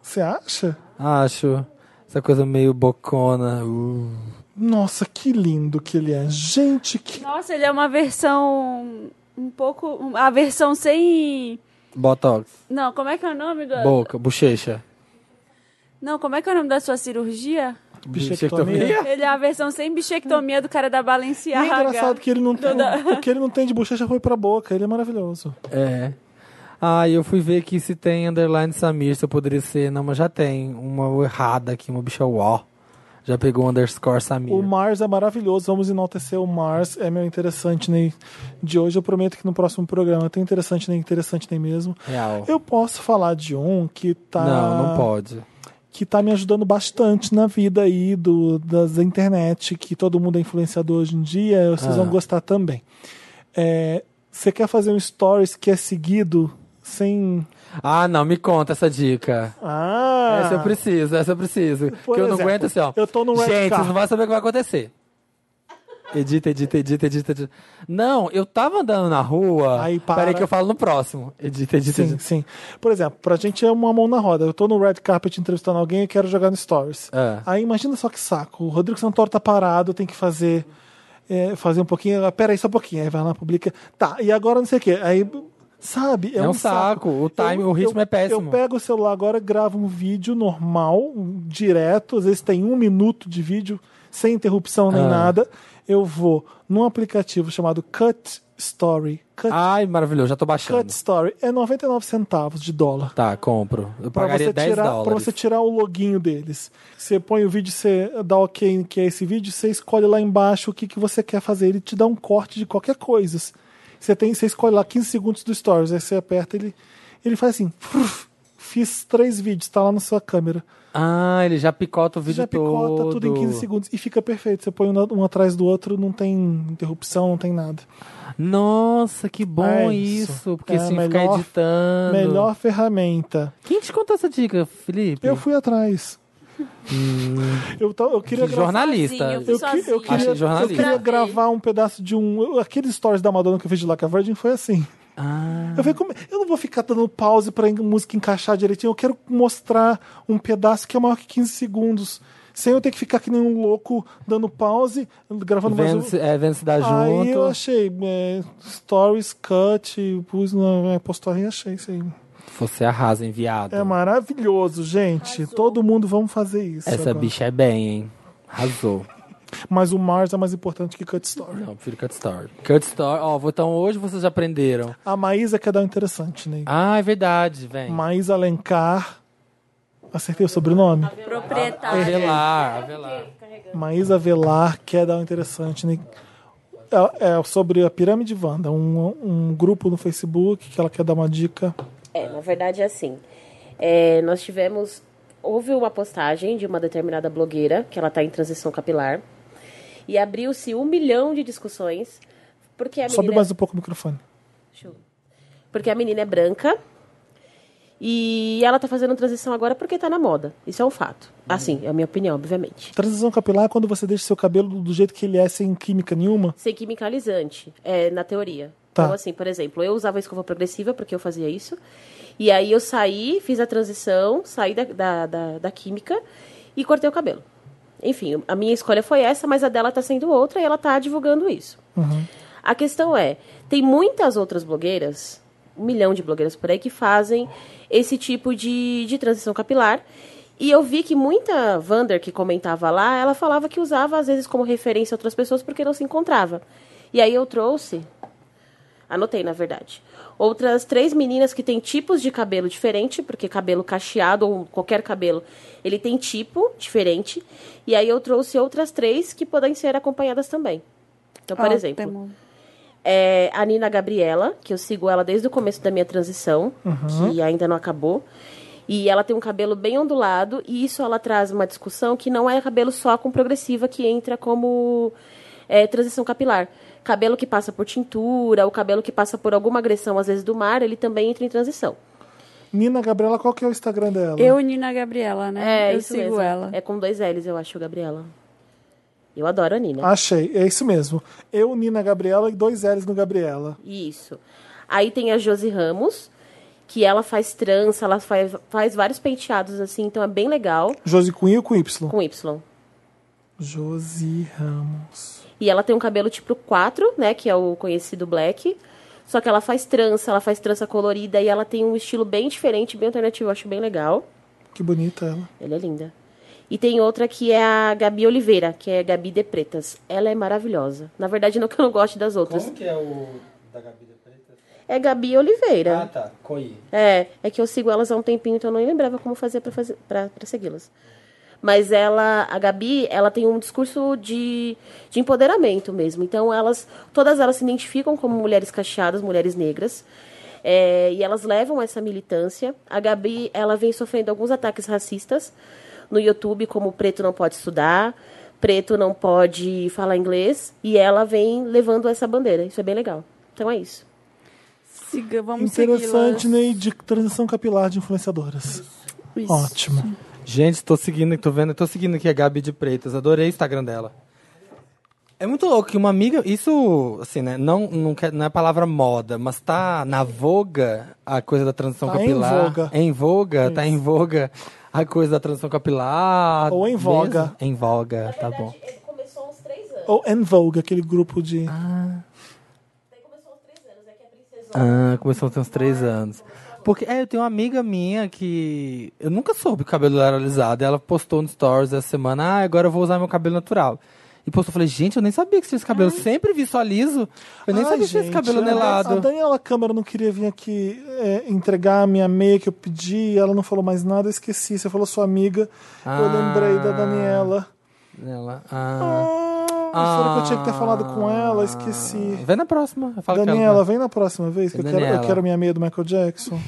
Você acha? Acho. Essa coisa meio bocona. Uh. Nossa, que lindo que ele é. Gente, que. Nossa, ele é uma versão um pouco. um- A versão sem. Botox. Não, como é que é o nome do. Boca, bochecha. Não, Não, como é que é o nome da sua cirurgia? Bichectomia. Ele é a versão sem bichectomia do cara da E é Balenciaga. engraçado que ele não tem. um O que ele não tem de bochecha foi pra boca. Ele é maravilhoso. É. Ah, e eu fui ver que se tem underline Samir, se eu poderia ser. Não, mas já tem. Uma errada aqui, uma bicha uó. Já pegou o underscore Samir. O Mars é maravilhoso, vamos enaltecer o Mars. É meu interessante, Ney. De hoje eu prometo que no próximo programa tem interessante, nem interessante, nem mesmo. Real. Eu posso falar de um que tá. Não, não pode. Que tá me ajudando bastante na vida aí do, das internet, que todo mundo é influenciador hoje em dia, vocês vão gostar também. É, Você quer fazer um stories que é seguido sem. Ah, não, me conta essa dica. Ah! Essa é eu preciso, essa eu preciso. que eu não exemplo, aguento assim, ó. eu tô no red Gente, car. vocês não vão saber o que vai acontecer. Edita, edita, edita, edita, edita. Não, eu tava andando na rua. Aí para. Peraí que eu falo no próximo. Edita, edita, Sim, edita. sim. Por exemplo, pra gente é uma mão na roda. Eu tô no red carpet entrevistando alguém e quero jogar no stories. É. Aí imagina só que saco. O Rodrigo Santoro tá parado, tem que fazer é, fazer um pouquinho. Ah, Pera aí só um pouquinho. Aí vai lá, publica. Tá, e agora não sei o quê. Aí, sabe? É, É um saco. O time- o ritmo eu- é péssimo. Eu pego o celular agora, gravo um vídeo normal, um direto. Às vezes tem um minuto de vídeo, sem interrupção nem Ah. nada. Eu vou num aplicativo chamado Cut Story. Cut Ai, maravilhoso, já tô Cut baixando. Story é 99 centavos de dólar. Tá, compro. Eu Pra pagaria você, 10 tirar, pra dólares. você tirar o loginho deles. Você põe o vídeo, você dá ok em que é esse vídeo, você escolhe lá embaixo o que, que você quer fazer. Ele te dá um corte de qualquer coisa. Você, tem, você escolhe lá 15 segundos do Stories, aí você aperta ele. Ele faz assim. fruf, Fiz três vídeos, tá lá na sua câmera. Ah, ele já picota o vídeo Já picota todo. tudo em 15 segundos e fica perfeito. Você põe um, na- um atrás do outro, não tem interrupção, não tem nada. Nossa, que bom É isso. isso. Porque É assim, ficar melhor- editando. Melhor ferramenta. Quem te contou essa dica, Felipe? Eu fui atrás. eu, ta- eu queria Que gravar- jornalista. Sozinho, eu fui Eu, que- eu sozinha. Achei queria, eu jornalista. queria Gravei. gravar um pedaço de um. eu- Aquele stories da Madonna que eu fiz de Like a Virgin foi assim. Ah. Eu falei, como- é? eu não vou ficar dando pause pra en- música encaixar direitinho. Eu quero mostrar um pedaço que é maior que 15 segundos. Sem eu ter que ficar que nem um louco dando pause, gravando mais um. Vendo, se- é, vendo se dá Aí junto. eu achei é, stories, cut, pus na é, postagem e achei isso aí. Você arrasa, enviado. É maravilhoso, gente. Todo mundo vamos fazer isso. Essa agora. bicha é bem, hein? Arrasou. Mas o Mars é mais importante que cut story. Não, eu prefiro Cut Story. Cut Story, ó, vou- então hoje vocês já aprenderam. A Maísa quer dar um interessante, né? Ah, é verdade, vem. Maísa Alencar. Acertei o sobrenome? Ah, Proprietário. Avelar, Avelar. Maísa Velar quer dar um interessante, né? É, é sobre a Pirâmide Wanda, um, um grupo no Facebook que ela quer dar uma dica. É, na verdade é assim. É, nós tivemos. Houve uma postagem de uma determinada blogueira, que ela está em transição capilar, e abriu-se um milhão de discussões, porque a Sobe É, menina. mais um pouco o microfone. Deixa eu- Porque a menina é branca e ela tá fazendo transição agora porque tá na moda. Isso é um fato. Assim, é a minha opinião, obviamente. Transição capilar é quando você deixa seu cabelo do jeito que ele é, sem química nenhuma. Sem quimicalizante, é, na teoria. Tá. Então, assim, por exemplo, eu usava escova progressiva porque eu fazia isso. E aí eu saí, fiz a transição, saí da, da, da, da química e cortei o cabelo. Enfim, a minha escolha foi essa, mas a dela tá sendo outra e ela tá divulgando isso. A questão é, tem muitas outras blogueiras, um milhão de blogueiras por aí, que fazem esse tipo de, de transição capilar. E eu vi que muita Wander que comentava lá, ela falava que usava, às vezes, como referência outras pessoas porque não se encontrava. E aí eu trouxe, anotei na verdade, outras três meninas que têm tipos de cabelo diferente, porque cabelo cacheado ou qualquer cabelo, ele tem tipo diferente. E é. aí eu trouxe outras três que podem ser acompanhadas também. Então, por exemplo, é a Nina Gabriela, que eu sigo ela desde o começo da minha transição, Uhum. que ainda não acabou. E ela tem um cabelo bem ondulado, e isso ela traz uma discussão que não é cabelo só com progressiva que entra como é, transição capilar. Cabelo que passa por tintura, o cabelo que passa por alguma agressão, às vezes, do mar, ele também entra em transição. Nina Gabriela, qual que é o Instagram dela? Eu, Nina Gabriela, né? eu sigo mesmo. ela. É com dois L's, eu acho, Gabriela. Eu adoro a Nina. Achei, é isso mesmo. Eu, Nina Gabriela e dois L's no Gabriela. Isso. Aí tem a Josi Ramos, que ela faz trança, ela faz, faz vários penteados assim, então é bem legal, Josi com I ou com Y? com Y. Josi Ramos. E ela tem um cabelo tipo 4, né, que é o conhecido black. Só que ela faz trança, ela faz trança colorida e ela tem um estilo bem diferente, bem alternativo, eu acho bem legal. Que bonita ela. Ela é linda. E tem outra que é a Gabi Oliveira, que é Gabi de Pretas. Ela é maravilhosa. Na verdade, não que eu não goste das outras. Como que é o da Gabi da Preta? É Gabi Oliveira. Ah, tá. Coi. É, é que eu sigo elas há um tempinho, então eu não lembrava como fazer pra fazer para segui-las. Mas ela, a Gabi, ela tem um discurso de, de empoderamento mesmo. Então elas, todas elas se identificam como mulheres cacheadas, mulheres negras. É, e elas levam essa militância. A Gabi, ela vem sofrendo alguns ataques racistas no YouTube, como preto não pode estudar, preto não pode falar inglês, e ela vem levando essa bandeira. Isso é bem legal. Então é isso. Siga, vamos Interessante, segui-las. Ney, de transição capilar de influenciadoras. Isso. Ótimo. Gente, tô seguindo, tô vendo, tô seguindo aqui a Gabi de Pretas. Adorei o Instagram dela. É muito louco que uma amiga, isso, assim, né? Não, não, quer, não é palavra moda, mas tá na voga a coisa da transição Tá em capilar. voga. Em voga, tá em voga a coisa da transição capilar. Ou em voga. mesmo. Em voga, tá bom. Começou há uns três anos. Ou En Vogue, aquele grupo de. Ah, começou a ter uns três anos. Porque, é, eu tenho uma amiga minha que. Eu nunca soube que o cabelo era alisado. Ela postou no Stories essa semana, ah, agora eu vou usar meu cabelo natural. E postou, eu falei, gente, eu nem sabia que tinha esse cabelo. Eu sempre vi só liso. Eu nem Ai, sabia que tinha esse gente, cabelo a Dan- A anelado. Daniela Câmara não queria vir aqui é, entregar a minha meia que eu pedi, ela não falou mais nada, eu esqueci. Você falou sua amiga, eu Ah. lembrei da Daniela. Ela, ah, Ah, será que eu tinha que ter falado com ela? Esqueci. Vem na próxima. Eu falo que Daniela, Ah. ela- vem na próxima vez, que eu quero, eu Daniela. quero minha meia do Michael Jackson.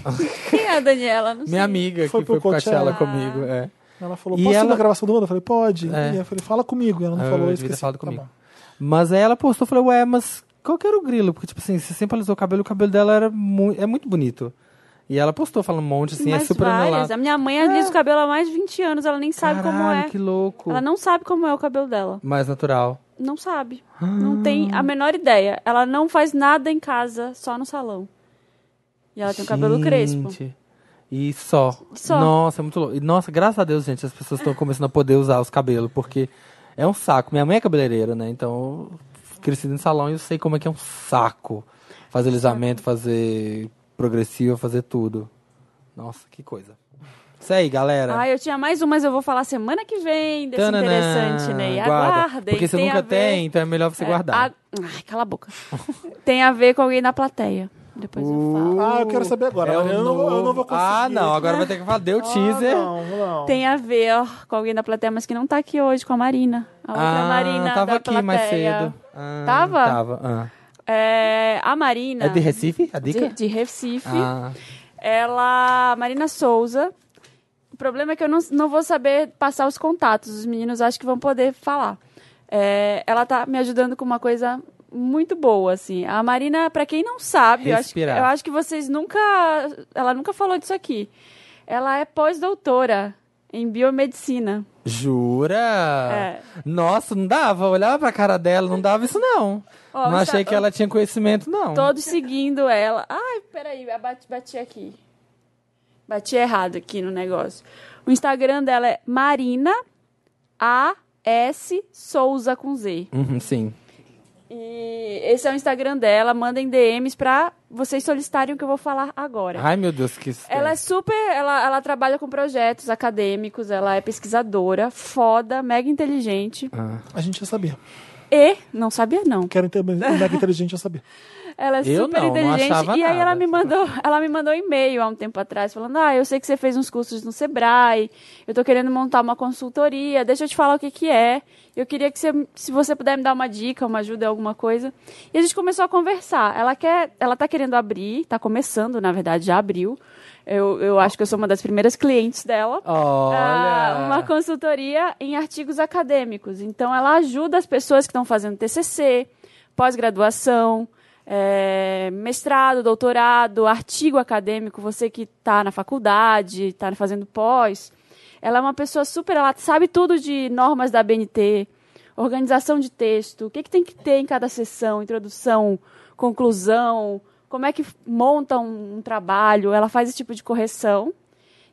Quem é a Daniela? Não sei. Minha amiga Foi que pro foi pro Coachella. Coachella comigo. É. Ela falou, E posso ir ela- na gravação do ano? Eu falei, pode. É. E eu falei, fala comigo. E ela não Ah, falou, eu devia ter esqueci. falado Tá comigo. bom. Mas aí ela postou, eu falei, ué, mas qual que era o grilo? Porque, tipo assim, você sempre alisou o cabelo, o cabelo dela era mu é muito bonito. E ela postou, falando um monte, assim, é Mas super várias. anulado. A minha mãe alisa o cabelo há mais de 20 anos, ela nem sabe como É. Caralho, é. que louco. Ela não sabe como é o cabelo dela. Mais natural. Não sabe. Ah. Não tem a menor ideia. Ela não faz nada em casa, só no salão. E ela tem o cabelo crespo. Gente. E só. Só. Nossa, é muito louco. E, Nossa, graças a Deus, gente, as pessoas estão começando a poder usar os cabelos, porque é um saco. Minha mãe é cabeleireira, né? Então, eu cresci no salão e eu sei como é que é um saco. Fazer alisamento, fazer progressiva, fazer tudo. Nossa, que coisa. Isso aí, galera. Ah, eu tinha mais um, mas eu vou falar semana que vem desse Tananã. interessante, Ney. Guarda. Aguardem. Porque você tem a nunca ver- tem, então é melhor você É, guardar. a- Ai, cala a boca. tem a ver com alguém na plateia. Depois eu falo. Ah, eu quero saber agora. É eu, o não, vou- eu não vou novo- conseguir. Ah, não, agora vai ter que falar. Deu Ah, o teaser. Não, Uh. não. Tem a ver ó, com alguém da plateia, mas que não tá aqui hoje, com a Marina. A outra Ah, Marina tava da aqui mais plateia. cedo. Ah, Tava? Tava. ah. É, a Marina. É de Recife? A dica? de, de Recife. Ah, Ela. Marina Souza. O problema é que eu não, não vou saber passar os contatos. Os meninos acho que vão poder falar. É, ela tá me ajudando com uma coisa muito boa, assim. A Marina, pra quem não sabe, eu acho, que- Respirar. eu acho que vocês nunca. Ela nunca falou disso aqui. Ela é pós-doutora em biomedicina. jura? É. Nossa, não dava. Eu Olhava pra cara dela, não dava isso, não. Ó, não o achei Insta- que ela tinha conhecimento, não. Todos seguindo ela. Ai, peraí, bati, bati aqui. Bati errado aqui no negócio. O Instagram dela é Marina A S Souza com Z. Uhum, sim. E esse é o Instagram dela. Mandem DMs pra vocês solicitarem o que eu vou falar agora. Ai, meu Deus, que Ela é suspense. super. Ela, ela trabalha com projetos acadêmicos, ela é pesquisadora, foda, mega inteligente. Ah. A gente já sabia. E, não sabia não, Quero ter mega inteligente, já sabia. Ela é Eu super não, não inteligente. achava e aí nada. ela me mandou, ela me mandou um e-mail há um tempo atrás falando: "Ah, eu sei que você fez uns cursos no Sebrae. Eu tô querendo montar uma consultoria. Deixa eu te falar o que que é. Eu queria que você, se você puder me dar uma dica, uma ajuda, alguma coisa". E a gente começou a conversar. Ela quer, ela tá querendo abrir, tá começando, na verdade, já abriu. Eu, eu acho que eu sou uma das primeiras clientes dela. Olha. Ah, uma consultoria em artigos acadêmicos. Então, ela ajuda as pessoas que estão fazendo TCC, pós-graduação, eh, mestrado, doutorado, artigo acadêmico, você que está na faculdade, está fazendo pós. Ela é uma pessoa super, ela sabe tudo de normas da BNT, organização de texto, o que, que tem que ter em cada sessão, introdução, conclusão, como é que monta um, um trabalho. Ela faz esse tipo de correção.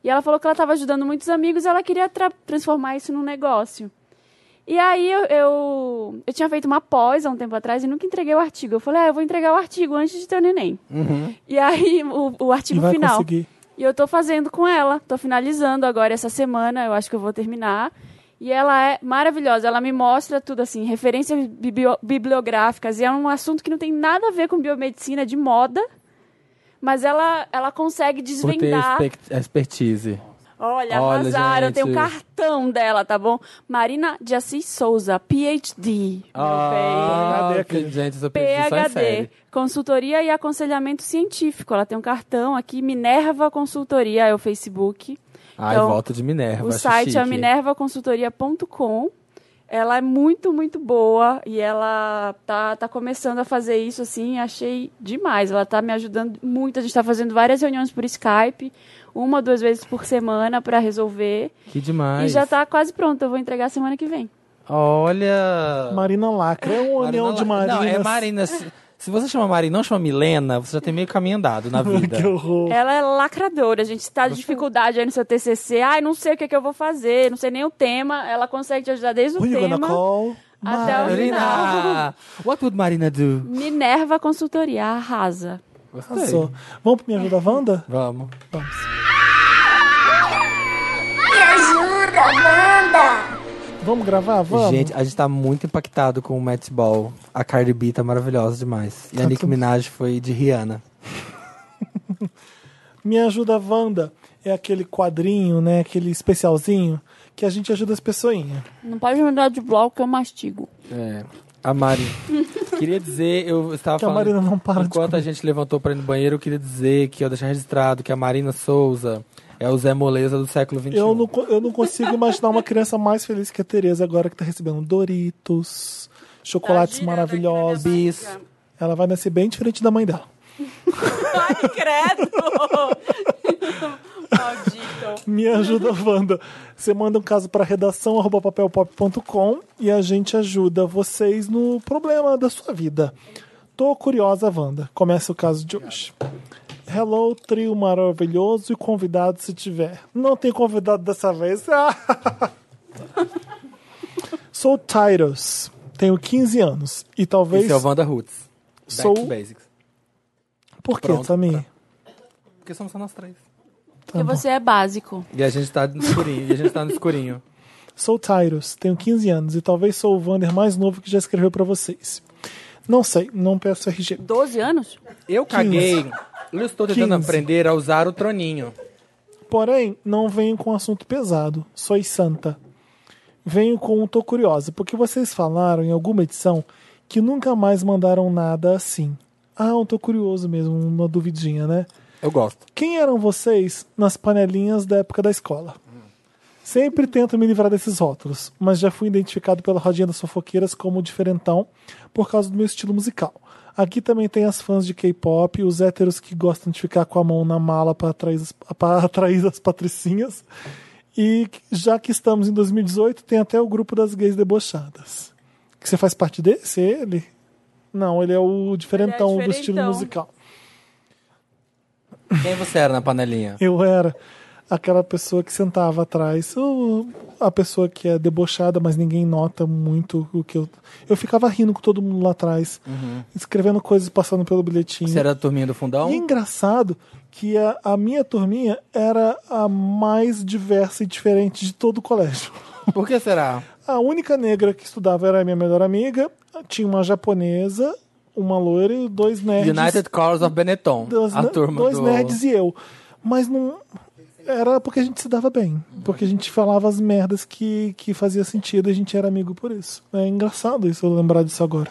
E ela falou que ela estava ajudando muitos amigos e ela queria tra- transformar isso num negócio. E aí eu, eu, eu tinha feito uma pós há um tempo atrás e nunca entreguei o artigo. Eu falei, ah, eu vou entregar o artigo antes de ter o neném. E aí o, o Uhum. E artigo vai Tipo final. conseguir. E eu tô fazendo com ela. Tô finalizando agora essa semana, eu acho que eu vou terminar. E ela é maravilhosa, ela me mostra tudo assim, referências bibio- bibliográficas. E é um assunto que não tem nada a ver com biomedicina é de moda, mas ela, ela consegue Por ter desvendar. expect- expertise. Olha, Olha, arrasaram. Eu tenho o gente. cartão dela, tá bom? Marina de Assis Souza, PhD. meu Ah, PhD, que, gente, essa bem. PhD só em série. PhD, consultoria e aconselhamento científico. Ela tem um cartão aqui, Minerva Consultoria, é o Facebook. Ai, Então, volta de Minerva. o acho site é chique. minervaconsultoria.com. Ela é muito, muito boa e ela tá, tá começando a fazer isso assim, achei demais. Ela tá me ajudando muito. A gente tá fazendo várias reuniões por Skype, uma, duas vezes por semana para resolver. Que demais. E já tá quase pronto, eu vou entregar semana que vem. Olha. Marina Lacra. É um anel de Marina. Marina. Não, é Marina. Se, se você chama Marina e não chama Milena, você já tem meio caminho andado na vida. Que horror. Ela é lacradora, a gente tá de dificuldade aí no seu TCC. Ai, não sei o que, é que eu vou fazer, não sei nem o tema. Ela consegue te ajudar desde o Who you gonna tema. call? até o final. Marina! What would Marina do? Minerva Consultoria, arrasa. Gostei. Arrasou. Vamos pro Me Ajuda Wanda? Vamos. Me ajuda, Wanda! Vamos gravar? Vamos. Gente, a gente tá muito impactado com o Matt Ball. A Cardi B tá maravilhosa demais. Tá E a Nicki Minaj foi de Rihanna. Me Ajuda Wanda é aquele quadrinho, né? Aquele especialzinho que a gente ajuda as pessoinhas. Não pode me dar de bloco que eu mastigo. É. A Mari. queria dizer, eu estava Que a falando. Marina não para de Enquanto a gente levantou pra ir no banheiro, eu queria dizer que, ó, deixar registrado que a Marina Souza é o Zé Moleza do século um. XXI. Eu não, co- eu não consigo imaginar uma criança mais feliz que a Tereza agora que tá recebendo Doritos, chocolates maravilhosos. Bis. Ela vai nascer bem diferente da mãe dela. Ai, credo! Maldito. Me ajuda, Wanda. Você manda um caso para redação arroba papelpop.com e a gente ajuda vocês no problema da sua vida. Tô curiosa, Wanda. Começa o caso de hoje. Hello, trio maravilhoso e convidado se tiver. Não tem convidado dessa vez. Sou Tyros. Tenho 15 anos e talvez. Esse é o Wanda Roots. Back Sou- to Basics. Por que, Pronto, Samir? pra- Porque somos só nós três. Porque você é básico. E a gente tá no escurinho. e a gente tá no escurinho. Sou Tyros, tenho 15 anos e talvez sou o Wander mais novo que já escreveu pra vocês. Não sei, não peço RG. 12 anos? Eu caguei. Eu estou tentando 15. aprender a usar o troninho. Porém, não venho com um assunto pesado. Sois santa. Venho com um tô curiosa, porque vocês falaram em alguma edição que nunca mais mandaram nada assim. Ah, um tô curioso mesmo, uma duvidinha, né? Eu gosto. Quem eram vocês nas panelinhas da época da escola? Sempre tento me livrar desses rótulos, mas já fui identificado pela rodinha das fofoqueiras como diferentão por causa do meu estilo musical. Aqui também tem as fãs de K-pop, os héteros que gostam de ficar com a mão na mala para atrair, as- pra atrair as patricinhas. E já que estamos em 2018, tem até o grupo das gays debochadas. Que você faz parte desse? Ele? Não, ele é o diferentão, do estilo diferentão. musical. Quem você era na panelinha? Eu era aquela pessoa que sentava atrás, ou a pessoa que é debochada, mas ninguém nota muito o que eu. Eu ficava rindo com todo mundo lá atrás, escrevendo coisas, passando pelo bilhetinho. Uhum. Você era um? da turminha do fundão? E é engraçado que a, a minha turminha era a mais diversa e diferente de todo o colégio. Por que será? A única negra que estudava era a minha melhor amiga, tinha uma japonesa, uma loira e dois nerds. United Colors of Benetton. dois, a ne- turma dois do... nerds e eu. Mas não. Era porque a gente se dava bem. Porque a gente falava as merdas que, que fazia sentido e a gente era amigo por isso. É engraçado isso eu lembrar disso agora.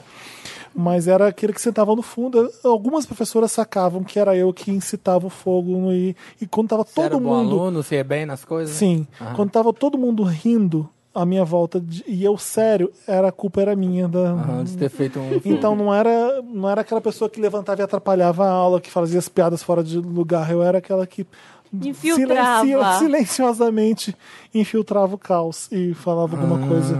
Mas era aquele que sentava no fundo. Algumas professoras sacavam que era eu que incitava o fogo e, e quando tava Você era todo bom mundo. aluno, Ah. se é bem nas coisas? Sim. Aham. Quando tava todo mundo rindo à minha volta de- e eu sério, era a culpa era minha da, Aham, de ter feito um... então não era, não era aquela pessoa que levantava e atrapalhava a aula, que fazia as piadas fora de lugar. Eu era aquela que Infiltrava. silencio- silenciosamente infiltrava o caos e falava alguma coisa.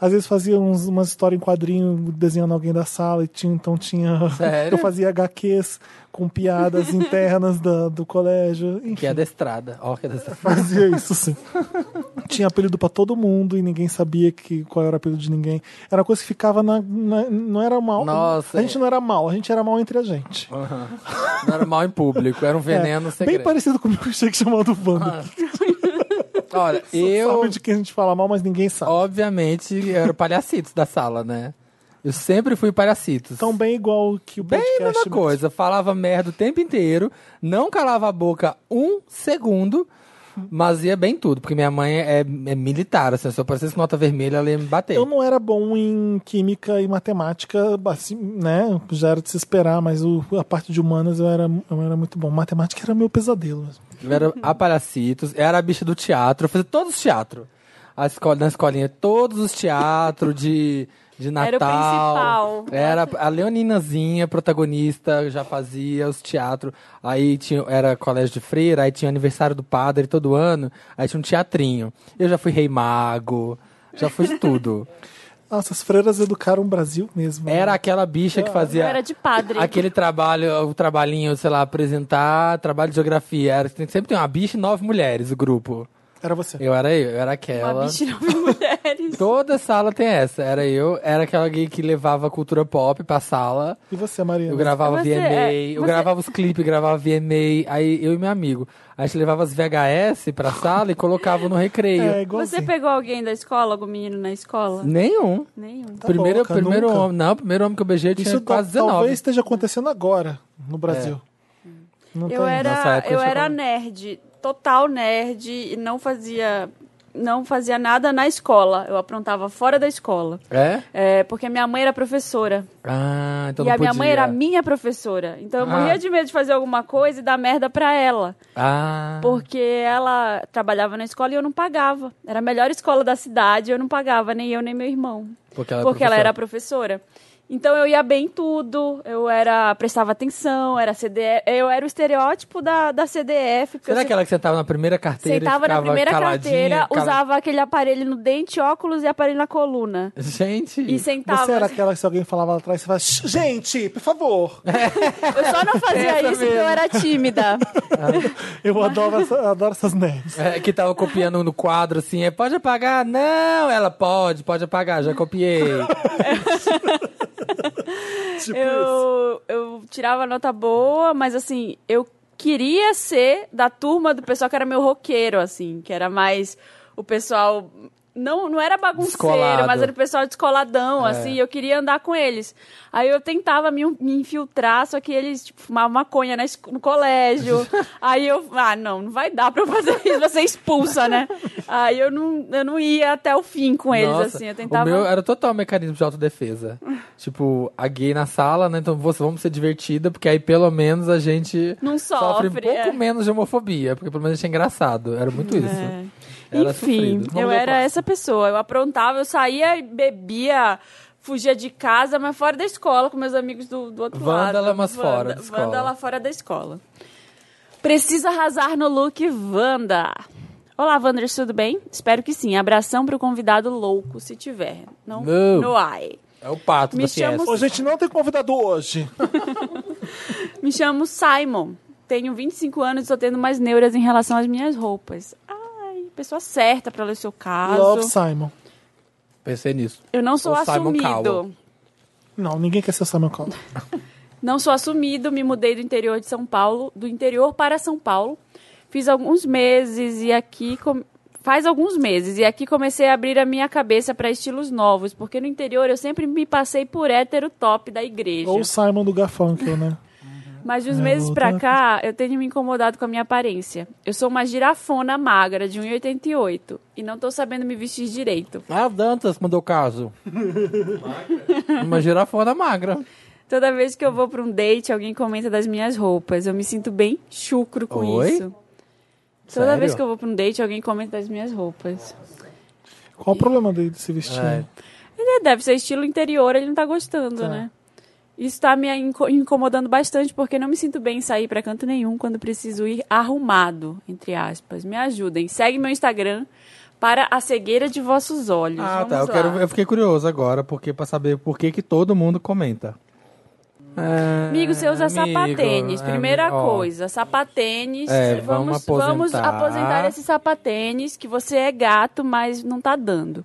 Às vezes fazia uns, umas histórias em quadrinho, desenhando alguém da sala, e tinha, então tinha. Sério? Eu fazia HQs com piadas internas da- do colégio. Enfim, Que é da estrada. Ó, que é da estrada. fazia isso sim. tinha apelido pra todo mundo e ninguém sabia que, qual era o apelido de ninguém. Era uma coisa que ficava na. na- não era mal. Nossa, a gente é. não era mal, a gente era mal entre a gente. Não era mal em público, era um veneno É, bem segredo. parecido com o milkshake chamado Wanda. Olha, eu, Sabe de quem a gente fala mal, mas ninguém sabe. obviamente, eu era o palhacitos da sala, né? Eu sempre fui palhacitos. Então, bem igual que o Bem podcast. a mesma mesmo. coisa, falava merda o tempo inteiro, não calava a boca um segundo, mas ia bem tudo, porque minha mãe é, é militar, assim, se eu aparecesse com nota vermelha, ela ia me bater. Eu não era bom em química e matemática, assim, né? Já era de se esperar, mas o- a parte de humanas eu era, eu era muito bom. Matemática era meu pesadelo. mesmo. Eu era a palhacitos, era a bicha do teatro, eu fazia todos os teatros. A escola, na escolinha, todos os teatros de, de Era o Natal. principal. Era a Leoninazinha, protagonista, já fazia os teatros. Aí tinha, era colégio de freira, aí tinha aniversário do padre todo ano, aí tinha um teatrinho. Eu já fui rei mago, já fui de tudo. Nossa, as freiras educaram o Brasil mesmo. Era aquela bicha que fazia. Eu era de padre. Aquele trabalho, o trabalhinho, sei lá, apresentar, trabalho de geografia. Era, sempre tem uma bicha e nove mulheres, o grupo. Era você. Eu era eu, eu era Uma aquela. bicha de nove mulheres. Toda sala tem essa. Era eu, era aquela gay que levava a cultura pop pra sala. E você, Mariana? Eu gravava Você VMA, é- eu você- gravava os clipes, gravava VMA, aí eu e meu amigo. A gente levava as VHS pra sala e colocava no recreio. É Você igualzinho. pegou alguém da escola, algum menino na escola? Nenhum. Nenhum. Tá primeiro louca, primeiro nunca. homem. Não, primeiro homem que eu beijei eu tinha Isso quase ta- 19. talvez esteja acontecendo agora no Brasil. Não É. Eu Nessa era, época eu você era falou. nerd, total nerd, e não fazia, não fazia nada na escola. Eu aprontava fora da escola. É? É, porque minha mãe era professora. Ah, então e não a minha mãe podia. era minha professora. Então eu Ah. morria de medo de fazer alguma coisa e dar merda pra ela. Ah. Porque ela trabalhava na escola e eu não pagava. Era a melhor escola da cidade, eu não pagava, nem eu, nem meu irmão. Porque ela é porque ela professora. era professora. Então eu ia bem em tudo, eu era prestava atenção, era CDF, eu era o estereótipo da, da CDF. porque eu Será se- aquela que sentava na primeira carteira? e sentava na ficava primeira caladinha, carteira, cala- usava aquele aparelho no dente, óculos e aparelho na coluna. Gente. E sentava. Você era aquela que se alguém falava lá atrás, você fala, "Shh, gente, por favor. Eu só não fazia Essa isso porque eu mesmo. era tímida. Eu adoro, essa- adoro essas nerds. É, que tava copiando no quadro assim, é, pode apagar? Não, ela pode, pode apagar, já copiei. Tipo isso. eu, eu tirava nota boa, mas assim, eu queria ser da turma do pessoal que era meu roqueiro, assim, que era mais o pessoal. Não, não era bagunceiro, Descolado. É. mas era o pessoal descoladão, assim, eu queria andar com eles. Aí eu tentava me, me infiltrar, só que eles tipo, fumavam maconha na esco- no colégio. Aí eu, ah, não, não vai dar pra eu fazer isso, você expulsa, né? Aí eu não, eu não ia até o fim com eles, Nossa, assim, eu tentava. O meu era total mecanismo de autodefesa. tipo, a gay na sala, né? Então você, vamos ser divertida, porque aí pelo menos a gente Não um sofre, pouco é. menos de homofobia, porque pelo menos a gente é engraçado. Era muito isso. É. Era Enfim, sofrido. eu era essa pessoa. Eu aprontava, eu saía e bebia, fugia de casa, mas fora da escola, com meus amigos do, do outro lado. Vândala, mas é fora da escola. Vândala fora da escola. Precisa arrasar no look, Wanda. Olá, Wanders, tudo bem? Espero que sim. Abração pro convidado louco, se tiver. Não, Não. no ai. É o pato Me da fiesta. chamo- Ô, gente, não tem convidado hoje. Me chamo Simon. Tenho 25 anos e estou tendo mais neuras em relação às minhas roupas. Ai, pessoa certa pra ler seu caso. Love Simon. Pensei nisso. Eu não sou Ou Simon Cowell. assumido. Não, ninguém quer ser o Simon Cowell. Não sou assumido, me mudei do interior de São Paulo, do interior para São Paulo. Fiz alguns meses e aqui com- faz alguns meses. E aqui comecei a abrir a minha cabeça para estilos novos, porque no interior eu sempre me passei por hétero top da igreja. Ou o Simon do Garfunkel, né? Mas de uns É, meses pra outra cá, eu tenho me incomodado com a minha aparência. Eu sou uma girafona magra de 1,88 e não tô sabendo me vestir direito. Ah, Dantas mandou o caso. Uma girafona magra. Toda vez que eu vou pra um date, alguém comenta das minhas roupas. Eu me sinto bem chucro com Oi? isso. Toda Sério? vez que eu vou pra um date, alguém comenta das minhas roupas. Qual o problema dele de se vestir? É. É, deve ser estilo interior, ele não tá gostando, Tá. né? Isso tá me inco- incomodando bastante, porque não me sinto bem em sair pra canto nenhum quando preciso ir arrumado, entre aspas. Me ajudem. Segue meu Instagram para a cegueira de vossos olhos. Ah, Vamos tá. Eu, lá. quero, eu fiquei curioso agora, porque pra saber por que, que todo mundo comenta. É, Amigo, você usa amigo, sapatênis. é, Primeira ó, coisa, sapatênis. É, vamos, vamos vamos aposentar. aposentar esse sapatênis que você é gato, mas não tá dando.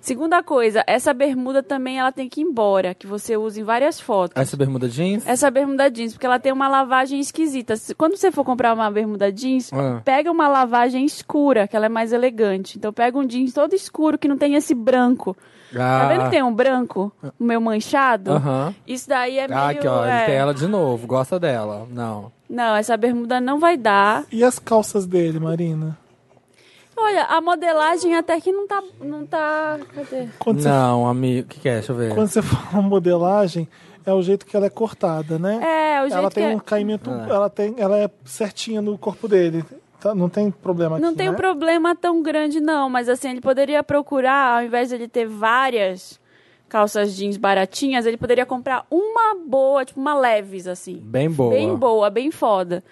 Segunda coisa, essa bermuda também ela tem que ir embora, que você usa em várias fotos. Essa É bermuda jeans? Essa bermuda jeans, porque ela tem uma lavagem esquisita. Se- Quando você for comprar uma bermuda jeans, Ah. pega uma lavagem escura, que ela é mais elegante. Então pega um jeans todo escuro que não tem esse branco. Tá Ah, vendo que tem um branco? O meu manchado? Aham. Isso daí é meio. Ah, aqui, ó. é. Ele tem ela de novo. Gosta dela. Não. Não, essa bermuda não vai dar. E as calças dele, Marina? Olha, a modelagem até que não tá. Não tá. Cadê? Quando, você, Não, amigo. O que, que é? Deixa eu ver. quando você fala modelagem, é o jeito que ela é cortada, né? É, o jeito ela que. tem é- um caimento, ela tem, ela é certinha no corpo dele. Tá, não tem problema Não aqui, tem né? um problema tão grande, não, mas assim, ele poderia procurar, ao invés de ele ter várias calças jeans baratinhas, ele poderia comprar uma boa, tipo uma leves, assim. Bem boa. Bem boa, bem foda.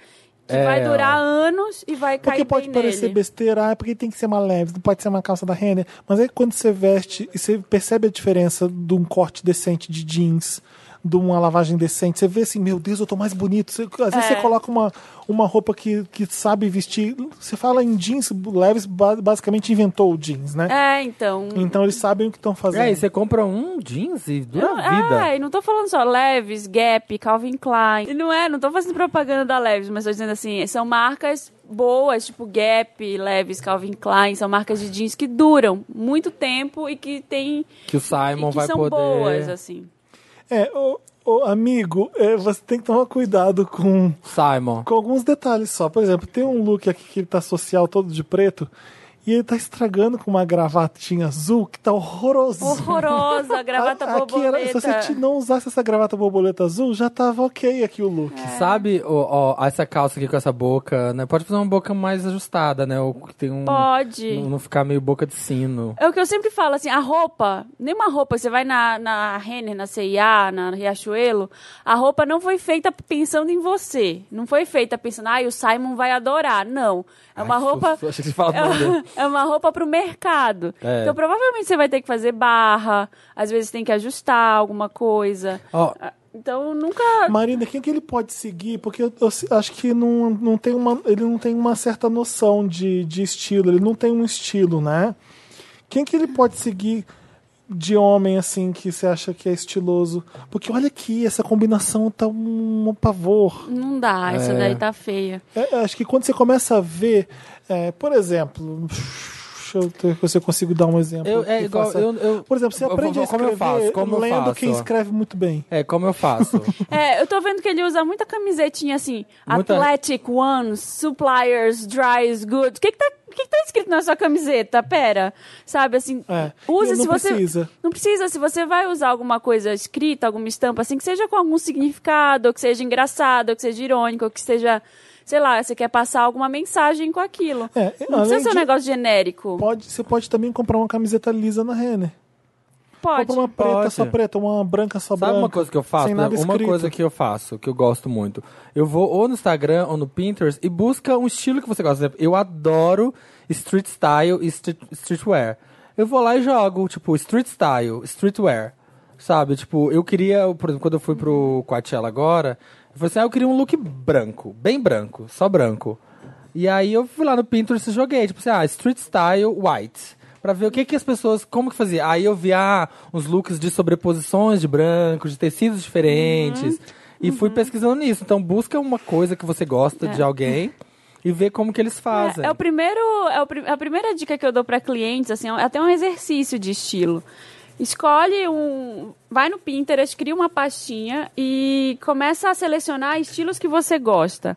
Que É, vai durar anos e vai cair Porque pode bem parecer nele. besteira, ah, porque tem que ser uma leve, não pode ser uma calça da Renner. Mas aí quando você veste e você percebe a diferença de um corte decente de jeans, de uma lavagem decente, você vê assim, meu Deus, eu tô mais bonito. Você- às vezes você É. coloca uma, uma roupa que, que sabe vestir. Você fala em jeans, leves ba- basicamente inventou o jeans, né? É, então. Então eles sabem o que estão É, e fazendo. você compra um jeans e dura Não, a vida. É, e não tô falando só Leves, Gap, Calvin Klein. E Não é, não tô fazendo propaganda da Leves, mas tô dizendo assim, são marcas boas, tipo Gap, Leves, Calvin Klein, são marcas de jeans que duram muito tempo e que tem Que o e Simon que vai são poder. boas assim. É, ô, ô, amigo, é, você tem que tomar cuidado com Simon. com alguns detalhes só. Por exemplo, tem um look aqui que ele tá social todo de preto e ele tá estragando com uma gravatinha azul que tá horroroso. Horrorosa, Uhum. gravata A- aqui era- se borboleta. você te- não usasse essa gravata borboleta azul, já tava ok aqui o look. É. Sabe, ó, ó, essa calça aqui com essa boca, né? Pode fazer uma boca mais ajustada, né? Ou que tem um. Pode. Não, não ficar meio boca de sino. É o que eu sempre falo, assim, a roupa, nenhuma roupa, você vai na, na Renner, na CIA, na Riachuelo, a roupa não foi feita pensando em você. Não foi feita pensando, ai, o Simon vai adorar. Não. É uma roupa. Acho que você fala É mal dele. uma- É uma roupa pro mercado. É. Então, provavelmente você vai ter que fazer barra, às vezes tem que ajustar alguma coisa. Ó, Ah, Então, nunca. Marina, quem que ele pode seguir? Porque eu, eu se- acho que não, não tem uma, ele não tem uma certa noção de, de estilo, ele não tem um estilo, né? Quem que ele pode seguir de homem, assim, que você acha que é estiloso? Porque olha aqui, essa combinação tá um, um pavor. Não dá, essa daí tá feia. É, acho que quando você começa a ver, é, por exemplo, deixa eu ver se eu consigo dar um exemplo. Eu- é que igual- faça- eu- eu- por exemplo, você eu vou- aprende a como eu escrever faço, como eu lendo faço? quem escreve muito bem. é, como eu faço? É, eu tô vendo que ele usa muita camisetinha assim, Muita- Athletic One, Suppliers, Dries, Good. O que que tá, o que que tá escrito na sua camiseta? Pera, sabe, assim, É, usa e não se você... precisa. Não precisa, se você vai usar alguma coisa escrita, alguma estampa, assim, que seja com algum significado, ou que seja engraçado, ou que seja irônico, ou que seja, sei lá, você quer passar alguma mensagem com aquilo. É, não além precisa ser um de- negócio genérico. Pode, você pode também comprar uma camiseta lisa na Renner. Pode. Compra uma preta Pode. só preta, uma branca só branca. Sabe uma coisa que eu faço? Sem nada né? Uma escrito. coisa que eu faço, que eu gosto muito. Eu vou ou no Instagram ou no Pinterest e busca um estilo que você gosta. Por exemplo, Eu adoro street style e street, streetwear. Eu vou lá e jogo, tipo, street style, streetwear. Sabe? Tipo, eu queria, por exemplo, quando eu fui pro Coachella agora, eu falei assim, ah, eu queria um look branco, bem branco, só branco. E aí eu fui lá no Pinterest e joguei, tipo assim, ah, street style white. Pra ver o que que as pessoas, como que fazia. Aí eu vi, ah, uns looks de sobreposições de branco, de tecidos Uhum. diferentes. E fui pesquisando nisso. Então busca uma coisa que você gosta de alguém. e ver como que eles fazem. É, é o primeiro, é o pri- a primeira dica que eu dou para clientes, assim, é até um exercício de estilo. Escolhe um, vai no Pinterest, cria uma pastinha e começa a selecionar estilos que você gosta.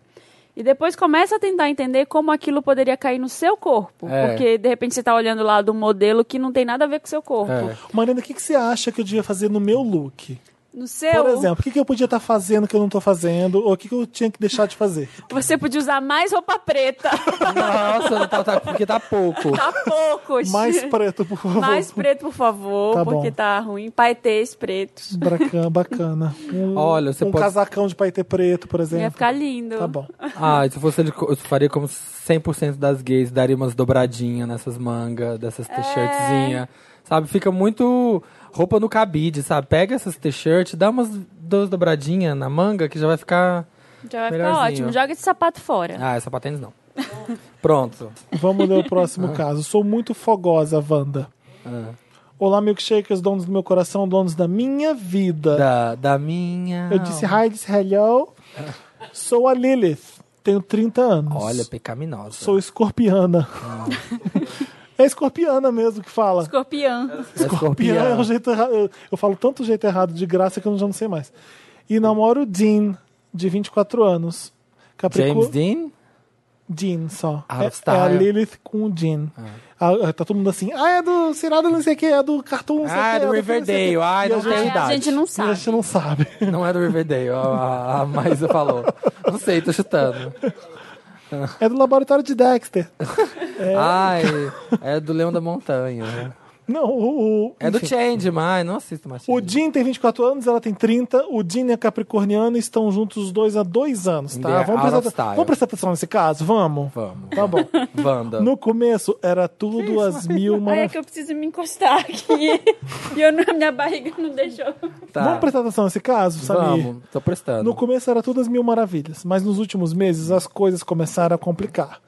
E depois começa a tentar entender como aquilo poderia cair no seu corpo, É. porque de repente você está olhando lá do modelo que não tem nada a ver com o seu corpo. É. Marina, o que, que você acha que eu devia fazer no meu look? No seu, Por exemplo, o que, que eu podia estar fazendo que eu não tô fazendo? Ou o que, que eu tinha que deixar de fazer? você podia usar mais roupa preta. Nossa, tá- tá- porque tá pouco. tá pouco. Mais Chico. preto, por favor. Mais preto, por favor, Tá porque bom. tá ruim. Paetês pretos. Bacana, bacana. Um, Olha, você um pode- casacão de paetê preto, por exemplo. Ia ficar lindo. Tá bom. Ah, e se fosse ele, eu faria como 100% das gays, daria umas dobradinhas nessas mangas, dessas t-shirtzinha. Sabe, fica muito roupa no cabide, sabe? Pega essas t-shirts, dá umas duas dobradinhas na manga que já vai ficar. Já vai ficar Melhorzinho. ótimo. Joga esse sapato fora. Ah, é sapatênis não. Pronto. Vamos ler o próximo caso. Sou muito fogosa, Wanda. É. Olá, milkshakers, donos do meu coração, donos da minha vida. Da, da minha. Eu disse hi, disse hello. Sou a Lilith, tenho 30 anos. Olha, Ah. pecaminosa. Sou escorpiana. é escorpiana mesmo que fala. Escorpião. Escorpião é o jeito errado. Eu, eu falo tanto jeito errado de graça que eu já não sei mais. E namoro o Dean, de 24 anos. James Capricorn. Dean? Jean só. Out É, of é a style. Lilith com o Jean. Ah, tá todo mundo assim, ah, é do Cirada não sei o que, é do Cartoon não sei o Ah, quê, é do filme, não sei o quê." Riverdale. Ai, E a não gente- tem A idade. gente não E a sabe. gente não sabe. Não é do Riverdale, a, a, a Maísa falou. Não sei, tô chutando. É do Laboratório de Dexter. Ai, é do Leão da Montanha. né? Não, o... o É do enfim. Change, mas não assisto mais. O Change. Jean tem 24 anos, ela tem 30. O Jean é capricorniano e estão juntos os dois há dois anos, tá? They're out Vamos prestar, of style. vamos prestar atenção nesse caso? Vamos? Vamos. Tá bom. Wanda. No começo era tudo as mil Ai, é maravilhas. que eu preciso me encostar aqui. e eu não- minha barriga não deixou. Tá. Vamos prestar atenção nesse caso, Samir? Vamos, tô prestando. No começo era tudo as mil maravilhas, mas nos últimos meses as coisas começaram a complicar.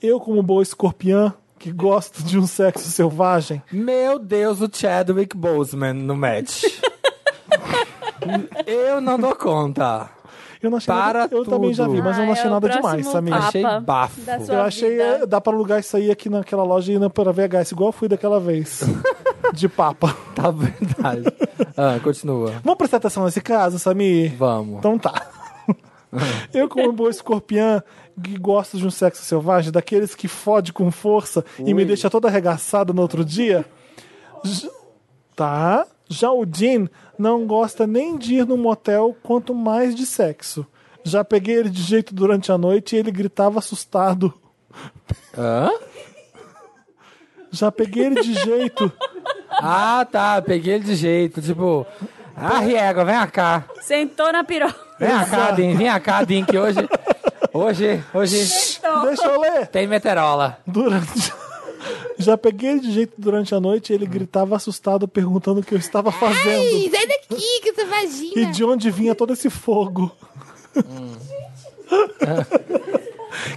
Eu, como boa escorpiã, que gosto de um sexo selvagem, Meu Deus, o Chadwick Boseman no match. eu não dou conta. eu não achei Para nada, Eu também já tudo. vi, mas eu não Ah, achei é o nada próximo demais, Samir. papo. Achei Papa bafo. da sua- Eu achei, vida. eh, dá pra alugar isso aí aqui naquela loja e ir na- pra VHS, igual eu fui daquela vez. de papa. Tá verdade. Ah, continua. Vamos prestar atenção nesse caso, Samir? Vamos. Então tá. Eu, como boa escorpiã, que gosto de um sexo selvagem, daqueles que fode com força e me deixa toda arregaçada no outro dia. j- Tá. Já o Jean não gosta nem de ir no motel, quanto mais de sexo. Já peguei ele de jeito durante a noite e ele gritava assustado. Hã? Já peguei ele de jeito. Ah, tá. Peguei ele de jeito. Tipo, ah, Riego, vem cá. Sentou na piroca. Vem cá, Din. Vem cá, Din, que hoje. Hoje, hoje Deixa eu ler. tem meterola. Durante. Já peguei ele de jeito durante a noite e ele gritava assustado, perguntando o que eu estava fazendo. Sai daqui, que você vagina. E de onde vinha todo esse fogo? Hum.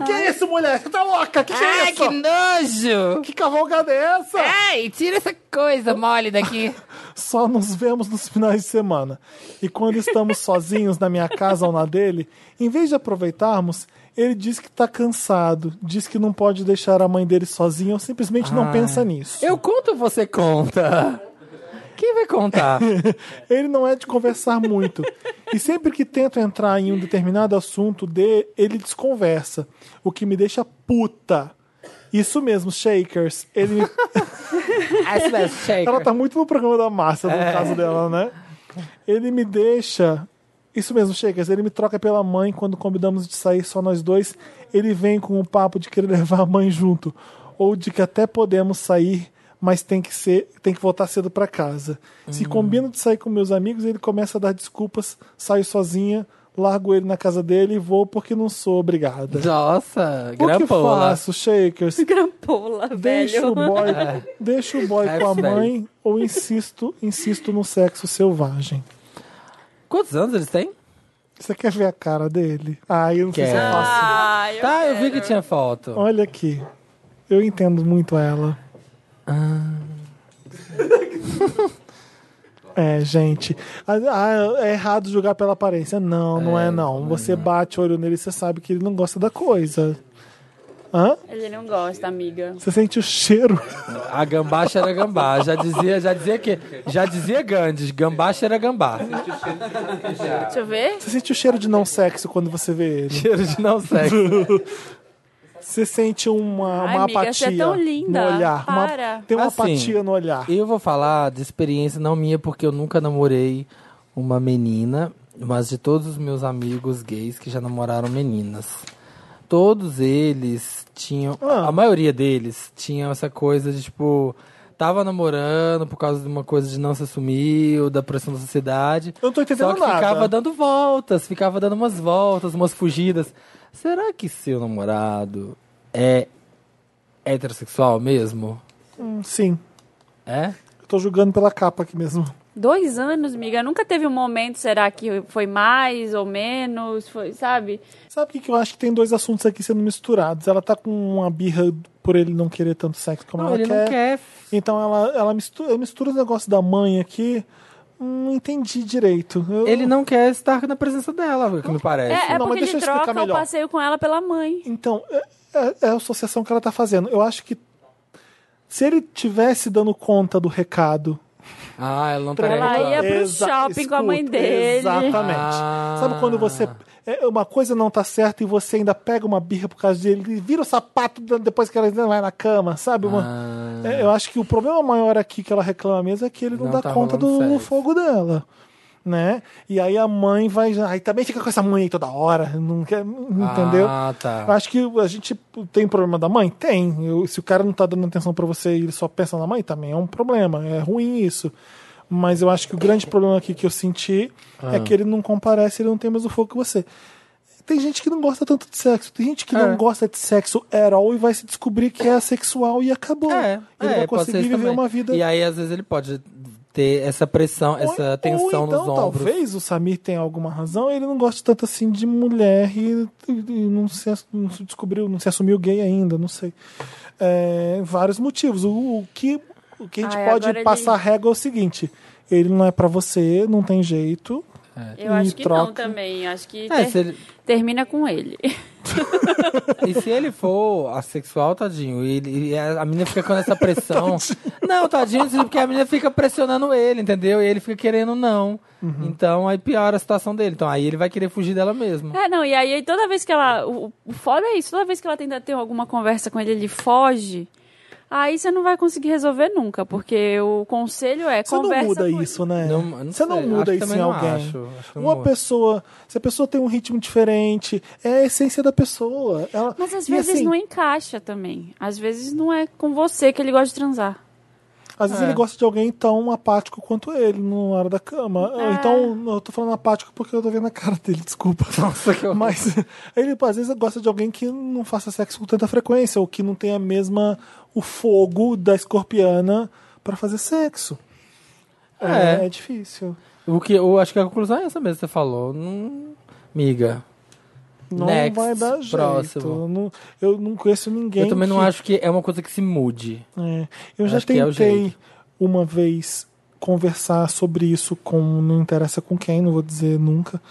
que é isso, mulher? Você tá louca? Que que é Ai, isso? que Que... nojo! cavalgada é essa? Ai, tira essa coisa mole daqui. Só nos vemos nos finais de semana. E quando estamos sozinhos na minha casa ou na dele, em vez de aproveitarmos, ele diz que tá cansado, diz que não pode deixar a mãe dele sozinha ou simplesmente não pensa nisso. Eu conto ou você conta? Quem vai contar? Ele não é de conversar muito. E sempre que tento entrar em um determinado assunto de, ele desconversa, o que me deixa puta. Isso mesmo, Shakers. Ele me- Ice Last Shaker. ela tá muito no programa da Márcia, no caso dela, né? Ele me deixa. Isso mesmo, Shakers. Ele me troca pela mãe quando combinamos de sair só nós dois. Ele vem com o papo de querer levar a mãe junto. Ou de que até podemos sair, mas tem que ser, tem que voltar cedo pra casa. Se combino de sair com meus amigos, ele começa a dar desculpas, saio sozinha, largo ele na casa dele e vou porque não sou obrigada. Nossa, O que grampola. faço, Shakers? Grampola, Deixa velho. o boy, deixa o boy É com a sério. mãe ou insisto, insisto no sexo selvagem. Quantos anos eles têm? Você quer ver a cara dele? Ah, eu não sei se eu Quero. faço. Ai, eu Tá, eu vi quero. que tinha foto. Olha aqui. Eu entendo muito ela. Ah. É, gente. Ah, ah, é errado julgar É, pela aparência. Não, não é não. Você bate o olho nele e você sabe que ele não gosta da coisa. Hã? Ele não gosta, amiga. Você sente o cheiro. A gambacha era gambá. Já dizia, já dizia que. Já dizia Gandhi, gambacha era gambá. Deixa eu ver. Você sente o cheiro de não sexo quando você vê ele. Cheiro de não sexo. Você sente uma, Ai, uma amiga, você apatia é tão linda. no olhar. Uma- Para. tem uma Assim, apatia no olhar. Eu vou falar de experiência não minha, porque eu nunca namorei uma menina, mas de todos os meus amigos gays que já namoraram meninas. Todos eles tinham. Ah. A maioria deles tinha essa coisa de tipo. Tava namorando por causa de uma coisa de não se assumir, ou da pressão da sociedade. Eu não tô entendendo Só que nada. ficava dando voltas, ficava dando umas voltas, umas fugidas. Será que seu namorado é heterossexual mesmo? Hum, Sim. É? Eu tô julgando pela capa aqui mesmo. Dois anos, amiga. Nunca teve um momento, será que foi mais ou menos? Foi, sabe? Sabe o que, que eu acho que tem dois assuntos aqui sendo misturados? Ela tá com uma birra por ele não querer tanto sexo como Não, ela ele quer. não quer. Então ela, ela mistura, mistura o negócio da mãe aqui. Hum, Não entendi direito. Eu- Ele não quer estar na presença dela, que me parece. É, é Não, mas porque deixa eu ele explicar troca o melhor. passeio com ela pela mãe. Então, é, é- é a associação que ela tá fazendo. Eu acho que se ele tivesse dando conta do recado. Ah, ela não tá Ela reclamando. ia- pro Exa- shopping com a mãe dele. Exatamente. Ah. Sabe quando você. é, Uma coisa não tá certa e você ainda pega uma birra por causa dele e vira o sapato depois que ela ainda vai na cama, sabe? Uma- Ah. É, eu acho que o problema maior aqui que ela reclama mesmo é que ele não, Não dá tá conta do rolando sexo. fogo dela. Né? E aí a mãe vai. já- Aí também fica com essa mãe aí toda hora. Não quer, entendeu? Ah, tá. Eu Acho que a gente tem problema da mãe? Tem. Eu- se o cara não tá dando atenção pra você e ele só pensa na mãe, também é um problema. É ruim isso. Mas eu acho que o grande problema aqui que eu senti Ah. é que ele não comparece, ele não tem o mesmo fogo que você. Tem gente que não gosta tanto de sexo, tem gente que É. não gosta de sexo at all e vai se descobrir que é assexual e acabou. É, ele é, pode ser vai conseguir isso viver também. uma vida. E aí, às vezes, ele pode ter essa pressão, Ou- essa ou tensão então, nos ombros. Talvez o Samir tenha alguma razão, ele não gosta tanto assim de mulher e, e- e não, se, ass- não se descobriu, não se assumiu gay ainda, não sei. É, vários motivos. O, o que, o que a gente Ai, agora pode ele- passar a régua é o seguinte: ele não é pra você, não tem jeito. Eu acho que não troca. também. Acho que É, ter- se ele- termina com ele. e se ele for assexual, tadinho, e, ele- e a, a menina fica com essa pressão. não, tadinho, assim, porque a menina fica pressionando ele, entendeu? E ele fica querendo não. Uhum. Então, aí piora a situação dele. Então, aí ele vai querer fugir dela mesmo. É, não, e aí toda vez que ela. O, o foda é isso, toda vez que ela tenta ter alguma conversa com ele, ele foge. Aí você não vai conseguir resolver nunca, porque o conselho é Você conversa. não muda com isso, né? Não- não você não sei, acho muda que isso também em não alguém. acho, acho que não Uma muda. pessoa, se a pessoa tem um ritmo diferente, é a essência da pessoa. Ela- Mas às e vezes assim, não encaixa também. Às vezes não é com você que ele gosta de transar. Às vezes É. ele gosta de alguém tão apático quanto ele na hora da cama. É. Então, eu tô falando apático porque eu tô vendo a cara dele, desculpa. Nossa, que horror. Mas ele às vezes gosta de alguém que não faça sexo com tanta frequência, ou que não tenha a mesma o fogo da escorpiana pra fazer sexo. É. É, é difícil. O que eu acho que a conclusão é essa mesmo que você falou. Não, miga. Não Next, vai dar jeito. próximo. Não- eu não conheço ninguém. Eu também não que- acho que é uma coisa que se mude. É, eu já Acho que é o tentei jeito. uma vez conversar sobre isso com não interessa com quem, não vou dizer nunca,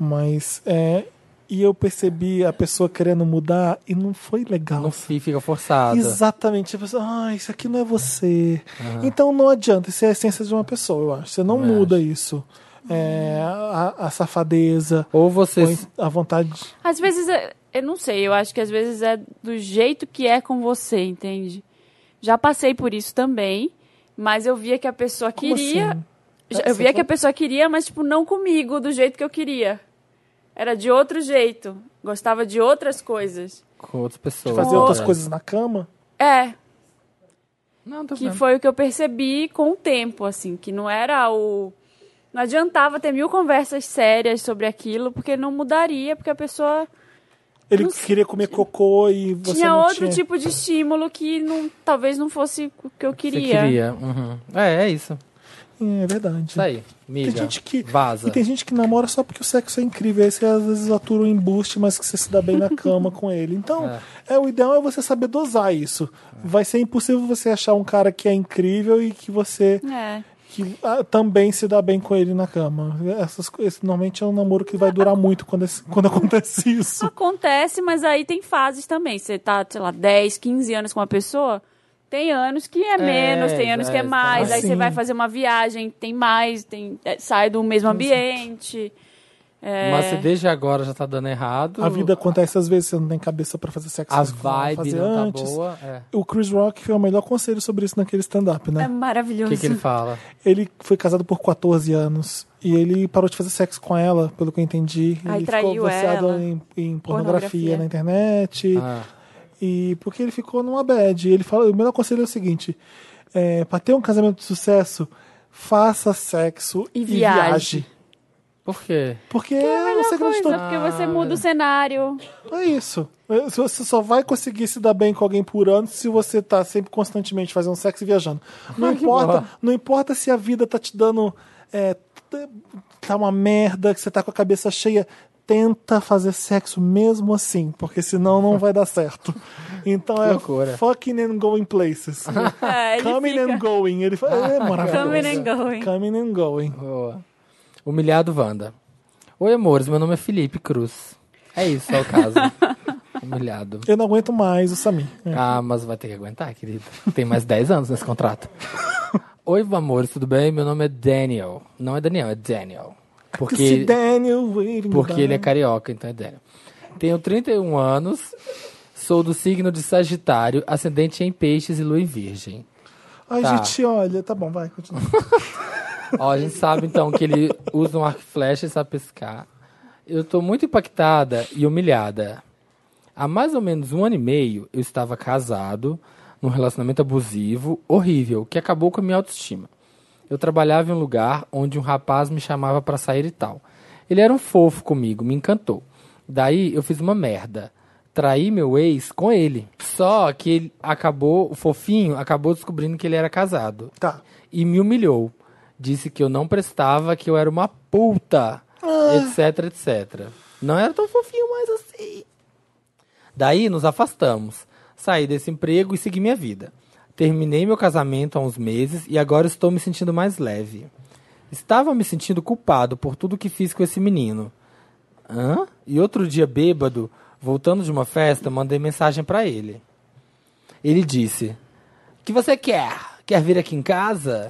mas é, e eu percebi a pessoa querendo mudar e não foi legal. Não fi- fica forçada. Exatamente, a pessoa, ah, isso aqui não é você. Então não adianta, isso é a essência de uma pessoa, eu acho. Você não Também muda acho. isso. É, a, a safadeza, Ou ou você. a vontade. Às vezes, é- eu não sei, eu acho que às vezes é do jeito que é com você, entende? Já passei por isso também, mas eu via que a pessoa Como queria. assim? Já- Você Eu via que foi- a pessoa queria, mas, tipo, não comigo, do jeito que eu queria. Era de outro jeito. Gostava de outras coisas. Com outras pessoas. Fazer outras É. coisas na cama? É, Não, tô Uhum. que vendo. foi o que eu percebi com o tempo, assim, que não era o. Não adiantava ter mil conversas sérias sobre aquilo, porque não mudaria, porque a pessoa Ele Não sei. queria comer cocô e você tinha não outro tinha. tipo de estímulo que não, talvez não fosse o que eu Você queria. queria. uhum. É, é isso. É verdade. Isso aí. Miga. Tem gente que. Vaza. E tem gente que namora só porque o sexo é incrível. Aí você às vezes atura um embuste, mas que você se dá bem na cama com ele. Então, é. o ideal é você saber dosar isso. Vai ser impossível você achar um cara que é incrível e que você. É. que ah, também se dá bem com ele na cama. Essas, co- esse normalmente é um namoro que vai durar muito quando, esse- quando acontece isso. Acontece, mas aí tem fases também. Você tá, sei lá, 10, 15 anos com uma pessoa, tem anos que é menos, tem anos que é exato. mais. Aí Sim. você vai fazer uma viagem, tem mais, tem, é, sai do mesmo ambiente. É, Mas se desde agora já tá dando errado. A vida acontece às vezes, você não tem cabeça pra fazer sexo. A você vai vibe fazer não antes. tá boa. É. O Chris Rock foi o melhor conselho sobre isso naquele stand-up, né? é O maravilhoso. que, que ele fala? Ele foi casado por 14 anos e ele parou de fazer sexo com ela, pelo que eu entendi. Aí ele traiu ficou viciado ela. em, em pornografia, Pornografia. na internet. Ah, E porque ele ficou numa bad. Ele fala, o melhor conselho é o seguinte: é, para ter um casamento de sucesso, faça sexo E e, viaje. viaje. por quê? Porque é o segredo de Coisa, todo. porque você muda o cenário. É isso. É, se Você só vai conseguir se dar bem com alguém por ano se você tá sempre constantemente fazendo sexo e viajando. Não importa, não importa se a vida tá te dando. é, t- tá uma merda, que você tá com a cabeça cheia. Tenta fazer sexo mesmo assim, porque senão não vai dar certo. Então é Loucura. fucking and going places. É, ele Coming and fica... going. Ele fala, é maravilhoso. Coming and going. Coming and going. Boa. Humilhado Wanda. Oi, amores. Meu nome é Felipe Cruz. É isso, é o caso. Humilhado. Eu não aguento mais o Samir. É. Ah, mas vai ter que aguentar, querido. Tem mais 10 anos nesse contrato. Oi, amores, tudo bem? Meu nome é Daniel. Não é Daniel, é Daniel. Esse Porque, Daniel waving porque ele é goodbye. carioca, então é Daniel. Tenho 31 anos, sou do signo de Sagitário, ascendente em peixes e lua em virgem. Ai, Tá. gente, olha, tá bom, vai, continua. Ó, a gente sabe então que ele usa um arco e flecha e sabe pescar. Eu tô muito impactada e humilhada. Há mais ou menos um ano e meio eu estava casado, num relacionamento abusivo, horrível, que acabou com a minha autoestima. Eu trabalhava em um lugar onde um rapaz me chamava pra sair e tal. Ele era um fofo comigo, me encantou. Daí eu fiz uma merda. Traí meu ex com ele. Só que ele acabou, o fofinho acabou descobrindo que ele era casado Tá. e me humilhou. Disse que eu não prestava, que eu era uma puta, etc, etc. Não era tão fofinho mais assim. Daí nos afastamos. Saí desse emprego e segui minha vida. Terminei meu casamento há uns meses e agora estou me sentindo mais leve. Estava me sentindo culpado por tudo que fiz com esse menino. Hã? E outro dia, bêbado, voltando de uma festa, mandei mensagem pra ele. Ele disse: O que você quer? Quer vir aqui em casa?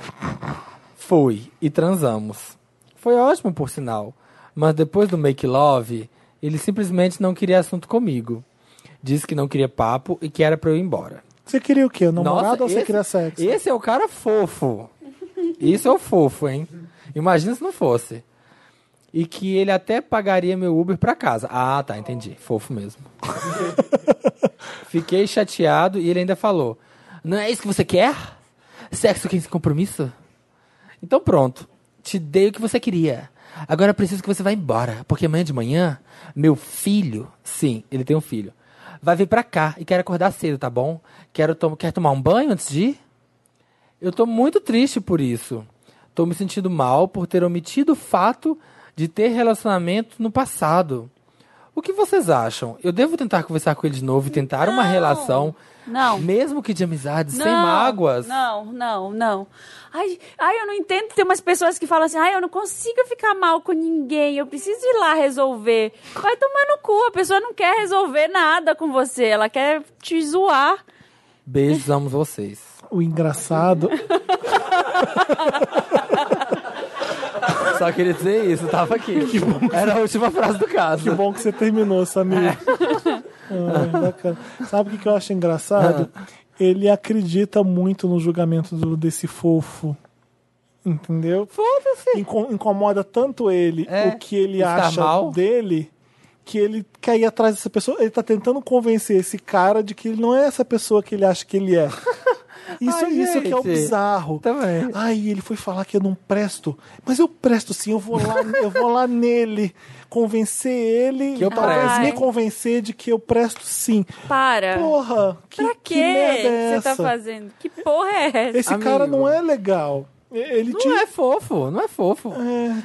Fui e transamos. Foi ótimo, por sinal. Mas depois do make love, ele simplesmente não queria assunto comigo. Disse que não queria papo e que era pra eu ir embora. Você queria o quê? Namorado Nossa, ou você esse- queria sexo? Esse é o cara fofo. Isso é o fofo, hein? Imagina se não fosse. E que ele até pagaria meu Uber pra casa. Ah, tá, entendi. Fofo mesmo. Fiquei chateado e ele ainda falou: Não é isso que você quer? Sexo sem compromisso? Então pronto. Te dei o que você queria. Agora eu preciso que você vá embora, porque amanhã de manhã, meu filho, sim, ele tem um filho, vai vir pra cá e quer acordar cedo, tá bom? Quero tom quer tomar um banho antes de ir? Eu tô muito triste por isso. Tô me sentindo mal por ter omitido o fato de ter relacionamento no passado. O que vocês acham? Eu devo tentar conversar com ele de novo e tentar uma Não. relação, Não. mesmo que de amizade, sem Não, mágoas? Não, não, não. Ai, ai, eu não entendo. Tem umas pessoas que falam assim: ai, eu não consigo ficar mal com ninguém, eu preciso ir lá resolver. Vai tomar no cu, a pessoa não quer resolver nada com você, ela quer te zoar. Beijos, amo vocês. O engraçado. Só queria dizer isso, tava aqui. Era a última frase do que caso. bom que você terminou, É. Samir. Ai, bacana. Sabe o que que eu acho engraçado? Ah. Ele acredita muito no julgamento do- desse fofo. Entendeu? Foda-se. Inco- incomoda tanto ele É, o que ele estar acha mal. dele que ele quer ir atrás dessa pessoa. Ele tá tentando convencer esse cara de que ele não é essa pessoa que ele acha que ele é. Isso, Ai, isso que é o gente. bizarro. Também. Ai, ele foi falar que eu não presto. Mas eu presto sim, eu vou lá, eu vou lá nele. Convencer ele, Que eu talvez presto. me convencer de que eu presto sim. Para. Porra, que, pra que quê merda é que você essa? tá fazendo? Que porra é essa? Esse cara Amigo. não é legal. Ele Não te. é fofo, não é fofo.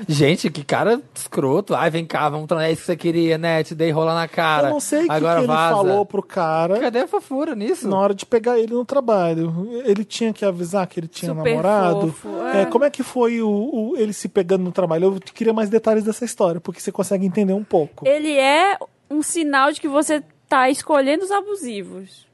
Gente, que cara escroto. Ai, vem cá, vamos tornar isso que você queria, né? Te dei rola na cara. é. eu não sei o que, que Agora ele vaza. falou pro cara Cadê a fofura nisso? na hora de pegar ele no trabalho. Ele tinha que avisar que ele tinha Super namorado. fofo, É, é. como é que foi o, o- ele se pegando no trabalho? Eu queria mais detalhes dessa história, porque você consegue entender um pouco. Ele é um sinal de que você tá escolhendo os abusivos.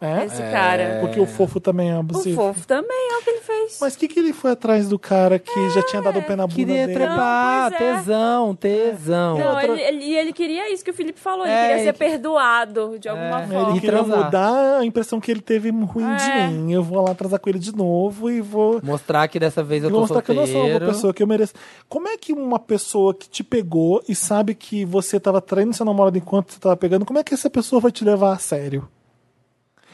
É? Esse cara. Porque o fofo também é O abusivo. fofo também é o que ele fez. Mas o que, que ele foi atrás do cara que É, já tinha dado o pé na bunda Queria dele? trepar, Não, pois é. tesão, tesão. Não, é. outra- ele, ele, e ele queria isso que o Felipe falou. Ele É, queria ele ser que- perdoado de alguma É, Ele E forma. queria transar. mudar a impressão que ele teve ruim É. de mim. Eu vou lá transar com ele de novo e vou Mostrar que dessa vez eu vou tô mostrar que eu solteiro. não sou uma boa pessoa, que eu mereço. Como é que uma pessoa que te pegou e sabe que você tava traindo seu namorado enquanto você tava pegando, como é que essa pessoa vai te levar a sério?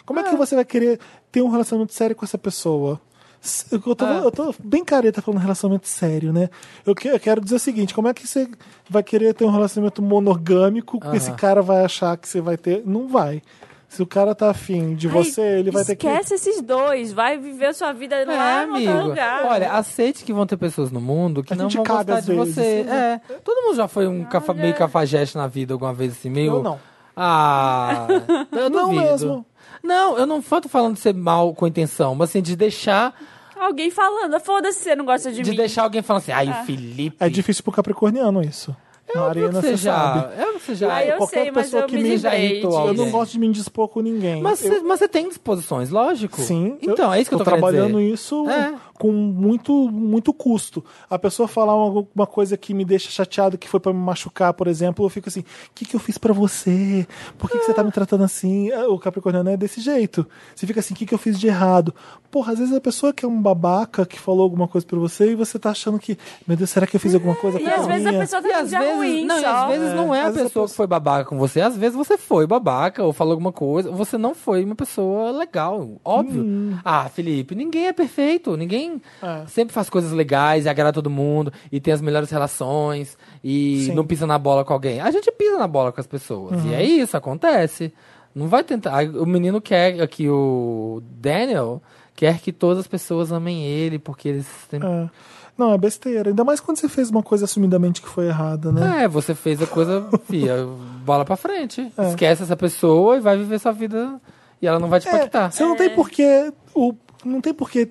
Como é, Ah. que você vai querer ter um relacionamento sério com essa pessoa? S- Eu Ah. tô, eu tô bem careta falando relacionamento sério, né? Eu, que- eu quero dizer o seguinte: como é que você vai querer ter um relacionamento monogâmico que esse cara vai achar que você vai ter? Não vai. Se o cara tá afim de você, Ai, ele vai ter que. Esquece esses dois. Vai viver sua vida É, lá no outro amigo. lugar. Olha, aceite que vão ter pessoas no mundo que A não gente vão caga gostar às de vezes, você. né? É. Todo mundo já foi um cafa- meio cafajeste na vida alguma vez assim, meio. Eu não. Ah, eu Não duvido. mesmo. Não, eu não fa- tô falando de ser mal com intenção, mas assim, de deixar, Alguém falando, "Ah, foda-se, você não gosta de, de, mim. Ah. deixar alguém falando assim, ai, o Felipe. É difícil pro capricorniano isso. É óbvio que você já. É óbvio que você já. Aí eu qualquer sei, mas pessoa eu que me me já livrei irritou disso. Eu alguém. não gosto de me indispor com ninguém. Mas eu, você mas você tem disposições, lógico. sim, Então, é isso que eu tô, querendo dizer. trabalhando isso É. com muito, muito custo. A pessoa falar uma, alguma coisa que me deixa chateado, que foi pra me machucar, por exemplo, eu fico assim: o que, que eu fiz pra você? Por que, que você tá me tratando assim? Ah, O Capricorniano é desse jeito. Você fica assim: o que, que eu fiz de errado? Porra, às vezes a pessoa que é um babaca que falou alguma coisa pra você e você tá achando que, meu Deus, será que eu fiz alguma coisa E pra às vezes a minha? pessoa E tá num às dia vezes, ruim não, e só. às vezes não é Às a vezes pessoa a que pessoa- foi babaca com você, às vezes você foi babaca ou falou alguma coisa, você não foi uma pessoa legal, óbvio. Hum. Ah, Felipe, ninguém é perfeito, ninguém É. sempre faz coisas legais e agrada todo mundo e tem as melhores relações e Sim. não pisa na bola com alguém. A gente pisa na bola com as pessoas Uhum. e é isso, acontece. Não vai tentar. Aí O menino quer aqui, o Daniel, quer que todas as pessoas amem ele porque eles têm É. Não, é besteira. Ainda mais quando você fez uma coisa assumidamente que foi errada, né? É, você fez a coisa, fia, bola pra frente. É. Esquece essa pessoa e vai viver sua vida. E ela não vai te impactar. É, Você não tem É. porquê. O, não tem porquê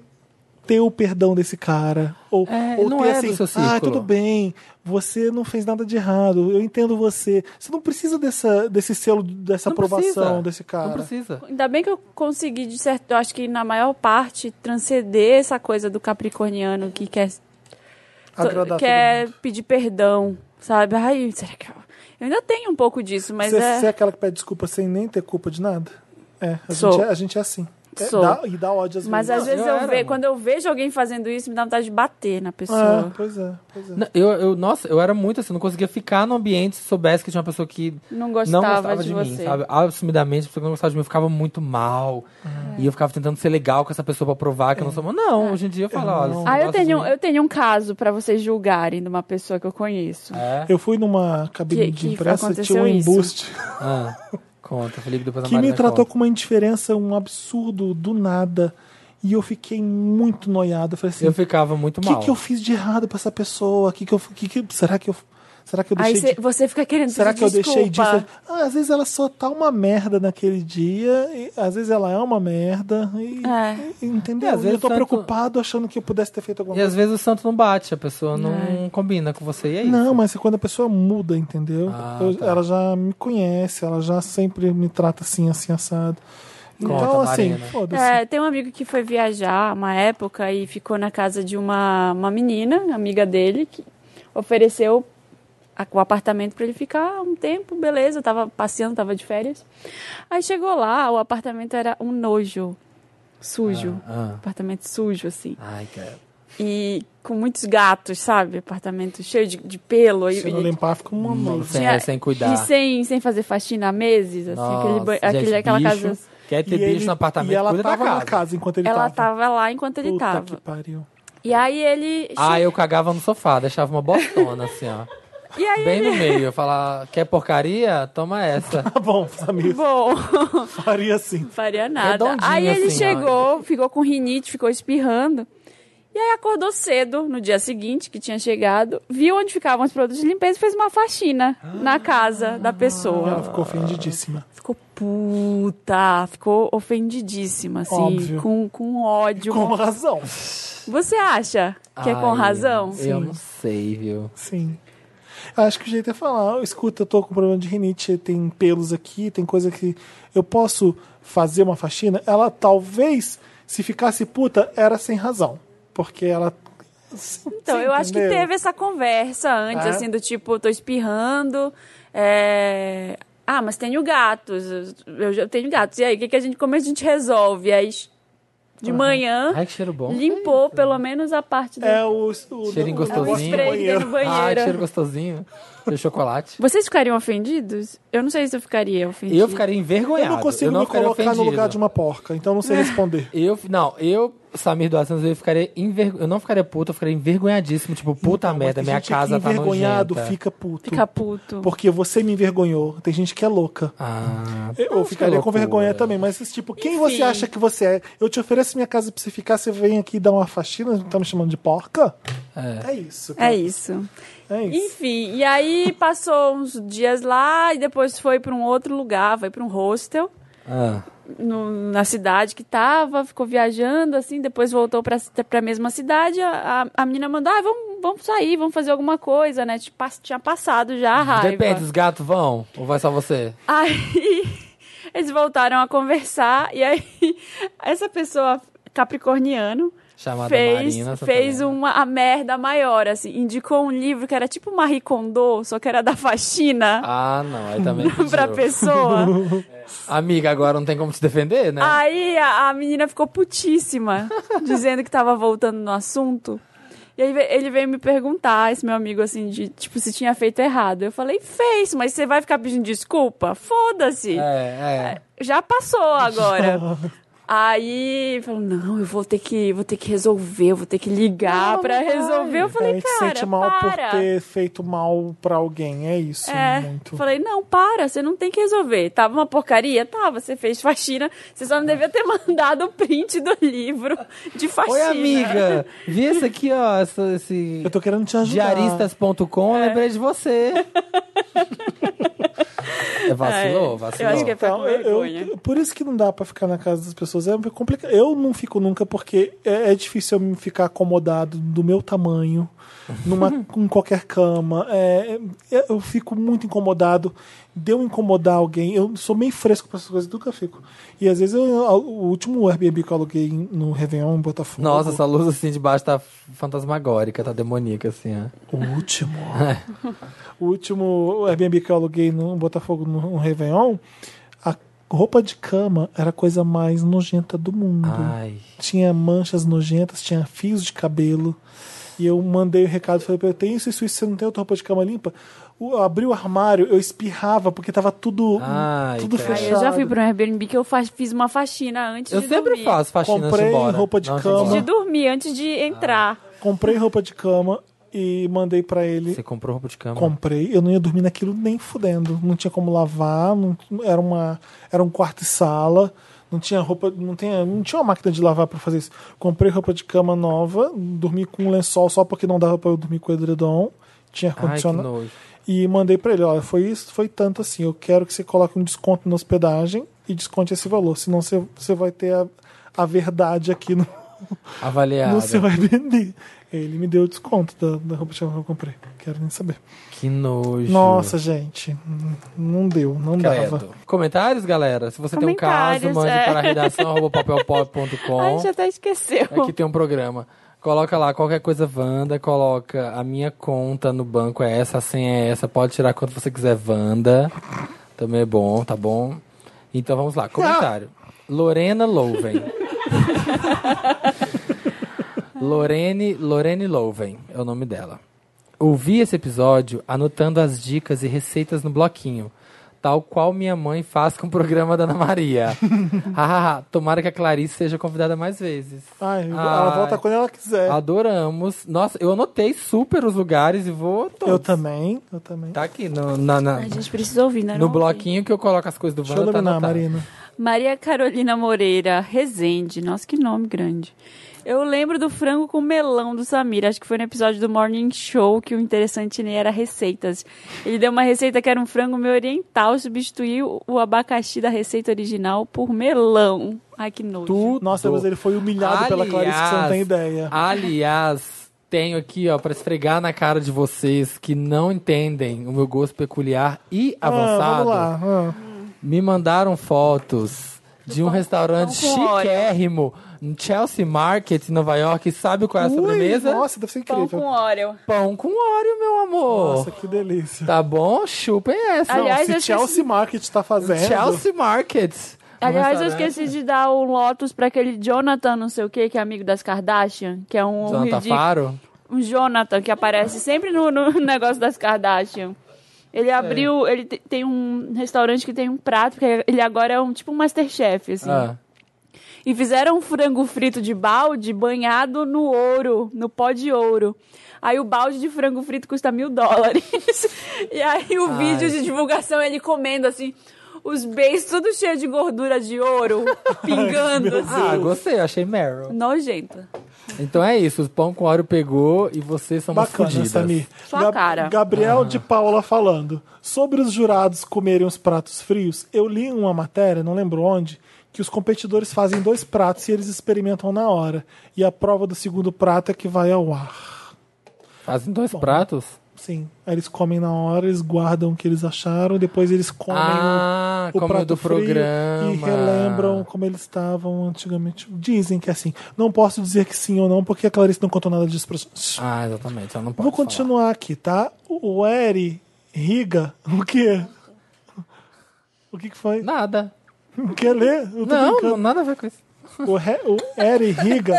ter o perdão desse cara. Ou, É, ou não ter é do assim, seu ah, círculo." tudo bem, você não fez nada de errado, eu entendo você. Você não precisa dessa, desse selo, dessa Não aprovação precisa. desse cara. Não precisa. Ainda bem que eu consegui, de certo, eu acho que na maior parte, transcender essa coisa do capricorniano que quer, Agradar quer todo mundo. pedir perdão, sabe? Ai, será que eu... Eu ainda tenho um pouco disso, mas Você, é... você é aquela que pede desculpa sem nem ter culpa de nada? É, a, Sou. gente é, a gente é assim. É, Sou. dá- e dá ódio às Mas às vezes. Ah, vezes eu eu era, vejo, mano. quando eu vejo alguém fazendo isso, me dá vontade de bater na Ah, pessoa. pois é, pois é. Não, Eu, eu, nossa, eu era muito assim, não conseguia ficar no ambiente se soubesse que tinha uma pessoa que Não gostava, É. não gostava de, de, mim, você. sabe? Assumidamente, a pessoa que não gostava de mim, eu ficava muito mal. É. E eu ficava tentando ser legal com essa pessoa pra provar que eu não sou. mal. Não, hoje em dia eu falo, olha. você não Ah, eu gosta de tenho, mim. eu tenho um caso pra vocês julgarem de uma pessoa que eu conheço. É? Eu fui numa cabine Que- de que imprensa, tinha aconteceu um isso? embuste. Ah, conta, Felipe, depois a que me Marina tratou conta. com uma indiferença, um absurdo do nada. E eu fiquei muito noiado. Eu falei assim, Eu ficava muito o mal. que, que eu fiz de errado pra essa pessoa? Que que eu, que que- será que eu será que eu Aí deixei cê- de, você fica querendo será pedir que eu deixei desculpa. disso? Ah, às vezes ela só tá uma merda naquele dia, e às vezes ela é uma merda, e, É. e- entendeu? E às E eu vezes tô tanto- preocupado achando que eu pudesse ter feito alguma E às coisa. vezes o santo não bate, a pessoa não combina com você. E é isso. Não, mas é quando a pessoa muda, entendeu? Ah, Eu- tá. Ela já me conhece, ela já sempre me trata assim, assim, assado. Conta, então, assim, Marina. foda-se. É, tem um amigo que foi viajar uma época e ficou na casa de uma, uma menina, amiga dele, que ofereceu a- o apartamento para ele ficar um tempo, beleza, tava passeando, tava de férias. Aí chegou lá, o apartamento era um nojo, sujo, Ah. apartamento sujo assim. Ai, cara. E com muitos gatos, sabe? Apartamento cheio de, de pelo e- Se não e- limpar, fica uma noite. Sem, Tinha- sem cuidar. E sem, sem fazer faxina há meses, assim, aquele, Nossa, ba- gente, aquele- aquela bicho, casa. Quer ter E bicho ele- no apartamento, E ela cuida tava da na casa enquanto ele Ela tava. tava lá enquanto ele Puta tava. que pariu. E aí ele. Ah, eu cagava no sofá, deixava uma bostona assim, ó. E aí Bem ele. no meio. Eu falava, quer porcaria? Toma essa. Tá bom, Samir, Bom, faria assim. faria nada. Redondinho Aí ele assim, ó. chegou, ficou com rinite, ficou espirrando. E aí acordou cedo, no dia seguinte, que tinha chegado, viu onde ficavam os produtos de limpeza e fez uma faxina na casa da E ela Ah. pessoa. ficou ofendidíssima. Ficou puta, ficou ofendidíssima, assim, Óbvio. com, com ódio. Com razão. Você acha que é com Ai, razão? Eu não sei, viu? Sim. Acho que o jeito é falar, escuta, eu tô com problema de rinite, tem pelos aqui, tem coisa que eu posso fazer uma faxina. Ela talvez, se ficasse puta, era sem razão. Porque ela. Então, eu acho que teve essa conversa antes, É. assim, do tipo, tô espirrando. é, Ah, mas tenho gatos. Eu já tenho gatos. E aí, o que, que a gente, como a gente resolve? Aí, de Uhum. manhã, Ai, que cheiro é bom. limpou pelo menos a parte do É o. o Cheirinho o- o negócio do gostosinho. spray que tem no banheiro. Ai, banheiro. que cheiro gostosinho. Cheiro de chocolate. Vocês ficariam ofendidos? Eu não sei se eu ficaria ofendido. Eu ficaria envergonhado. Eu não consigo me ficaria colocar no ofendido. Ah, lugar de uma porca, então eu não sei responder. Eu, não, eu, Samir do Santos, eu ficaria enver... Eu não ficaria puto, eu ficaria envergonhadíssimo. Tipo, puta merda, Então, Tem minha gente que casa tá envergonhado nojenta. fica puto. Ficar puto. Porque você me envergonhou. Tem gente que é louca. Ah, acho que Eu é ficaria com loucura. vergonha também, mas tipo, quem você acha que você é? Eu te ofereço minha casa pra você ficar, você vem aqui dar uma faxina, tá me chamando de porca? É, isso. cara. É isso. É isso. Enfim, e aí passou uns dias lá e depois foi pra um outro lugar, foi pra um hostel. Ah, no- na cidade que tava, ficou viajando, assim, depois voltou pra, pra mesma cidade, a, a- a menina mandou, ah, vamos, vamos sair, vamos fazer alguma coisa, né? Tipo, pass- tinha passado já a raiva. Depende, os gatos vão? Ou vai só você? Aí eles voltaram a conversar, e aí essa pessoa capricorniano Chamada fez, Marina. Santa fez um Helena. uma a merda maior, assim, indicou um livro que era tipo Marie Kondo, só que era da faxina Ah, não, aí também pra pediu. pessoa. Amiga, agora não tem como te defender, É. né? Aí a, a menina ficou putíssima, dizendo que tava voltando no assunto. E aí ve- ele veio me perguntar, esse meu amigo, assim, de tipo, se tinha feito errado. Eu falei, fez, mas você vai ficar pedindo desculpa? Foda-se. É, é. Já passou agora. Aí falou, não, eu vou ter que, vou ter que resolver, eu vou ter que ligar pra resolver. Eu a falei, gente cara, É sente mal para. por ter feito mal pra alguém, é isso. É, muito. falei, não, para, você não tem que resolver. Tava uma porcaria? Tava, você fez faxina, você só não devia ter mandado o print do livro de faxina. Oi, amiga. Vi esse aqui, ó, essa- esse Eu tô querendo te ajudar. diaristas.com, eu lembrei de você. É, vacilou, vacilou. É, eu acho que é- Então, Ficar com eu- vergonha. eu- por isso que não dá pra ficar na casa das pessoas. É complicado. Eu não fico nunca porque é, é difícil eu me ficar acomodado do meu tamanho numa, em qualquer cama. É, é, eu fico muito incomodado. Deu incomodar alguém. Eu sou meio fresco pra essas coisas, nunca fico. E às vezes eu, o último Airbnb que eu aluguei em- no Réveillon em Botafogo. Nossa, essa luz assim de baixo tá fantasmagórica, tá demoníaca, assim, ó. O último. o último Airbnb que eu aluguei no Botafogo no, no Réveillon, a roupa de cama era a coisa mais nojenta do mundo. Ai. Tinha manchas nojentas, tinha fios de cabelo. E eu mandei o recado, falei pra ele, tem isso, isso, isso, você não tem outra roupa de cama limpa? O, abri o armário, eu espirrava, porque tava tudo, Ai, tudo cara. Aí fechado. eu já fui pra um Airbnb que eu fa- fiz uma faxina antes Eu de sempre dormir. faço faxina antes de Comprei ir embora. roupa de Não, antes cama. Antes de embora. dormir, antes de entrar. Comprei roupa de cama e mandei pra ele. Você comprou roupa de cama? Comprei, eu não ia dormir naquilo nem fudendo. Não tinha como lavar, não- era, uma, era um quarto e sala, não tinha roupa, não tinha, não tinha uma máquina de lavar pra fazer isso. Comprei roupa de cama nova, dormi com um lençol só porque não dava pra eu dormir com o edredom, tinha Ai, que ar-condicionado. nojo. E mandei pra ele: olha, foi isso, foi tanto assim. Eu quero que você coloque um desconto na hospedagem e desconte esse valor, senão você, você vai ter a, a verdade aqui no, Avaliada. no seu Airbnb. Ele me deu o desconto da, da roupa de cama que eu comprei, quero nem saber. Que nojo. Nossa, gente. Não deu, não dava. Credo. Comentários, galera? Se você tem um caso, Comentários, mande é. para redação arroba A papelpop.com. gente até esqueceu. Aqui tem um programa. Coloca lá qualquer coisa Wanda, coloca a minha conta no banco é essa, a senha é essa, pode tirar quanto você quiser Wanda. Também é bom, tá bom? Então vamos lá, comentário. Lorena Louven. Lorene, Lorene Louven é o nome dela. Ouvi esse episódio anotando as dicas e receitas no bloquinho, tal qual minha mãe faz com o programa da Ana Maria. Hahaha, tomara que a Clarice seja convidada mais vezes. Ai, ela Ai. volta quando ela quiser. Adoramos. Nossa, eu anotei super os lugares e vou. todos. Eu também, eu também. Tá aqui no, na- na- A gente precisa ouvir, né? no Não ouvi. bloquinho que eu coloco as coisas do Deixa eu Wanda. Tá dominar, anotado. Marina. Maria Carolina Moreira Rezende. Nossa, que nome grande. Eu lembro do frango com melão do Samir. Acho que foi no episódio do Morning Show que o interessante nele era receitas. Ele deu uma receita que era um frango meio oriental, substituiu o abacaxi da receita original por melão. Ai, que nojo. Tu, nossa, mas ele foi humilhado pela Clarice, que você não tem ideia. Aliás, tenho aqui, ó, pra esfregar na cara de vocês que não entendem o meu gosto peculiar e Ah, avançado. vamos lá. ah. Me mandaram fotos de um restaurante pão com óleo. chiquérrimo no Chelsea Market, em Nova York. E sabe qual é a Ui, sobremesa? Tá Nossa, deve ser Pão incrível. com óleo. Pão com óleo, meu amor. Nossa, que delícia. Tá bom? Chupem essa. Aliás, Se eu esqueci- Chelsea Market tá fazendo. Chelsea Market. Um Aliás, eu restaurante. esqueci de dar o Lotus pra aquele Jonathan, não sei o que, que é amigo das Kardashian, que é um, Jonathan ridículo- Faro? um Jonathan que aparece sempre no, no negócio das Kardashian. Ele É. abriu, ele te- tem um restaurante que tem um prato, que ele agora é um tipo um Masterchef, assim. Ah. E fizeram um frango frito de balde banhado no ouro, no pó de ouro. Aí o balde de frango frito custa mil dólares. E aí o Ai. vídeo de divulgação ele comendo assim. Os beijos tudo cheio de gordura de ouro, pingando Ah, assim. gostei, achei Meryl. Nojento. Então é isso, o pão com óleo pegou e vocês são umas Bacana, fodidas. Samir. Sua cara. Gabriel de Paula falando. Sobre os jurados comerem os pratos frios, eu li uma matéria, não lembro onde, que os competidores fazem dois pratos e eles experimentam na hora. E a prova do segundo prato é que vai ao ar. Fazem dois pratos? Sim. Aí eles comem na hora, eles guardam o que eles acharam, depois eles comem Ah, o, o comem o prato do frio programa. e relembram como eles estavam antigamente. Dizem que é assim. Não posso dizer que sim ou não, porque a Clarice não contou nada disso pra gente. Ah, exatamente, eu não posso Vou continuar aqui, tá? O o Eri Riga, o quê? O que, que foi? falar. Nada. Quer ler? Eu tô Não, brincando. não, nada a ver com isso. O, Re- o Eri Riga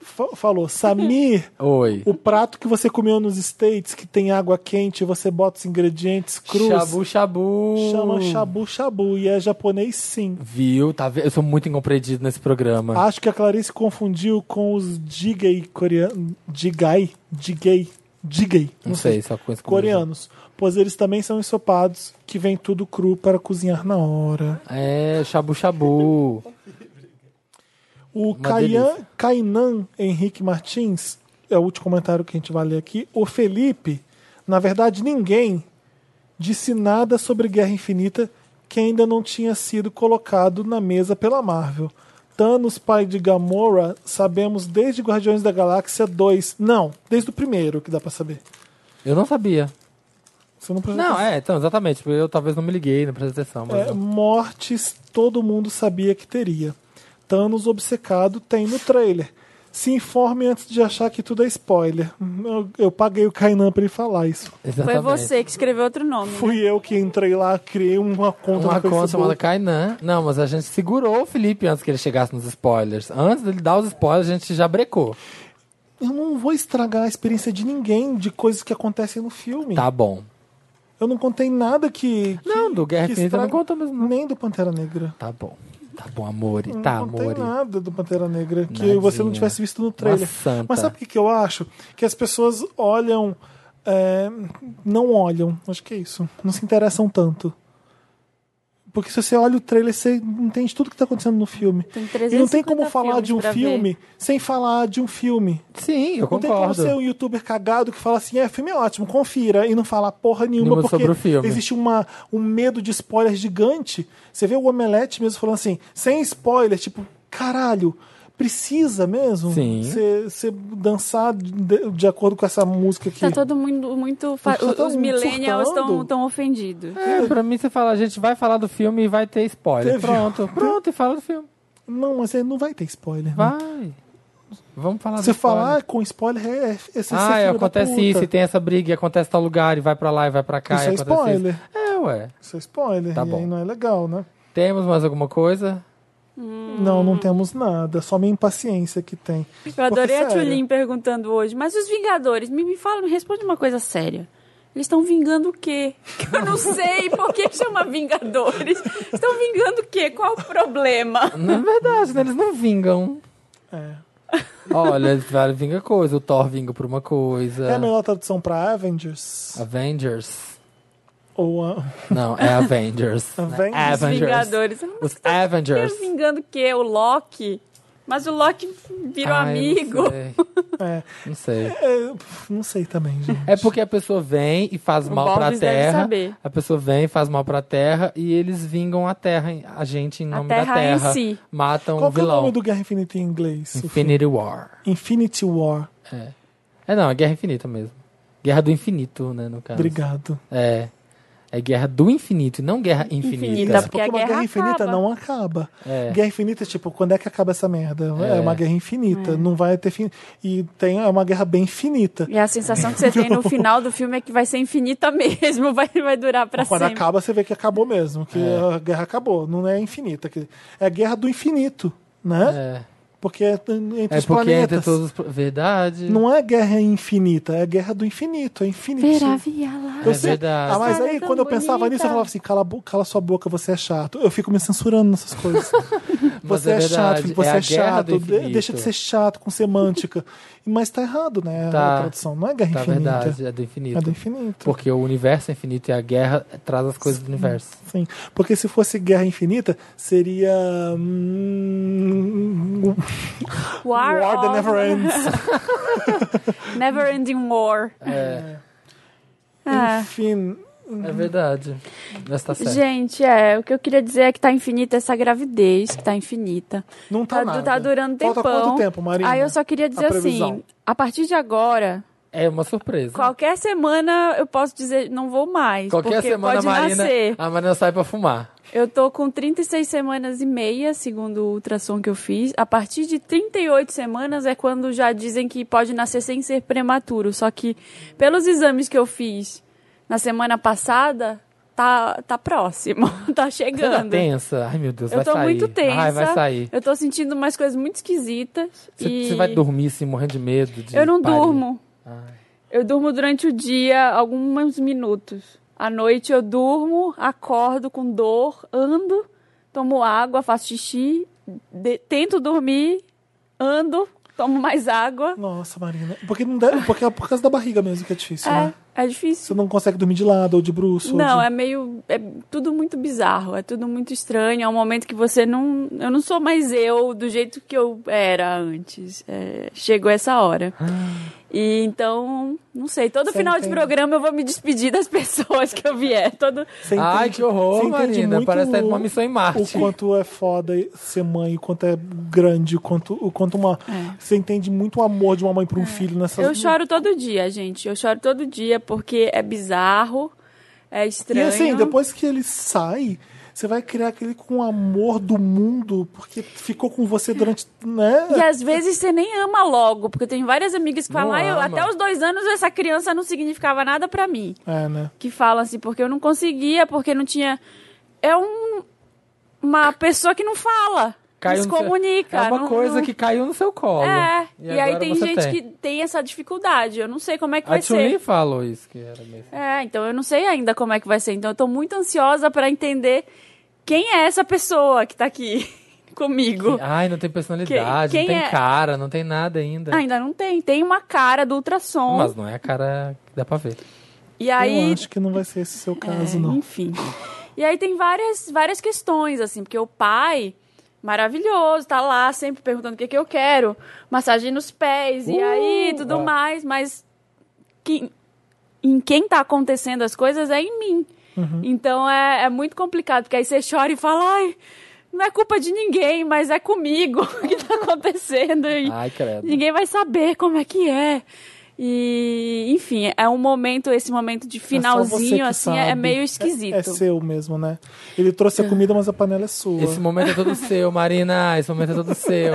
fa- falou: Samir, Oi. o prato que você comeu nos States, que tem água quente, você bota os ingredientes crus. Shabu Shabu. Chama Shabu Shabu e é japonês sim. Viu? Tá vendo? Eu sou muito incompreendido nesse programa. Acho que a Clarice confundiu com os Jigei coreanos. Jigai? Jigei? Jigei. não sei, só com esse Coreanos. Pois eles também são ensopados, que vem tudo cru para cozinhar na hora. É, Shabu Shabu. O Uma Kainan, delícia. Kainan Henrique Martins, é o último comentário que a gente vai ler aqui. O Felipe, na verdade, ninguém disse nada sobre Guerra Infinita que ainda não tinha sido colocado na mesa pela Marvel. Thanos, pai de Gamora, sabemos desde Guardiões da Galáxia 2. Não, desde o primeiro que dá pra saber. Eu não sabia. Você não precisa Não, é, então, exatamente. Tipo, Eu talvez não me liguei, não prestei atenção. Mas É, mortes todo mundo sabia que teria. Thanos obcecado tem no trailer. Se informe antes de achar que tudo é spoiler. Eu, eu paguei o Kainan pra ele falar isso. Foi exatamente. você que escreveu outro nome. né? Fui eu que entrei lá, criei uma conta Uma no conta Facebook. chamada Kainan. Não, mas a gente segurou o Felipe antes que ele chegasse nos spoilers. Antes dele dar os spoilers, a gente já brecou. Eu não vou estragar a experiência de ninguém de coisas que acontecem no filme. Tá bom. Eu não contei nada que. que- Não, do Guerra que Infinita não estraga- conta mesmo, não. Nem do Pantera Negra. Tá bom. Tá bom, amore. Não Tá, contei amore. nada do Pantera Negra que Nadinha. você não tivesse visto no trailer. Uma santa. Mas sabe o que, que eu acho? Que as pessoas olham. é, não olham. Acho que é isso. Não se interessam tanto. Porque se você olha o trailer, você entende tudo que tá acontecendo no filme. Tem E não tem como 350 falar de um filmes pra filme sem falar de um filme. Sim, eu não tem como concordo. ser um youtuber cagado que fala assim, é, filme é ótimo, confira, e não fala porra nenhuma, Nenhuma porque sobre o filme. existe uma, um medo de spoiler gigante. Você vê o Omelete mesmo falando assim, sem spoiler, tipo, caralho, precisa mesmo Sim. você você dançar de, de acordo com essa música aqui. Tá todo mundo muito. fa- Tá todo Os mundo millennials surtando. estão tão ofendidos. É, pra mim você fala, a gente vai falar do filme e vai ter spoiler. Teve. Pronto, pronto, e fala do filme. Não, mas aí não vai ter spoiler. né? Vai. Vamos falar Você do spoiler. falar com spoiler é, é, é, ser Ah, é, filho da acontece puta. isso, e tem essa briga, e acontece tal lugar, e vai pra lá, e vai pra cá, Isso e é acontece spoiler. isso. É, ué. Isso é spoiler, Tá e bom. aí não é legal, né? Temos mais alguma coisa? Não, não temos nada, só minha impaciência que tem. Eu adorei a sério. Tulin perguntando hoje, mas os Vingadores, me, me fala, me responde uma coisa séria. Eles estão vingando o quê? Que eu não sei por que chama Vingadores. Estão vingando o quê? Qual o problema? Não é verdade, né? Eles não vingam. É. Olha, eles vai- vinga coisa, o Thor vinga por uma coisa. É a melhor tradução pra Avengers? Avengers. Ou a... Não, é Avengers. Avengers. É Os Vingadores. Os Eu Avengers. vingando o quê? O Loki? Mas o Loki virou Ai, amigo. Não sei. É, Não sei. é, pff, não sei também, gente. É porque a pessoa vem e faz O mal pra Boris deve terra. saber. A pessoa vem e faz mal pra terra e eles vingam a terra, em- a gente em A nome da terra, em terra. si. Matam Qual o que é o nome um vilão. do Guerra Infinita em inglês? Infinity War. Infinity War. É não, é Guerra Infinita mesmo. Guerra do Infinito, né, no caso. Obrigado. É. É Guerra do Infinito e não Guerra Infinita. Infinita. Porque Porque a uma guerra guerra infinita acaba. não acaba. É. Guerra infinita, tipo, quando é que acaba essa merda? É, É. uma guerra infinita, não vai ter fim. E tem é uma guerra bem finita. E a sensação que você tem no final do filme é que vai ser infinita mesmo, vai, vai durar pra quando sempre. acaba, você vê que acabou mesmo, que a guerra acabou, não é infinita. que- É a guerra do infinito, né? É. Porque é entre É os porque planetas. entre todos os. pla- Verdade. Não é guerra infinita, é guerra do infinito, é infinito. Verá, via lá. É verdade. Ah, mas Ela é aí, tão quando eu pensava bonita. nisso, eu falava assim: cala, a bo- cala sua boca, você é chato. Eu fico me censurando nessas coisas. Mas você é, é chato, verdade, Felipe, você é é, a guerra chato. do de- infinito. Deixa de ser chato com semântica. mas tá errado, né? Tá. A tradução não é guerra Tá infinita. verdade, é do infinito. É do infinito. Porque o universo é infinito e a guerra traz as coisas do universo. Sim. Porque se fosse guerra infinita, seria. hum, War War, that of- never ends. Never Ending War. É, É. Enfim. é verdade. Mas tá certo. Gente, é, o que eu queria dizer é que tá infinita essa gravidez, que tá infinita. Não tá, Tá- nada. tá durando Falta tempão. quanto tempo, Marina? Aí eu só queria dizer assim, previsão. a partir de agora, É uma surpresa. qualquer semana eu posso dizer não vou mais, Qualquer porque semana a pode Marina, nascer. a Marina sai pra fumar. Eu tô com 36 semanas e meia, segundo o ultrassom que eu fiz. A partir de 38 semanas é quando já dizem que pode nascer sem ser prematuro. Só que pelos exames que eu fiz na semana passada, tá, tá próximo, tá Você tá chegando. tensa? Ai, meu Deus, Eu vai tô sair. muito tensa. Ai, vai sair. Eu tô sentindo umas coisas muito esquisitas. Você, e você vai dormir assim, morrendo de medo. de Eu não parir. durmo. Ai. Eu durmo durante o dia alguns minutos. À noite eu durmo, acordo com dor, ando, tomo água, faço xixi, de- tento dormir, ando, tomo mais água. Nossa, Marina. Porque, não deve, porque é por causa da barriga mesmo que é difícil, né? É, é Você difícil. não consegue dormir de lado ou de bruxo. Não, ou de... é meio. É tudo muito bizarro, é tudo muito estranho. É um momento que você não. Eu não sou mais eu do jeito que eu era antes. É, chegou essa hora. E então, não sei. Todo Ah. Você final de entende. programa eu vou me despedir das pessoas que eu vier. Todo, Você Ai, entende- que horror, você entende Marina. muito Parece que tá indo o- uma missão em Marte. O quanto é foda ser mãe, o quanto é grande, o quanto, o quanto uma. Você entende muito o amor de uma mãe para um filho nessas É. Eu choro todo dia, gente. Eu choro todo dia porque é bizarro, é E estranho. assim, depois que ele sai, você vai criar aquele com amor do mundo, porque ficou com você durante. né? E às vezes você nem ama logo, porque tem várias amigas que Não falam, "Ah, eu, ama. até os dois anos essa criança não significava nada pra mim. É, né? Que falam assim, porque eu não conseguia, porque não tinha. É um, uma pessoa que não fala, não se no seu- comunica. É uma não- coisa não- que caiu no seu colo. É, e, aí agora tem você gente que tem essa dificuldade. Eu não sei como é que A vai ser. Tchulin falou isso que era assim. mesmo. É, então eu não sei ainda como é que vai ser. Então eu tô muito ansiosa pra entender quem é essa pessoa que tá aqui comigo. Ai, não tem personalidade, Quem- quem não tem é? cara, não tem nada ainda. Ainda não tem. Tem uma cara do ultrassom. Mas um não é a cara que dá pra ver. E aí. Eu acho que não vai ser esse seu caso, é, não. Enfim. E aí tem várias, várias questões, assim, porque o pai. Maravilhoso, tá lá sempre perguntando o que, que eu quero, massagem nos pés, e Uh, aí tudo ah. é. mais, mas que, em quem tá acontecendo as coisas é em mim. Uhum. Então é, é muito complicado, porque aí você chora e fala, ai, não é culpa de ninguém, mas é comigo que tá acontecendo. Ah, E Ai, credo. ninguém vai saber como é que é. E, enfim, é um momento, esse momento de é só você finalzinho, que assim, sabe. é meio esquisito. Ah. É, é seu mesmo, né? Ele trouxe a comida, mas a panela é sua. Esse momento é todo seu, Marina. Esse momento é todo seu.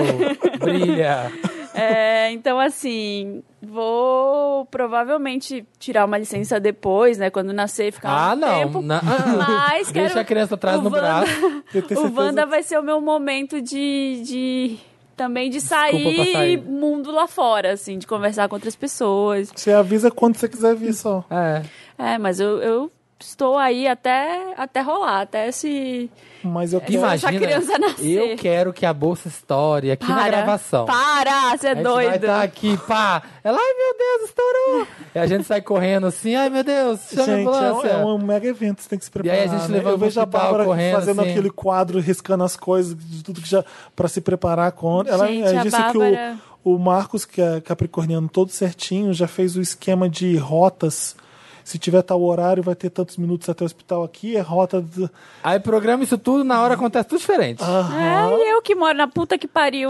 Brilha. É, então, assim, vou provavelmente tirar uma licença depois, né? Quando nascer, ficar Ah, um não. tempo. Na- ah, Mas quero... Deixa a criança atrás o no Wanda- braço. Eu tenho O certeza Wanda vai ser o meu momento de. de também de sair, pra sair. mundo lá fora, assim, de conversar com outras pessoas. Você avisa quando você quiser vir só. É. É, mas eu, eu estou aí até, até rolar, até se. Mas eu quero. Deixa a É. Imagina. criança nascer. Eu quero que a bolsa estoure aqui na gravação. Para, você é A gente vai tá doido. estar aqui, pá. Ela, ai meu Deus, estourou. E a gente sai correndo assim, ai meu Deus, chama a Gente, é um, ambulância. é um mega evento, você tem que se preparar. E aí a gente né? levando Eu vejo a pro hospital, Bárbara correndo, fazendo assim. aquele quadro, riscando as coisas, de tudo que já. pra se preparar contra. Ela Gente, ela a disse que Bárbara- o, o Marcos, que é capricorniano todo certinho, já fez o esquema de rotas. Se tiver tal horário, vai ter tantos minutos até o hospital aqui, é rota. do- Aí programa isso tudo, na hora acontece tudo diferente. É, e eu que moro na puta que pariu.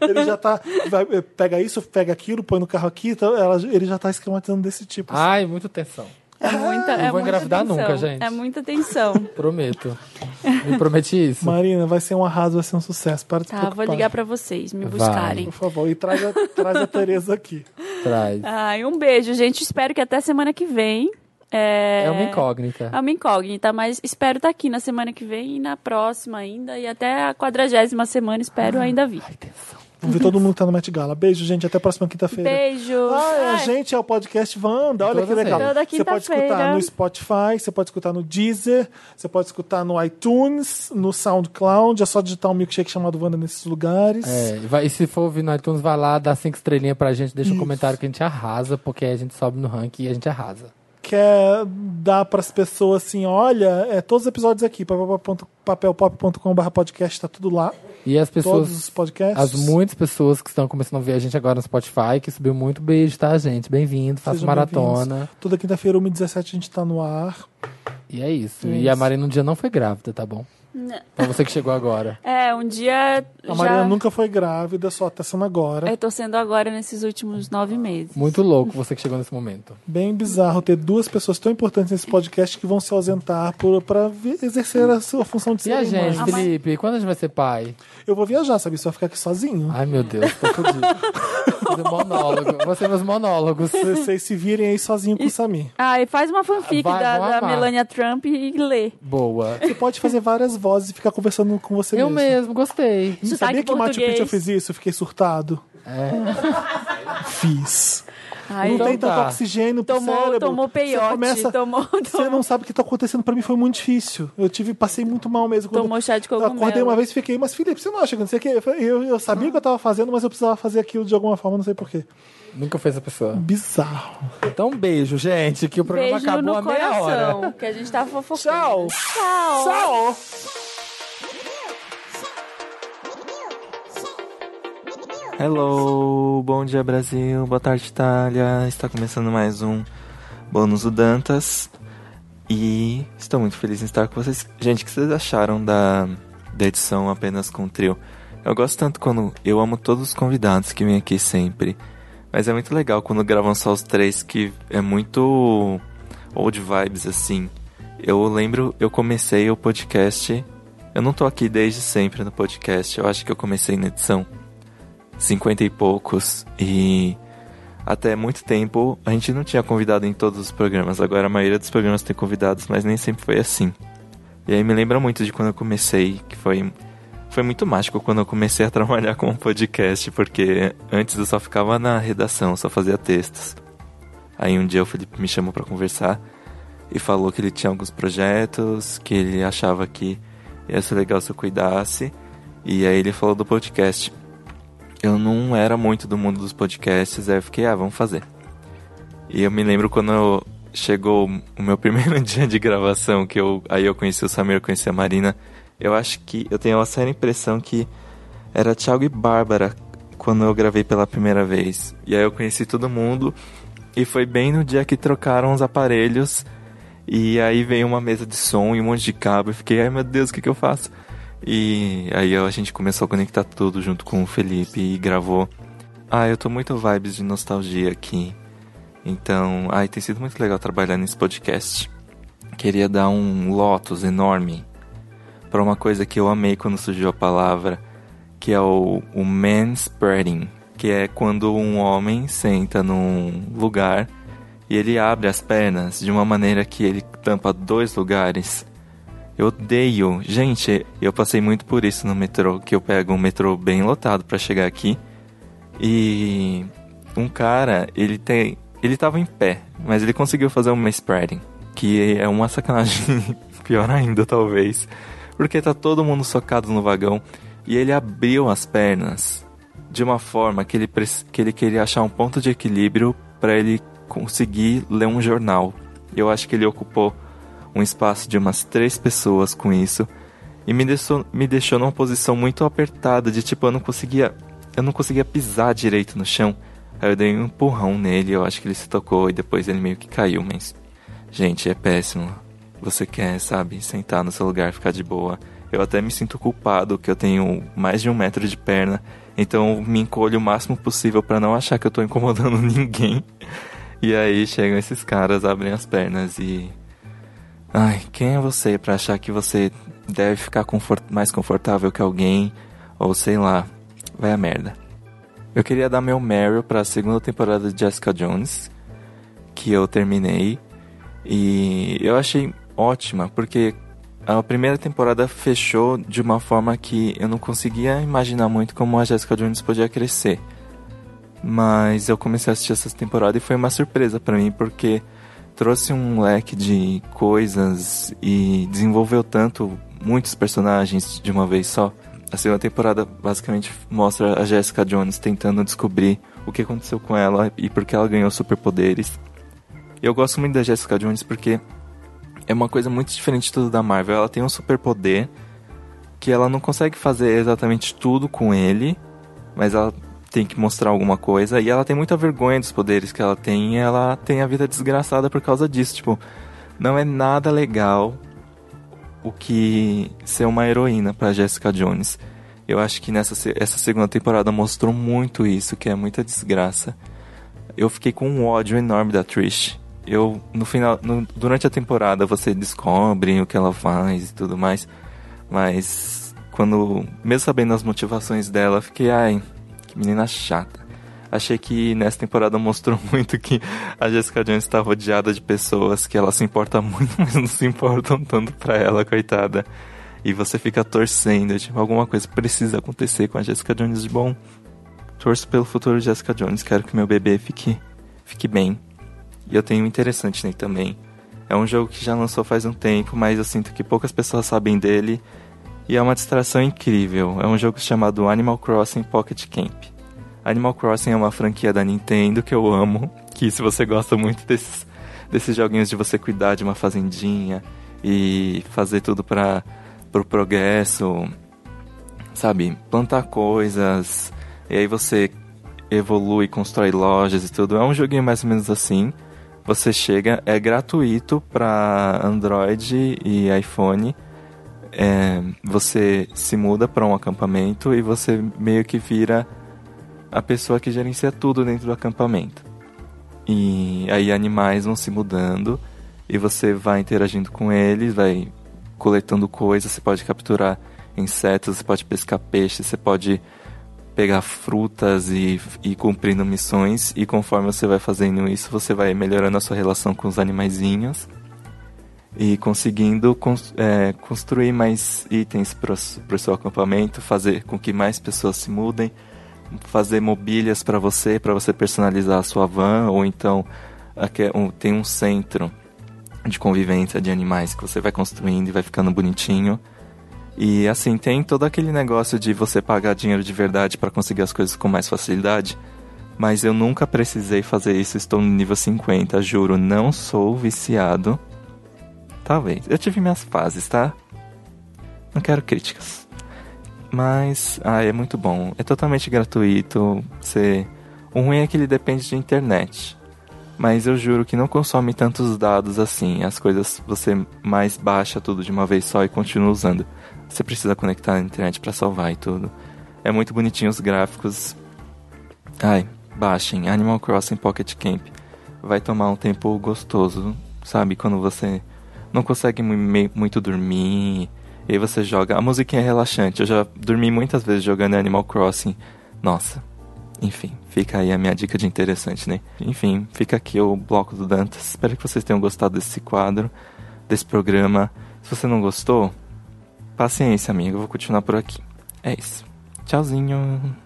Ele já tá. vai- pega isso, pega aquilo, põe no carro aqui, então ela- ele já tá esquematizando desse tipo. assim. Ai, muita tensão. É muita, Não é vou muita engravidar tensão. nunca, gente. É muita tensão. Prometo. Me prometi isso. Marina, vai ser um arraso, vai ser um sucesso. Para de se Tá, vou preocupar. ligar pra vocês, me Vai. buscarem. Por favor, e traz a, traz a Tereza aqui. Traz. Ai, um beijo, gente. Espero que até semana que vem. É, É uma incógnita. É uma incógnita, mas espero estar aqui na semana que vem e na próxima ainda. E até a quadragésima semana Ah, espero ainda vir. Vamos ver todo mundo que tá no Met Gala. Beijo, gente. Até a próxima quinta-feira. Beijo. Ah, a Ai, gente é o podcast Wanda. Olha Toda que legal. sexta. Toda Você pode escutar quinta-feira. no Spotify, você pode escutar no Deezer, você pode escutar no iTunes, no SoundCloud. É só digitar um milkshake chamado Wanda nesses lugares. É, e vai- e se for ouvir no iTunes, vai lá, dá cinco estrelinhas pra gente, deixa um comentário que a gente arrasa, porque aí a gente sobe no ranking e a gente arrasa. Quer dar é, pras pessoas assim: olha, é, todos os episódios aqui, papelpop.com.br podcast, tá tudo lá. E as Todos pessoas, os podcasts. as muitas pessoas que estão começando a ouvir a gente agora no Spotify, que subiu muito, beijo, tá, gente? Bem-vindo, faça Sejam maratona. bem-vindos. Toda quinta-feira, 1h17, a gente tá no ar. E é isso. É E a isso. Marina um dia não foi grávida, tá bom? Pra você que chegou agora. É, um dia A Marina já... É. nunca foi grávida, só tá sendo agora. Eu tô sendo agora nesses últimos nove meses. Muito louco você que chegou nesse momento. Bem bizarro ter duas pessoas tão importantes nesse podcast que vão se ausentar por- pra vi- exercer a sua função de E ser a mãe. gente, mãe. Felipe? Quando a gente vai ser pai? Eu vou viajar, sabe? Só ficar aqui sozinho. Ai, meu Deus, tô fudido. Fazer é monólogo. Vou ser meus monólogos. Vocês se virem aí sozinho com o Samir. Ah, e faz uma fanfic Vai, vão da, da amar. Melania Trump e lê. Boa. Você pode fazer várias vozes e ficar conversando com você Eu mesmo. mesmo, gostei. Não Sotaque sabia que em Machu português. Picchu eu fiz isso? Eu fiquei surtado. É. Fiz. Ai, não então tem tanto tá. oxigênio pro tomou, cérebro. tomou Você peiote, começa... tomou, Você tomou- não sabe o que tá acontecendo. Pra mim foi muito difícil. Eu tive, passei muito mal mesmo. Quando Tomou chá de eu cogumelo. acordei uma vez e fiquei, mas Felipe, você não acha que não sei o quê? Eu, falei, eu, eu sabia o que eu tava fazendo, mas eu precisava fazer aquilo de alguma forma, não sei porquê. Nunca foi essa pessoa. Bizarro. Então, um beijo, gente, que o programa Beijo acabou no a meia hora. coração, que a gente tá fofocando. Tchau. Tchau. Tchau! Hello, bom dia Brasil, boa tarde Itália. Está começando mais um bônus do Dantas e estou muito feliz em estar com vocês. Gente, o que vocês acharam da, da edição apenas com o trio? Eu gosto tanto quando eu amo todos os convidados que vêm aqui sempre, mas é muito legal quando gravam só os três que é muito old vibes assim. Eu lembro, eu comecei o podcast. Eu não tô aqui desde sempre no podcast. Eu acho que eu comecei na edição 50 e poucos. E até muito tempo a gente não tinha convidado em todos os programas. Agora a maioria dos programas tem convidados, mas nem sempre foi assim. E aí me lembra muito de quando eu comecei, que foi foi muito mágico quando eu comecei a trabalhar com o podcast, porque antes eu só ficava na redação, só fazia textos. Aí um dia o Felipe me chamou pra conversar e falou que ele tinha alguns projetos, que ele achava que ia ser legal se eu cuidasse. E aí ele falou do podcast eu não era muito do mundo dos podcasts, aí eu fiquei, ah, vamos fazer. E eu me lembro quando eu- chegou o meu primeiro dia de gravação, que eu aí eu conheci o Samir, eu conheci a Marina. Eu acho que eu tenho uma séria impressão que era Thiago e Bárbara quando eu gravei pela primeira vez. E aí eu conheci todo mundo e foi bem no dia que trocaram os aparelhos. E aí veio uma mesa de som e um monte de cabo. Eu fiquei, ai meu Deus, o que, que eu faço? E aí a gente começou a conectar tudo junto com o Felipe e gravou. Ah, eu tô muito vibes de nostalgia aqui. Então, ai, tem sido muito legal trabalhar nesse podcast. Queria dar um lotus enorme pra uma coisa que eu amei quando surgiu a palavra, que é o, o manspreading, que é quando um homem senta num lugar e ele abre as pernas de uma maneira que ele tampa dois lugares. Eu odeio. Gente, eu passei muito por isso no metrô, que eu pego um metrô bem lotado pra chegar aqui. E um cara, ele tem, ele tava em pé, mas ele conseguiu fazer uma spreading, que é uma sacanagem pior ainda talvez, porque tá todo mundo socado no vagão e ele abriu as pernas de uma forma que ele, prec- que ele queria achar um ponto de equilíbrio para ele conseguir ler um jornal. Eu acho que ele ocupou um espaço de umas três pessoas com isso e me deixou, me deixou numa posição muito apertada de tipo eu não conseguia eu não conseguia pisar direito no chão. Aí eu dei um empurrão nele, eu acho que ele se tocou e depois ele meio que caiu, mas gente, é péssimo. Você quer, sabe, sentar no seu lugar, ficar de boa. Eu até me sinto culpado que eu tenho mais de um metro de perna, então eu me encolho o máximo possível pra não achar que eu tô incomodando ninguém. E aí chegam esses caras, abrem as pernas e Ai, quem é você pra achar que você deve ficar confort- mais confortável que alguém? Ou sei lá, vai a merda. Eu queria dar meu Meryl pra segunda temporada de Jessica Jones, que eu terminei. E eu achei ótima, porque a primeira temporada fechou de uma forma que eu não conseguia imaginar muito como a Jessica Jones podia crescer. Mas eu comecei a assistir essa temporada e foi uma surpresa pra mim, porque trouxe um leque de coisas e desenvolveu tanto muitos personagens de uma vez só. A segunda temporada basicamente mostra a Jessica Jones tentando descobrir o que aconteceu com ela e por que ela ganhou superpoderes. Eu gosto muito da Jessica Jones porque é uma coisa muito diferente de tudo da Marvel. Ela tem um superpoder que ela não consegue fazer exatamente tudo com ele, mas ela tem que mostrar alguma coisa. E ela tem muita vergonha dos poderes que ela tem. E ela tem a vida desgraçada por causa disso. Tipo, não é nada legal o que ser uma heroína pra Jessica Jones. Eu acho que nessa se- essa segunda temporada mostrou muito isso, que é muita desgraça. Eu fiquei com um ódio enorme da Trish. Eu no final, no- durante a temporada você descobre o que ela faz e tudo mais, mas quando mesmo sabendo as motivações dela, eu fiquei ai, que menina chata. Achei que nessa temporada mostrou muito que a Jessica Jones está rodeada de pessoas que ela se importa muito, mas não se importam tanto pra ela, coitada. E você fica torcendo, tipo, alguma coisa precisa acontecer com a Jessica Jones de bom. Torço pelo futuro de Jessica Jones, quero que meu bebê fique, fique bem. E eu tenho um interessante nele também. É um jogo que já lançou faz um tempo, mas eu sinto que poucas pessoas sabem dele. E é uma distração incrível. É um jogo chamado Animal Crossing Pocket Camp. Animal Crossing é uma franquia da Nintendo que eu amo. Que se você gosta muito desses, desses joguinhos de você cuidar de uma fazendinha e fazer tudo para pro progresso, sabe, plantar coisas, e aí você evolui, constrói lojas e tudo. É um joguinho mais ou menos assim. Você chega, é gratuito para Android e iPhone. É, você se muda para um acampamento e você meio que vira a pessoa que gerencia tudo dentro do acampamento. E aí animais vão se mudando e você vai interagindo com eles, vai coletando coisas, você pode capturar insetos, você pode pescar peixes, você pode pegar frutas e ir cumprindo missões e conforme você vai fazendo isso, você vai melhorando a sua relação com os animaizinhos e conseguindo cons- é, construir mais itens para o seu acampamento, fazer com que mais pessoas se mudem, fazer mobílias para você, para você personalizar a sua van, ou então aque- um- tem um centro de convivência de animais que você vai construindo e vai ficando bonitinho. E assim, tem todo aquele negócio de você pagar dinheiro de verdade para conseguir as coisas com mais facilidade. Mas eu nunca precisei fazer isso, estou no nível 50, juro, não sou viciado. Talvez. Eu tive minhas fases, tá? Não quero críticas. Mas, ah, é muito bom. É totalmente gratuito. Você... O ruim é que ele depende de internet. Mas eu juro que não consome tantos dados assim. As coisas você mais baixa tudo de uma vez só e continua usando. Você precisa conectar a internet pra salvar e tudo. É muito bonitinho os gráficos. Ai, baixem. Animal Crossing Pocket Camp. Vai tomar um tempo gostoso, sabe? Quando você não consegue mu- me- muito dormir. E aí você joga. A musiquinha é relaxante. Eu já dormi muitas vezes jogando Animal Crossing. Nossa. Enfim, fica aí a minha dica de interessante, né? Enfim, fica aqui o bloco do Dantas. Espero que vocês tenham gostado desse quadro, desse programa. Se você não gostou, paciência, amigo. Eu vou continuar por aqui. É isso. Tchauzinho.